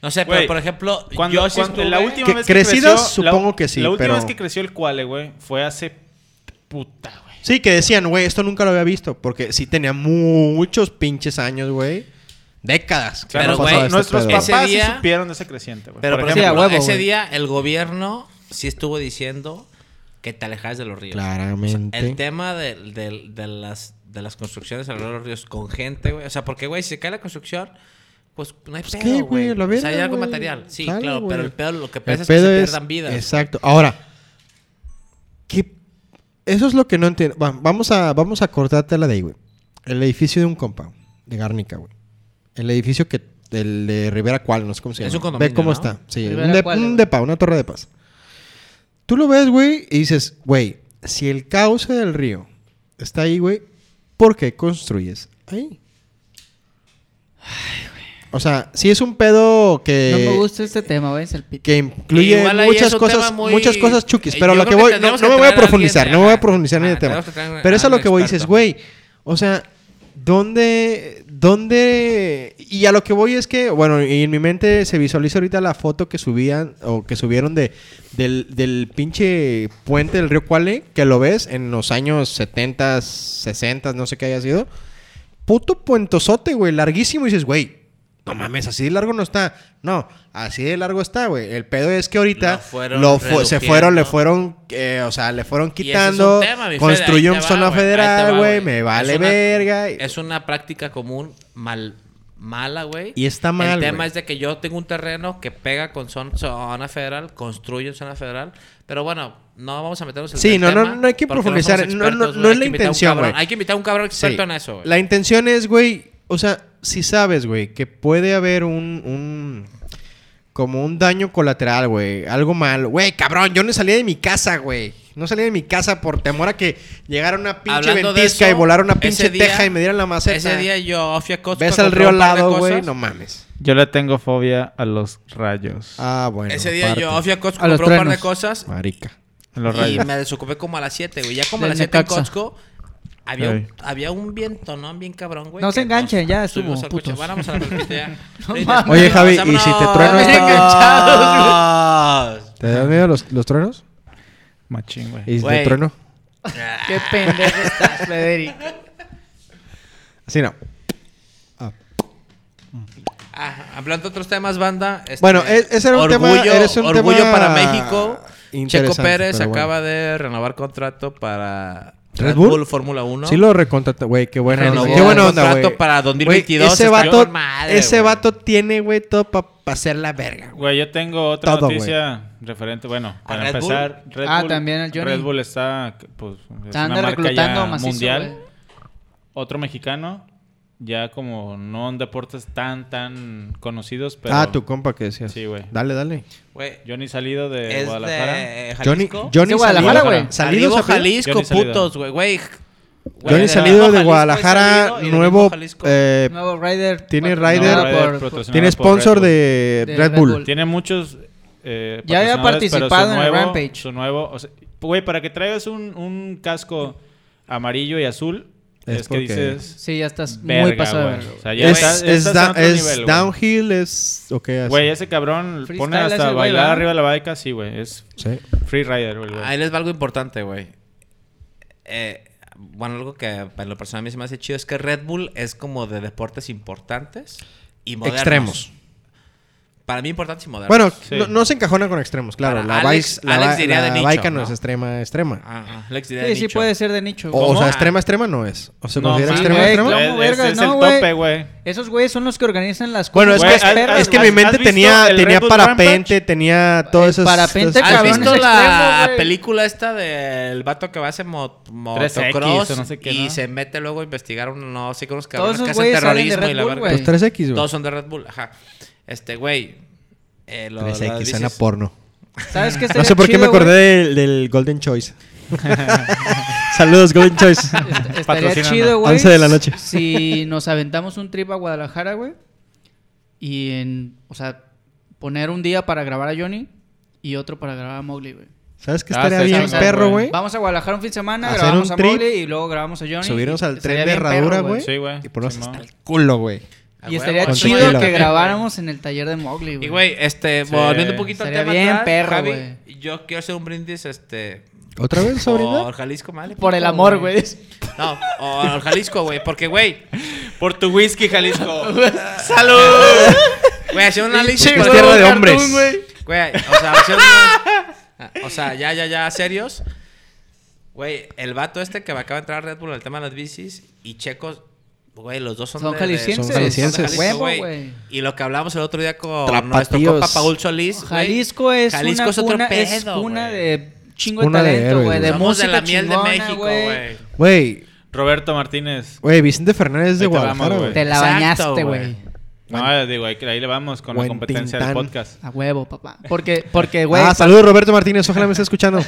Speaker 4: No sé,
Speaker 2: Güey,
Speaker 4: pero por ejemplo,
Speaker 2: Cuando,
Speaker 4: yo sí
Speaker 2: cuando- la
Speaker 4: estuve-
Speaker 2: última
Speaker 1: Que
Speaker 2: vez que
Speaker 1: crecidas,
Speaker 2: creció, la-
Speaker 1: supongo que sí,
Speaker 2: La última
Speaker 1: pero-
Speaker 2: vez que creció el cuale, güey, fue hace puta, güey.
Speaker 1: Sí, que decían, güey, esto nunca lo había visto. Porque sí tenía muchos pinches años, güey. Décadas. que
Speaker 4: Pero,
Speaker 1: no
Speaker 4: güey,
Speaker 1: pasaba este
Speaker 2: nuestros
Speaker 1: pedo.
Speaker 4: Ese
Speaker 2: papás sí
Speaker 4: día-
Speaker 2: supieron de ese creciente, güey.
Speaker 4: Pero por
Speaker 3: ejemplo,
Speaker 4: ejemplo,
Speaker 3: a huevo,
Speaker 4: ese
Speaker 3: güey.
Speaker 4: día el gobierno sí estuvo diciendo que te alejas de los ríos.
Speaker 1: Claramente.
Speaker 4: El tema de, de- de las, de las construcciones alrededor de los ríos con gente, güey. O sea, porque, güey, si se cae la construcción, pues no hay
Speaker 1: Pues, ¿qué,
Speaker 4: pedo,
Speaker 1: güey?
Speaker 4: güey.
Speaker 1: La
Speaker 4: O sea,
Speaker 1: verga,
Speaker 4: hay algo
Speaker 1: güey.
Speaker 4: material. Sí,
Speaker 1: Sale,
Speaker 4: claro,
Speaker 1: güey.
Speaker 4: pero el pedo lo que
Speaker 1: El
Speaker 4: pasa es que
Speaker 1: pedo
Speaker 4: se
Speaker 1: es-
Speaker 4: pierdan vidas.
Speaker 1: Exacto. Ahora, ¿qué? Eso es lo que no entiendo. Va- vamos a, vamos a cortártela de ahí, güey. El edificio de un compa, de Garnica, güey. El edificio que. El de Rivera Cual, no sé cómo se
Speaker 4: Es
Speaker 1: llama.
Speaker 4: un condominio,
Speaker 1: Ve cómo
Speaker 4: ¿no?
Speaker 1: está. Sí,
Speaker 3: Rivera
Speaker 1: un, de,
Speaker 3: Cual,
Speaker 1: un
Speaker 3: güey.
Speaker 1: depa, una torre de paz. Tú lo ves, güey, y dices, güey, si el cauce del río está ahí, güey, ¿por qué construyes ahí? O sea, si es un pedo que
Speaker 3: No me gusta este tema, güey. Es el pito.
Speaker 1: que incluye
Speaker 4: Igual ahí es
Speaker 1: muchas
Speaker 4: un
Speaker 1: cosas,
Speaker 4: tema muy-
Speaker 1: muchas cosas chuquis,
Speaker 4: Eh,
Speaker 1: pero
Speaker 4: yo
Speaker 1: lo que
Speaker 4: creo que
Speaker 1: voy, no,
Speaker 4: tendríamos
Speaker 1: no
Speaker 4: que
Speaker 1: me voy a
Speaker 4: traer a
Speaker 1: profundizar,
Speaker 4: alguien,
Speaker 1: no me voy a
Speaker 4: ajá.
Speaker 1: profundizar en el
Speaker 4: Ah,
Speaker 1: tema.
Speaker 4: tenemos que traer a
Speaker 1: Pero eso es lo
Speaker 4: un
Speaker 1: que voy,
Speaker 4: experto.
Speaker 1: dices, güey, o sea, ¿dónde, dónde? Y a lo que voy es que, bueno, y en mi mente se visualiza ahorita la foto que subían, o que subieron de, del, del pinche puente del río Cuale, que lo ves en los años 70, 60, no sé qué haya sido. Puto puentosote, güey, larguísimo. Y dices, güey, no mames, así de largo no está. No, así de largo está, güey. El pedo es que ahorita
Speaker 4: Lo fueron
Speaker 1: lo fu- se
Speaker 4: reduciendo.
Speaker 1: fueron, le fueron, eh, o sea, le fueron
Speaker 4: Y ese es un
Speaker 1: quitando.
Speaker 4: tema, mi Fede,
Speaker 1: construyó
Speaker 4: ahí
Speaker 1: un
Speaker 4: te va,
Speaker 1: zona
Speaker 4: güey, ahí te
Speaker 1: federal,
Speaker 4: va,
Speaker 1: güey, me
Speaker 4: Es
Speaker 1: vale
Speaker 4: una-
Speaker 1: verga. y-
Speaker 4: Es una práctica común mal, mala, güey.
Speaker 1: Y está mal,
Speaker 4: El tema
Speaker 1: güey.
Speaker 4: es de que yo tengo un terreno que pega con zon- zona federal, construyo en zona federal. Pero bueno, no vamos a meternos en
Speaker 1: Sí,
Speaker 4: el
Speaker 1: no, no,
Speaker 4: tema
Speaker 1: no hay que
Speaker 4: porque somos
Speaker 1: profundizar. No, no, no
Speaker 4: expertos, güey.
Speaker 1: es la
Speaker 4: Hay que invitar a un
Speaker 1: intención,
Speaker 4: cabrón-
Speaker 1: güey.
Speaker 4: Hay que invitar a un cabrón experto
Speaker 1: Sí.
Speaker 4: en eso, güey.
Speaker 1: La intención es, güey, o sea, si sabes, güey, que puede haber un, un- como un daño colateral, güey, algo malo. Güey, cabrón, yo no salí de mi casa, güey. No salí de mi casa por temor a que llegara una pinche
Speaker 4: Hablando de
Speaker 1: ventisca
Speaker 4: eso,
Speaker 1: y volara una
Speaker 4: ese
Speaker 1: pinche
Speaker 4: día-
Speaker 1: teja y me dieran la maceta.
Speaker 4: Ese día yo fui a Costco.
Speaker 1: Ves
Speaker 4: a
Speaker 1: al
Speaker 4: comprar
Speaker 1: río al
Speaker 4: un par de
Speaker 1: lado, güey,
Speaker 4: cosas.
Speaker 1: no mames.
Speaker 2: Yo le tengo fobia a los rayos.
Speaker 1: Ah, bueno.
Speaker 4: Ese día yo
Speaker 1: aparte.
Speaker 4: fui a Costco,
Speaker 3: A los
Speaker 4: compré un par de
Speaker 3: truenos.
Speaker 4: cosas
Speaker 1: Marica.
Speaker 2: A los
Speaker 4: y
Speaker 2: rayos.
Speaker 4: me desocupé como a las 7, güey. Ya como a
Speaker 3: Del
Speaker 4: las 7 en
Speaker 3: Necaxa.
Speaker 4: Costco había, un-
Speaker 2: Ey.
Speaker 4: había un viento, ¿no? Bien cabrón, güey.
Speaker 3: No se
Speaker 4: que nos
Speaker 3: enganchen, ya estuvo,
Speaker 4: subimos al coche.
Speaker 3: putos.
Speaker 4: Vamos a la palpita
Speaker 3: [LAUGHS]
Speaker 4: ya.
Speaker 3: mames.
Speaker 1: Oye, Javi, ¿y si te
Speaker 3: Ah,
Speaker 1: trueno
Speaker 4: Bien
Speaker 1: esta-
Speaker 4: enganchados,
Speaker 1: ¿Te dan miedo los, los truenos?
Speaker 2: Machín, güey.
Speaker 1: ¿Y si te
Speaker 4: Güey.
Speaker 1: trueno?
Speaker 3: [LAUGHS] Qué pendejo estás, Federico.
Speaker 1: Así no.
Speaker 4: Ah, hablando de otros temas, banda. este,
Speaker 1: Bueno, e- ese era un tema- era ese un
Speaker 4: orgullo
Speaker 1: tema
Speaker 4: para México. Checo
Speaker 1: interesante,
Speaker 4: Pérez
Speaker 1: pero bueno.
Speaker 4: acaba de renovar contrato para
Speaker 1: Red Bull.
Speaker 4: Fórmula 1.
Speaker 1: Sí lo recontrata, güey, qué buena
Speaker 4: Renovó
Speaker 1: onda. Qué buena
Speaker 4: el
Speaker 1: onda,
Speaker 4: contrato
Speaker 1: güey.
Speaker 4: para 2022,
Speaker 1: Güey, ese
Speaker 4: está
Speaker 1: vato,
Speaker 4: con madre,
Speaker 1: ese
Speaker 4: güey.
Speaker 1: vato tiene, güey, todo para hacer la verga, güey.
Speaker 2: Güey, yo tengo otra
Speaker 1: Todo,
Speaker 2: noticia referente, bueno, para
Speaker 4: Red Bull?
Speaker 2: empezar, Red
Speaker 3: Ah,
Speaker 2: Bull,
Speaker 3: también el Johnny.
Speaker 2: Red Bull está pues es
Speaker 3: Están
Speaker 2: una marca
Speaker 3: reclutando
Speaker 2: ya
Speaker 3: macizo,
Speaker 2: mundial.
Speaker 3: güey.
Speaker 2: Otro mexicano ya como no en deportes tan tan conocidos, pero
Speaker 1: Ah, tu compa que decías.
Speaker 2: Sí, güey.
Speaker 1: Dale, dale.
Speaker 4: Güey,
Speaker 2: Johnny salido de
Speaker 4: es
Speaker 2: Guadalajara.
Speaker 4: de
Speaker 1: Johnny,
Speaker 4: Jalisco.
Speaker 1: Johnny
Speaker 3: Sí, Guadalajara,
Speaker 1: salido-
Speaker 3: güey.
Speaker 1: Salido, Salido.
Speaker 4: Arriba Jalisco,
Speaker 2: Johnny Salido.
Speaker 4: putos, güey. Güey, j- güey,
Speaker 1: Johnny
Speaker 4: del
Speaker 1: salido
Speaker 4: mismo
Speaker 1: de
Speaker 4: Jalisco,
Speaker 1: Guadalajara,
Speaker 4: salido y del
Speaker 1: nuevo
Speaker 4: mismo Jalisco.
Speaker 1: eh,
Speaker 3: Nuevo Rider.
Speaker 1: Tiene
Speaker 3: Bueno,
Speaker 1: rider,
Speaker 3: no,
Speaker 2: Rider
Speaker 3: por-
Speaker 2: patrocinado
Speaker 1: tiene
Speaker 2: por Red
Speaker 1: sponsor
Speaker 2: Bull.
Speaker 1: de
Speaker 3: De
Speaker 1: Red
Speaker 3: Red
Speaker 1: Bull.
Speaker 3: Bull.
Speaker 2: Tiene muchos. eh,
Speaker 3: Ya había
Speaker 2: patrocinadores, pero su
Speaker 3: participado en el
Speaker 2: nuevo-
Speaker 3: Rampage.
Speaker 2: Su nuevo. o sea, güey, para que traigas un, un casco amarillo y azul,
Speaker 1: Es
Speaker 2: es, que
Speaker 1: porque-
Speaker 2: dices.
Speaker 3: Sí, ya estás muy
Speaker 2: "Verga,
Speaker 3: pasado de
Speaker 2: güey".
Speaker 3: verga, güey.
Speaker 2: O sea, ya
Speaker 1: Es,
Speaker 2: estás-
Speaker 1: es
Speaker 2: estás
Speaker 1: da-
Speaker 2: en otro
Speaker 1: es
Speaker 2: nivel, güey.
Speaker 1: downhill, es... ¿O qué hace?
Speaker 2: Güey, ese cabrón
Speaker 3: Freestyle
Speaker 2: pone
Speaker 3: hace
Speaker 2: hasta
Speaker 3: el güey,
Speaker 2: bailar
Speaker 3: ¿verdad?
Speaker 2: arriba de la baica, sí, güey. Es
Speaker 1: Sí.
Speaker 2: free rider, güey.
Speaker 4: Ahí les va algo importante, güey. Eh, bueno, algo que para lo personal a mí se me hace chido es que Red Bull es como de deportes importantes y modernos.
Speaker 1: Extremos.
Speaker 4: Para mí importantes y modernos.
Speaker 1: Bueno,
Speaker 2: Sí.
Speaker 1: no, no se encajona con extremos, claro.
Speaker 4: Para
Speaker 1: La,
Speaker 4: Alex-
Speaker 1: vice- la
Speaker 4: Alex
Speaker 1: va-
Speaker 4: diría
Speaker 1: la
Speaker 4: de nicho,
Speaker 1: Vaica no
Speaker 4: ¿no?
Speaker 1: es extrema, extrema.
Speaker 4: Ah, ah, Lex diría
Speaker 3: Sí,
Speaker 4: de
Speaker 3: sí
Speaker 4: nicho.
Speaker 3: puede ser de nicho.
Speaker 1: O,
Speaker 3: güey.
Speaker 1: o sea,
Speaker 4: ¿Cómo?
Speaker 1: extrema, extrema Ah. no es. ¿O se considera
Speaker 3: mames,
Speaker 1: extrema,
Speaker 3: güey,
Speaker 1: extrema?
Speaker 3: claro.
Speaker 2: Es,
Speaker 3: ¿Cómo vergas,
Speaker 2: es
Speaker 3: no,
Speaker 2: el
Speaker 3: güey?
Speaker 2: tope, güey.
Speaker 3: Esos güeyes son los que organizan las
Speaker 1: Bueno, es
Speaker 3: cosas.
Speaker 1: que,
Speaker 2: Güey,
Speaker 1: es,
Speaker 2: ¿has-
Speaker 1: es
Speaker 2: has-
Speaker 1: que mi
Speaker 2: has
Speaker 1: mente
Speaker 2: visto
Speaker 1: tenía,
Speaker 2: el
Speaker 1: tenía
Speaker 2: Red Bull
Speaker 1: parapente,
Speaker 2: Rampage?
Speaker 1: tenía todo
Speaker 3: El
Speaker 1: eso.
Speaker 3: parapente,
Speaker 4: ¿Has
Speaker 3: Cabrón,
Speaker 4: visto
Speaker 3: es
Speaker 4: la
Speaker 3: extremo, güey.
Speaker 4: película esta del vato que va a hacer mo-
Speaker 2: 3X
Speaker 4: motocross
Speaker 2: o no sé qué,
Speaker 4: y
Speaker 2: ¿no?
Speaker 4: se mete luego a investigar un, no sé, con unos
Speaker 3: Todos
Speaker 4: cabrones que
Speaker 3: esos
Speaker 4: hacen
Speaker 3: güeyes salen de
Speaker 4: terrorismo y
Speaker 3: Red
Speaker 4: la
Speaker 3: Bull,
Speaker 4: verga?
Speaker 3: güey.
Speaker 1: Los 3X, güey.
Speaker 4: Todos son de Red Bull, ajá. Este, güey. eh, lo- las
Speaker 1: 3X,
Speaker 4: bicis-
Speaker 1: suena porno.
Speaker 3: ¿Sabes qué
Speaker 1: No
Speaker 3: estaría
Speaker 1: sé por qué me
Speaker 3: chido, güey?
Speaker 1: acordé del, del Golden Choice. [LAUGHS] Saludos, Golden Choice.
Speaker 3: Estaría
Speaker 2: Patrocínanos.
Speaker 3: chido, güey.
Speaker 1: 11 de la noche.
Speaker 3: [LAUGHS] Si nos aventamos un trip a Guadalajara, güey. Y en. O sea, poner un día para grabar a Johnny y otro para grabar a Mowgli, güey.
Speaker 1: ¿Sabes qué
Speaker 2: Ah,
Speaker 1: estaría
Speaker 2: está
Speaker 1: bien,
Speaker 2: chingón,
Speaker 1: perro,
Speaker 2: güey.
Speaker 1: güey?
Speaker 3: Vamos a Guadalajara un fin de semana,
Speaker 1: Hacer
Speaker 3: grabamos
Speaker 1: un
Speaker 3: a
Speaker 1: trip,
Speaker 3: Mowgli y luego grabamos a Johnny.
Speaker 1: Subirnos
Speaker 3: y
Speaker 1: al tren
Speaker 3: estaría
Speaker 1: de
Speaker 3: bien
Speaker 1: herradura,
Speaker 3: perro,
Speaker 1: güey.
Speaker 2: Sí, güey.
Speaker 1: Y ponernos
Speaker 2: Simón.
Speaker 1: hasta el culo, güey.
Speaker 4: A
Speaker 3: Y
Speaker 4: huevo,
Speaker 3: estaría
Speaker 1: con
Speaker 3: chido
Speaker 1: tequila.
Speaker 3: que grabáramos en el taller de Mowgli, güey.
Speaker 4: Y güey, este,
Speaker 2: Sí.
Speaker 4: volviendo un poquito al
Speaker 3: Estaría
Speaker 4: tema
Speaker 3: bien
Speaker 4: atrás,
Speaker 3: perro,
Speaker 4: Javi,
Speaker 3: güey.
Speaker 4: yo quiero hacer un brindis, este...
Speaker 1: ¿Otra vez,
Speaker 4: Por
Speaker 1: sobrina?
Speaker 4: Jalisco, madre.
Speaker 3: Por el amor, güey.
Speaker 4: No, o al Jalisco, güey, porque, güey,
Speaker 2: Por tu whisky, Jalisco.
Speaker 4: [LAUGHS] ¡salud!
Speaker 3: [LAUGHS]
Speaker 4: Güey, hacer una lista...
Speaker 1: Es
Speaker 4: por-
Speaker 1: tierra de
Speaker 3: cartoon,
Speaker 1: hombres.
Speaker 3: güey.
Speaker 4: Güey, o sea, hacer una- O sea, ya, ya, ya, serios. Güey, el vato este que me acaba de entrar a Red Bull al tema de las bicis y Checos... Güey, los dos son,
Speaker 3: Son
Speaker 4: de- de-
Speaker 3: jaliscienses.
Speaker 1: Son jaliscienses.
Speaker 4: Jalisco,
Speaker 3: Huevo,
Speaker 4: güey.
Speaker 3: güey.
Speaker 4: Y lo que hablamos el otro día con nuestro
Speaker 1: Tapatíos.
Speaker 4: compa Paul Solís. güey,
Speaker 3: Jalisco es
Speaker 4: Jalisco
Speaker 3: una
Speaker 4: es otro
Speaker 3: cuna, es
Speaker 4: pedo,
Speaker 3: cuna
Speaker 4: güey.
Speaker 3: de chingo de
Speaker 1: Cuna de
Speaker 3: talento,
Speaker 1: héroes,
Speaker 3: güey. De
Speaker 1: güey.
Speaker 4: Somos de
Speaker 3: música
Speaker 4: la miel de
Speaker 3: chingona,
Speaker 4: México, güey.
Speaker 1: Güey,
Speaker 2: Roberto Martínez.
Speaker 1: güey, Vicente Fernández es de
Speaker 2: Ahí te vamos,
Speaker 1: Guadalajara,
Speaker 2: güey.
Speaker 1: güey.
Speaker 3: Te la
Speaker 4: Exacto,
Speaker 3: bañaste,
Speaker 4: güey.
Speaker 3: güey.
Speaker 2: No, eh, digo, ahí, ahí le vamos con la
Speaker 1: Buen
Speaker 2: competencia
Speaker 1: tintán.
Speaker 2: del podcast.
Speaker 3: A huevo, papá. Porque, porque, güey. [LAUGHS]
Speaker 1: ah, saludos, Roberto Martínez. Ojalá me esté [LAUGHS] escuchando.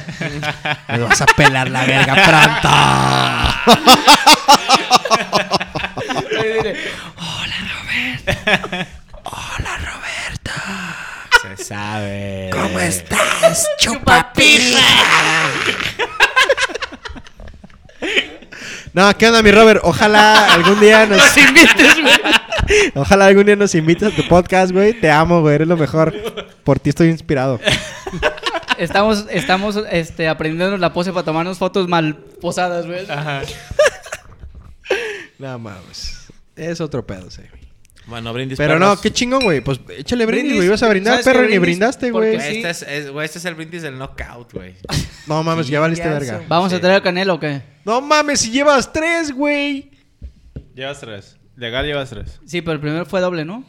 Speaker 1: me vas a pelar la verga pronto.
Speaker 4: Se sabe.
Speaker 1: estás, chupapija? No, ¿qué onda, mi Robert? Ojalá algún día
Speaker 3: [LAUGHS]
Speaker 1: nos invites, güey. Ojalá algún día nos invites a tu podcast, güey. Te amo, güey. Eres lo mejor. Por ti estoy inspirado.
Speaker 3: Estamos, estamos este, aprendiendo la pose para tomarnos fotos mal posadas, güey.
Speaker 1: No mames. Es otro pedo, sí.
Speaker 4: Bueno, brindis.
Speaker 1: Pero
Speaker 4: perros.
Speaker 1: no, qué chingón, güey. Pues échale brindis,
Speaker 3: Brindis.
Speaker 1: güey. Ibas a brindar,
Speaker 3: ¿Sabes qué
Speaker 1: perro, y ni
Speaker 3: brindis?
Speaker 1: brindaste, güey.
Speaker 3: Porque
Speaker 4: Güey,
Speaker 3: sí.
Speaker 4: Este, es, es- güey, este es el brindis del knockout, güey.
Speaker 1: No mames, ya valiste
Speaker 4: Chingazo.
Speaker 1: verga.
Speaker 3: ¿Vamos a traer a Canelo o qué?
Speaker 1: No mames, si llevas tres, güey.
Speaker 2: Llevas tres. Legal llevas tres.
Speaker 3: Sí, pero el primero fue doble, ¿no?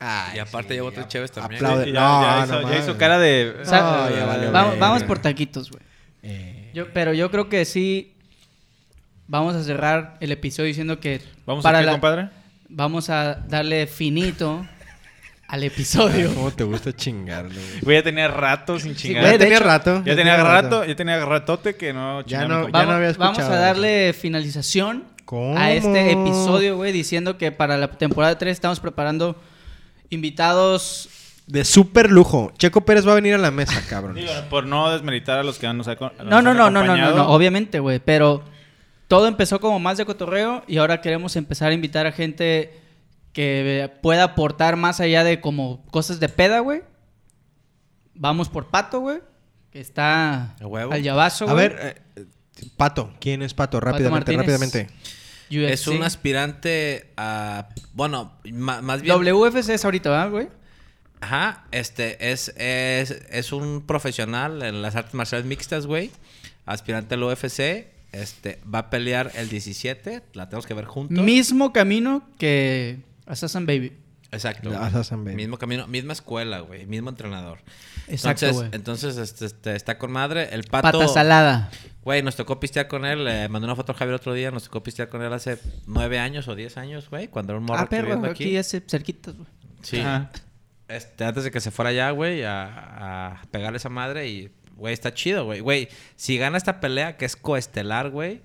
Speaker 1: Ay,
Speaker 4: Y aparte llevo otros cheves también.
Speaker 1: Aplaude.
Speaker 2: Sí, ya,
Speaker 1: no,
Speaker 2: ya
Speaker 1: no
Speaker 2: hizo, ya
Speaker 1: mames.
Speaker 2: hizo cara de...
Speaker 3: O sea,
Speaker 1: No, Ah,
Speaker 2: eh,
Speaker 1: ya valió
Speaker 3: vamos,
Speaker 1: verga.
Speaker 3: vamos por taquitos, güey.
Speaker 1: Eh,
Speaker 3: Yo- pero yo creo que sí. Vamos a cerrar el episodio diciendo que.
Speaker 2: Vamos
Speaker 3: para
Speaker 2: a qué,
Speaker 3: la-
Speaker 2: compadre.
Speaker 3: Vamos a darle finito al
Speaker 1: [LAUGHS]
Speaker 3: episodio.
Speaker 1: ¿Cómo te gusta chingarlo? güey?
Speaker 2: Güey, ya tenía rato sin chingar.
Speaker 1: Ya
Speaker 3: de
Speaker 1: tenía
Speaker 3: hecho,
Speaker 1: rato.
Speaker 2: ya tenía rato, ya tenía ratote que no
Speaker 1: Ya
Speaker 2: chingaba
Speaker 1: no-
Speaker 2: mi
Speaker 1: ya
Speaker 2: compa.
Speaker 3: Vamos,
Speaker 1: no había
Speaker 3: vamos a
Speaker 1: escuchado
Speaker 3: darle finalización
Speaker 1: ¿Cómo?
Speaker 3: a este episodio, güey, diciendo que para la temporada 3 estamos preparando invitados.
Speaker 1: De súper lujo. Checo Pérez va a venir a la mesa, cabrón.
Speaker 2: Digo, por no desmeritar a los que nos, aco- nos
Speaker 3: No, no,
Speaker 2: han
Speaker 3: no, no, no, no,
Speaker 2: acompañado.
Speaker 3: no, obviamente, güey, pero todo empezó como más de cotorreo y ahora queremos empezar a invitar a gente que pueda aportar más allá de como cosas de peda, güey. Vamos por Pato, güey, que está
Speaker 4: A huevo.
Speaker 3: al llavazo,
Speaker 1: a
Speaker 3: güey.
Speaker 1: ver, eh, Pato. ¿Quién es Pato? Rápidamente,
Speaker 3: Martínez.
Speaker 1: rápidamente.
Speaker 3: UFC.
Speaker 4: Es un aspirante a. Bueno, ma- más bien.
Speaker 3: WFC es ahorita, ¿verdad, güey?
Speaker 4: Ajá, este es, es, es un profesional en las artes marciales mixtas, güey. Aspirante al UFC. Este va a pelear el 17. La tenemos que ver juntos.
Speaker 3: Mismo camino que Assassin Baby.
Speaker 4: Exacto.
Speaker 1: La
Speaker 4: güey.
Speaker 1: Assassin Baby.
Speaker 4: Mismo camino, misma escuela, güey. Mismo entrenador.
Speaker 3: Exacto,
Speaker 4: Entonces,
Speaker 3: güey.
Speaker 4: entonces este, este, está con madre. El pato.
Speaker 3: Pata salada.
Speaker 4: Güey, nos tocó pistear con él. eh, mandó una foto a Javier otro día. Nos tocó pistear con él hace nueve años o diez años, güey. Cuando era un morro
Speaker 3: Ah, pero
Speaker 4: viviendo
Speaker 3: güey, aquí es eh, cerquitas, güey.
Speaker 4: Sí.
Speaker 2: Ajá.
Speaker 4: Este, antes de que se fuera allá, güey, a, a pegarle esa madre y, güey, está chido, güey. Güey, si gana esta pelea, que es coestelar, güey,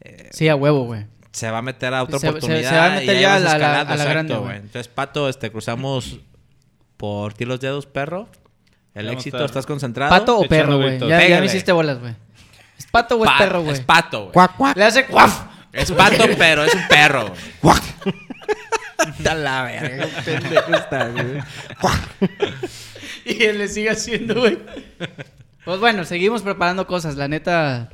Speaker 4: Eh,
Speaker 3: Sí, a huevo, güey.
Speaker 4: se va a meter a otra
Speaker 3: Se- se-
Speaker 4: oportunidad.
Speaker 3: se va a meter
Speaker 4: y ahí
Speaker 3: ya
Speaker 4: vas
Speaker 3: a la-
Speaker 4: escalando,
Speaker 3: a la
Speaker 4: exacto,
Speaker 3: grande, güey.
Speaker 4: güey. Entonces, Pato, este, cruzamos por ti los dedos, perro. El
Speaker 2: Vamos
Speaker 4: éxito,
Speaker 2: a-
Speaker 4: estás concentrado.
Speaker 3: Pato o
Speaker 2: Echando
Speaker 3: perro, güey.
Speaker 2: gritos.
Speaker 3: Ya, ya me
Speaker 4: Pégale.
Speaker 3: hiciste bolas, güey. ¿Es pato o es
Speaker 4: Pa-
Speaker 3: perro, güey?
Speaker 4: Es pato, güey.
Speaker 1: Cuac, cuac,
Speaker 3: Le hace guaf.
Speaker 4: Es pato, pero es un perro, güey.
Speaker 2: [LAUGHS]
Speaker 1: cuac.
Speaker 4: Está la verga.
Speaker 3: [LAUGHS] Y él le sigue haciendo, güey. Pues bueno, seguimos preparando cosas. La neta,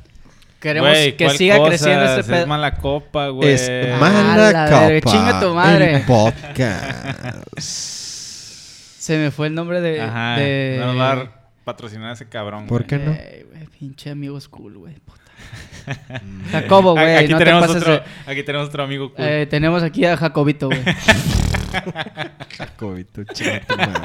Speaker 3: queremos
Speaker 2: Güey,
Speaker 3: que
Speaker 2: ¿cuál
Speaker 3: siga
Speaker 2: cosas?
Speaker 3: creciendo este
Speaker 2: Es
Speaker 3: pedo.
Speaker 2: mala copa, güey.
Speaker 1: Es
Speaker 3: Ah,
Speaker 1: mala
Speaker 3: la
Speaker 1: copa.
Speaker 3: verga, chinga tu madre.
Speaker 1: el podcast.
Speaker 3: Se me fue el nombre de...
Speaker 2: Ajá.
Speaker 3: de-
Speaker 2: No nos va a dar patrocinar a ese cabrón.
Speaker 1: ¿Por
Speaker 2: güey.
Speaker 1: qué no?
Speaker 3: Ey, güey, pinche amigos cool, güey.
Speaker 2: [LAUGHS]
Speaker 3: puta. Jacobo, güey.
Speaker 2: aquí,
Speaker 3: no te
Speaker 2: tenemos
Speaker 3: pases
Speaker 2: otro,
Speaker 3: de-
Speaker 2: aquí tenemos otro amigo cool.
Speaker 3: Eh, tenemos aquí a
Speaker 2: [LAUGHS]
Speaker 3: Jacobito, güey.
Speaker 1: Jacobito, chinga tu madre.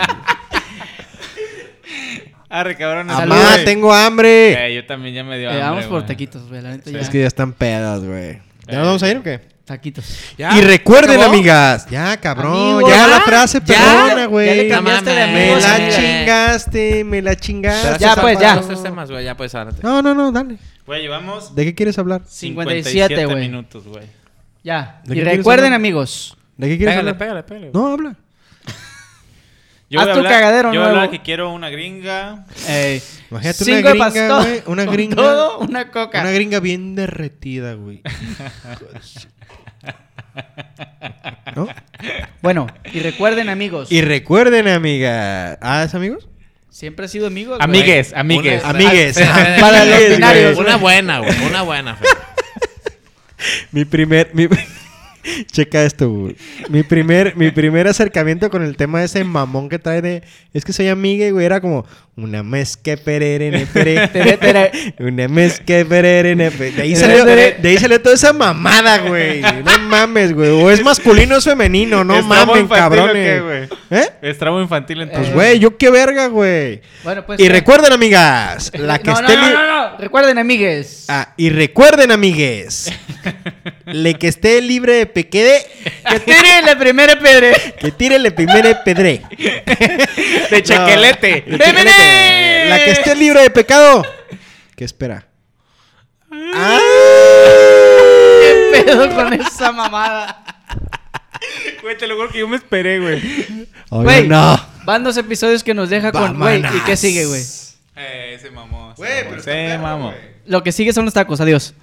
Speaker 2: Arre, cabrón. nos
Speaker 3: Salud,
Speaker 1: Amá,
Speaker 2: vemos.
Speaker 3: güey.
Speaker 1: tengo hambre.
Speaker 2: Eh, yo también ya me dio
Speaker 3: Eh,
Speaker 2: hambre,
Speaker 3: vamos por
Speaker 2: güey.
Speaker 3: taquitos, güey. La neta ya.
Speaker 1: Es que ya están pedas, güey. ¿Ya nos vamos a ir o qué?
Speaker 3: Taquitos.
Speaker 1: Y recuerden, amigas. Ya, cabrón.
Speaker 3: Amigo,
Speaker 1: ya
Speaker 3: ¿ya?
Speaker 1: la frase
Speaker 3: Ya,
Speaker 1: perdona,
Speaker 3: ya
Speaker 1: güey.
Speaker 3: le cambiaste de
Speaker 4: No mames.
Speaker 1: Me
Speaker 3: amigos,
Speaker 1: la
Speaker 3: güey.
Speaker 1: chingaste, me la chingaste.
Speaker 3: Ya, pues, ya.
Speaker 4: Dos, tres temas, güey, ya, pues, adelante.
Speaker 1: No, no, no, dale.
Speaker 2: Güey, llevamos
Speaker 1: ¿De qué quieres hablar?
Speaker 3: 57,
Speaker 2: 57
Speaker 3: güey.
Speaker 2: minutos, güey.
Speaker 3: Ya.
Speaker 1: ¿De qué
Speaker 3: Y
Speaker 1: quieres
Speaker 3: recuerden,
Speaker 1: hablar?
Speaker 3: amigos.
Speaker 1: ¿De qué quieres
Speaker 4: Pégale,
Speaker 1: hablar?
Speaker 4: pégale, pégale.
Speaker 1: No, habla.
Speaker 2: Yo
Speaker 3: Haz
Speaker 2: voy a
Speaker 3: tu
Speaker 2: hablar-
Speaker 3: cagadero
Speaker 2: Yo voy a hablar
Speaker 3: nuevo.
Speaker 2: que quiero una gringa.
Speaker 3: Ey,
Speaker 1: Imagínate una
Speaker 3: eh, cinco de
Speaker 1: gringa,
Speaker 3: pastor
Speaker 1: güey, una
Speaker 3: con
Speaker 1: gringa.
Speaker 3: todo, una coca.
Speaker 1: Una gringa bien derretida,
Speaker 2: [LAUGHS]
Speaker 1: güey. ¿No?
Speaker 3: bueno, y recuerden, amigos.
Speaker 1: Y recuerden, amigas. ¿Ah, es amigos?
Speaker 3: Siempre ha sido amigos. güey.
Speaker 2: Amigues, amigues.
Speaker 4: Una-
Speaker 1: Amigues.
Speaker 3: [LAUGHS] Para los
Speaker 1: Amigues,
Speaker 3: binarios,
Speaker 1: güey.
Speaker 4: Una buena, güey. Una buena, fe.
Speaker 1: Mi primer. mi- [LAUGHS] Checa esto, güey. Mi primer, mi primer acercamiento con el tema de ese mamón que trae de. Es que soy amiga, güey. Era como. Una mezque perere, ne,
Speaker 2: [LAUGHS]
Speaker 1: pere.
Speaker 3: Tere, tere.
Speaker 1: Una mezque perere, ne, pere. De ahí salió, de ahí salió toda esa mamada, güey. No mames, güey. O es masculino o es femenino. No
Speaker 2: ¿Es tramo
Speaker 1: mames,
Speaker 2: infantil o
Speaker 1: cabrones.
Speaker 2: qué, güey?
Speaker 1: ¿Eh?
Speaker 2: Es tramo infantil
Speaker 1: Pues,
Speaker 2: entonces.
Speaker 1: güey, yo qué verga, güey.
Speaker 3: Bueno, Eh, pues.
Speaker 1: Y
Speaker 3: eh, [LAUGHS]
Speaker 1: recuerden, amigas, la que
Speaker 3: no,
Speaker 1: esté.
Speaker 3: no, no,
Speaker 1: li-
Speaker 3: no, no. Recuerden, amigues.
Speaker 1: Ah, y recuerden, amigues, le que esté libre de pequede,
Speaker 3: Que tiren la primera pedre.
Speaker 1: [LAUGHS]
Speaker 3: [LAUGHS]
Speaker 1: que tire la primera pedre. [LAUGHS]
Speaker 2: De
Speaker 1: chequelete.
Speaker 2: chequelete.
Speaker 1: De chequelete. La que esté libre de pecado, ¿qué espera? ¡Ah!
Speaker 3: ¿Qué pedo con esa mamada?
Speaker 2: Güey, te lo juro que yo me esperé, güey.
Speaker 1: Obvio
Speaker 3: Güey,
Speaker 1: no.
Speaker 3: van dos episodios que nos deja con. Güey, ¿y qué
Speaker 1: Vámonos.
Speaker 3: sigue, güey?
Speaker 2: Eh, se mamó. se mamó, se mamó.
Speaker 3: Lo que sigue son los tacos. Adiós.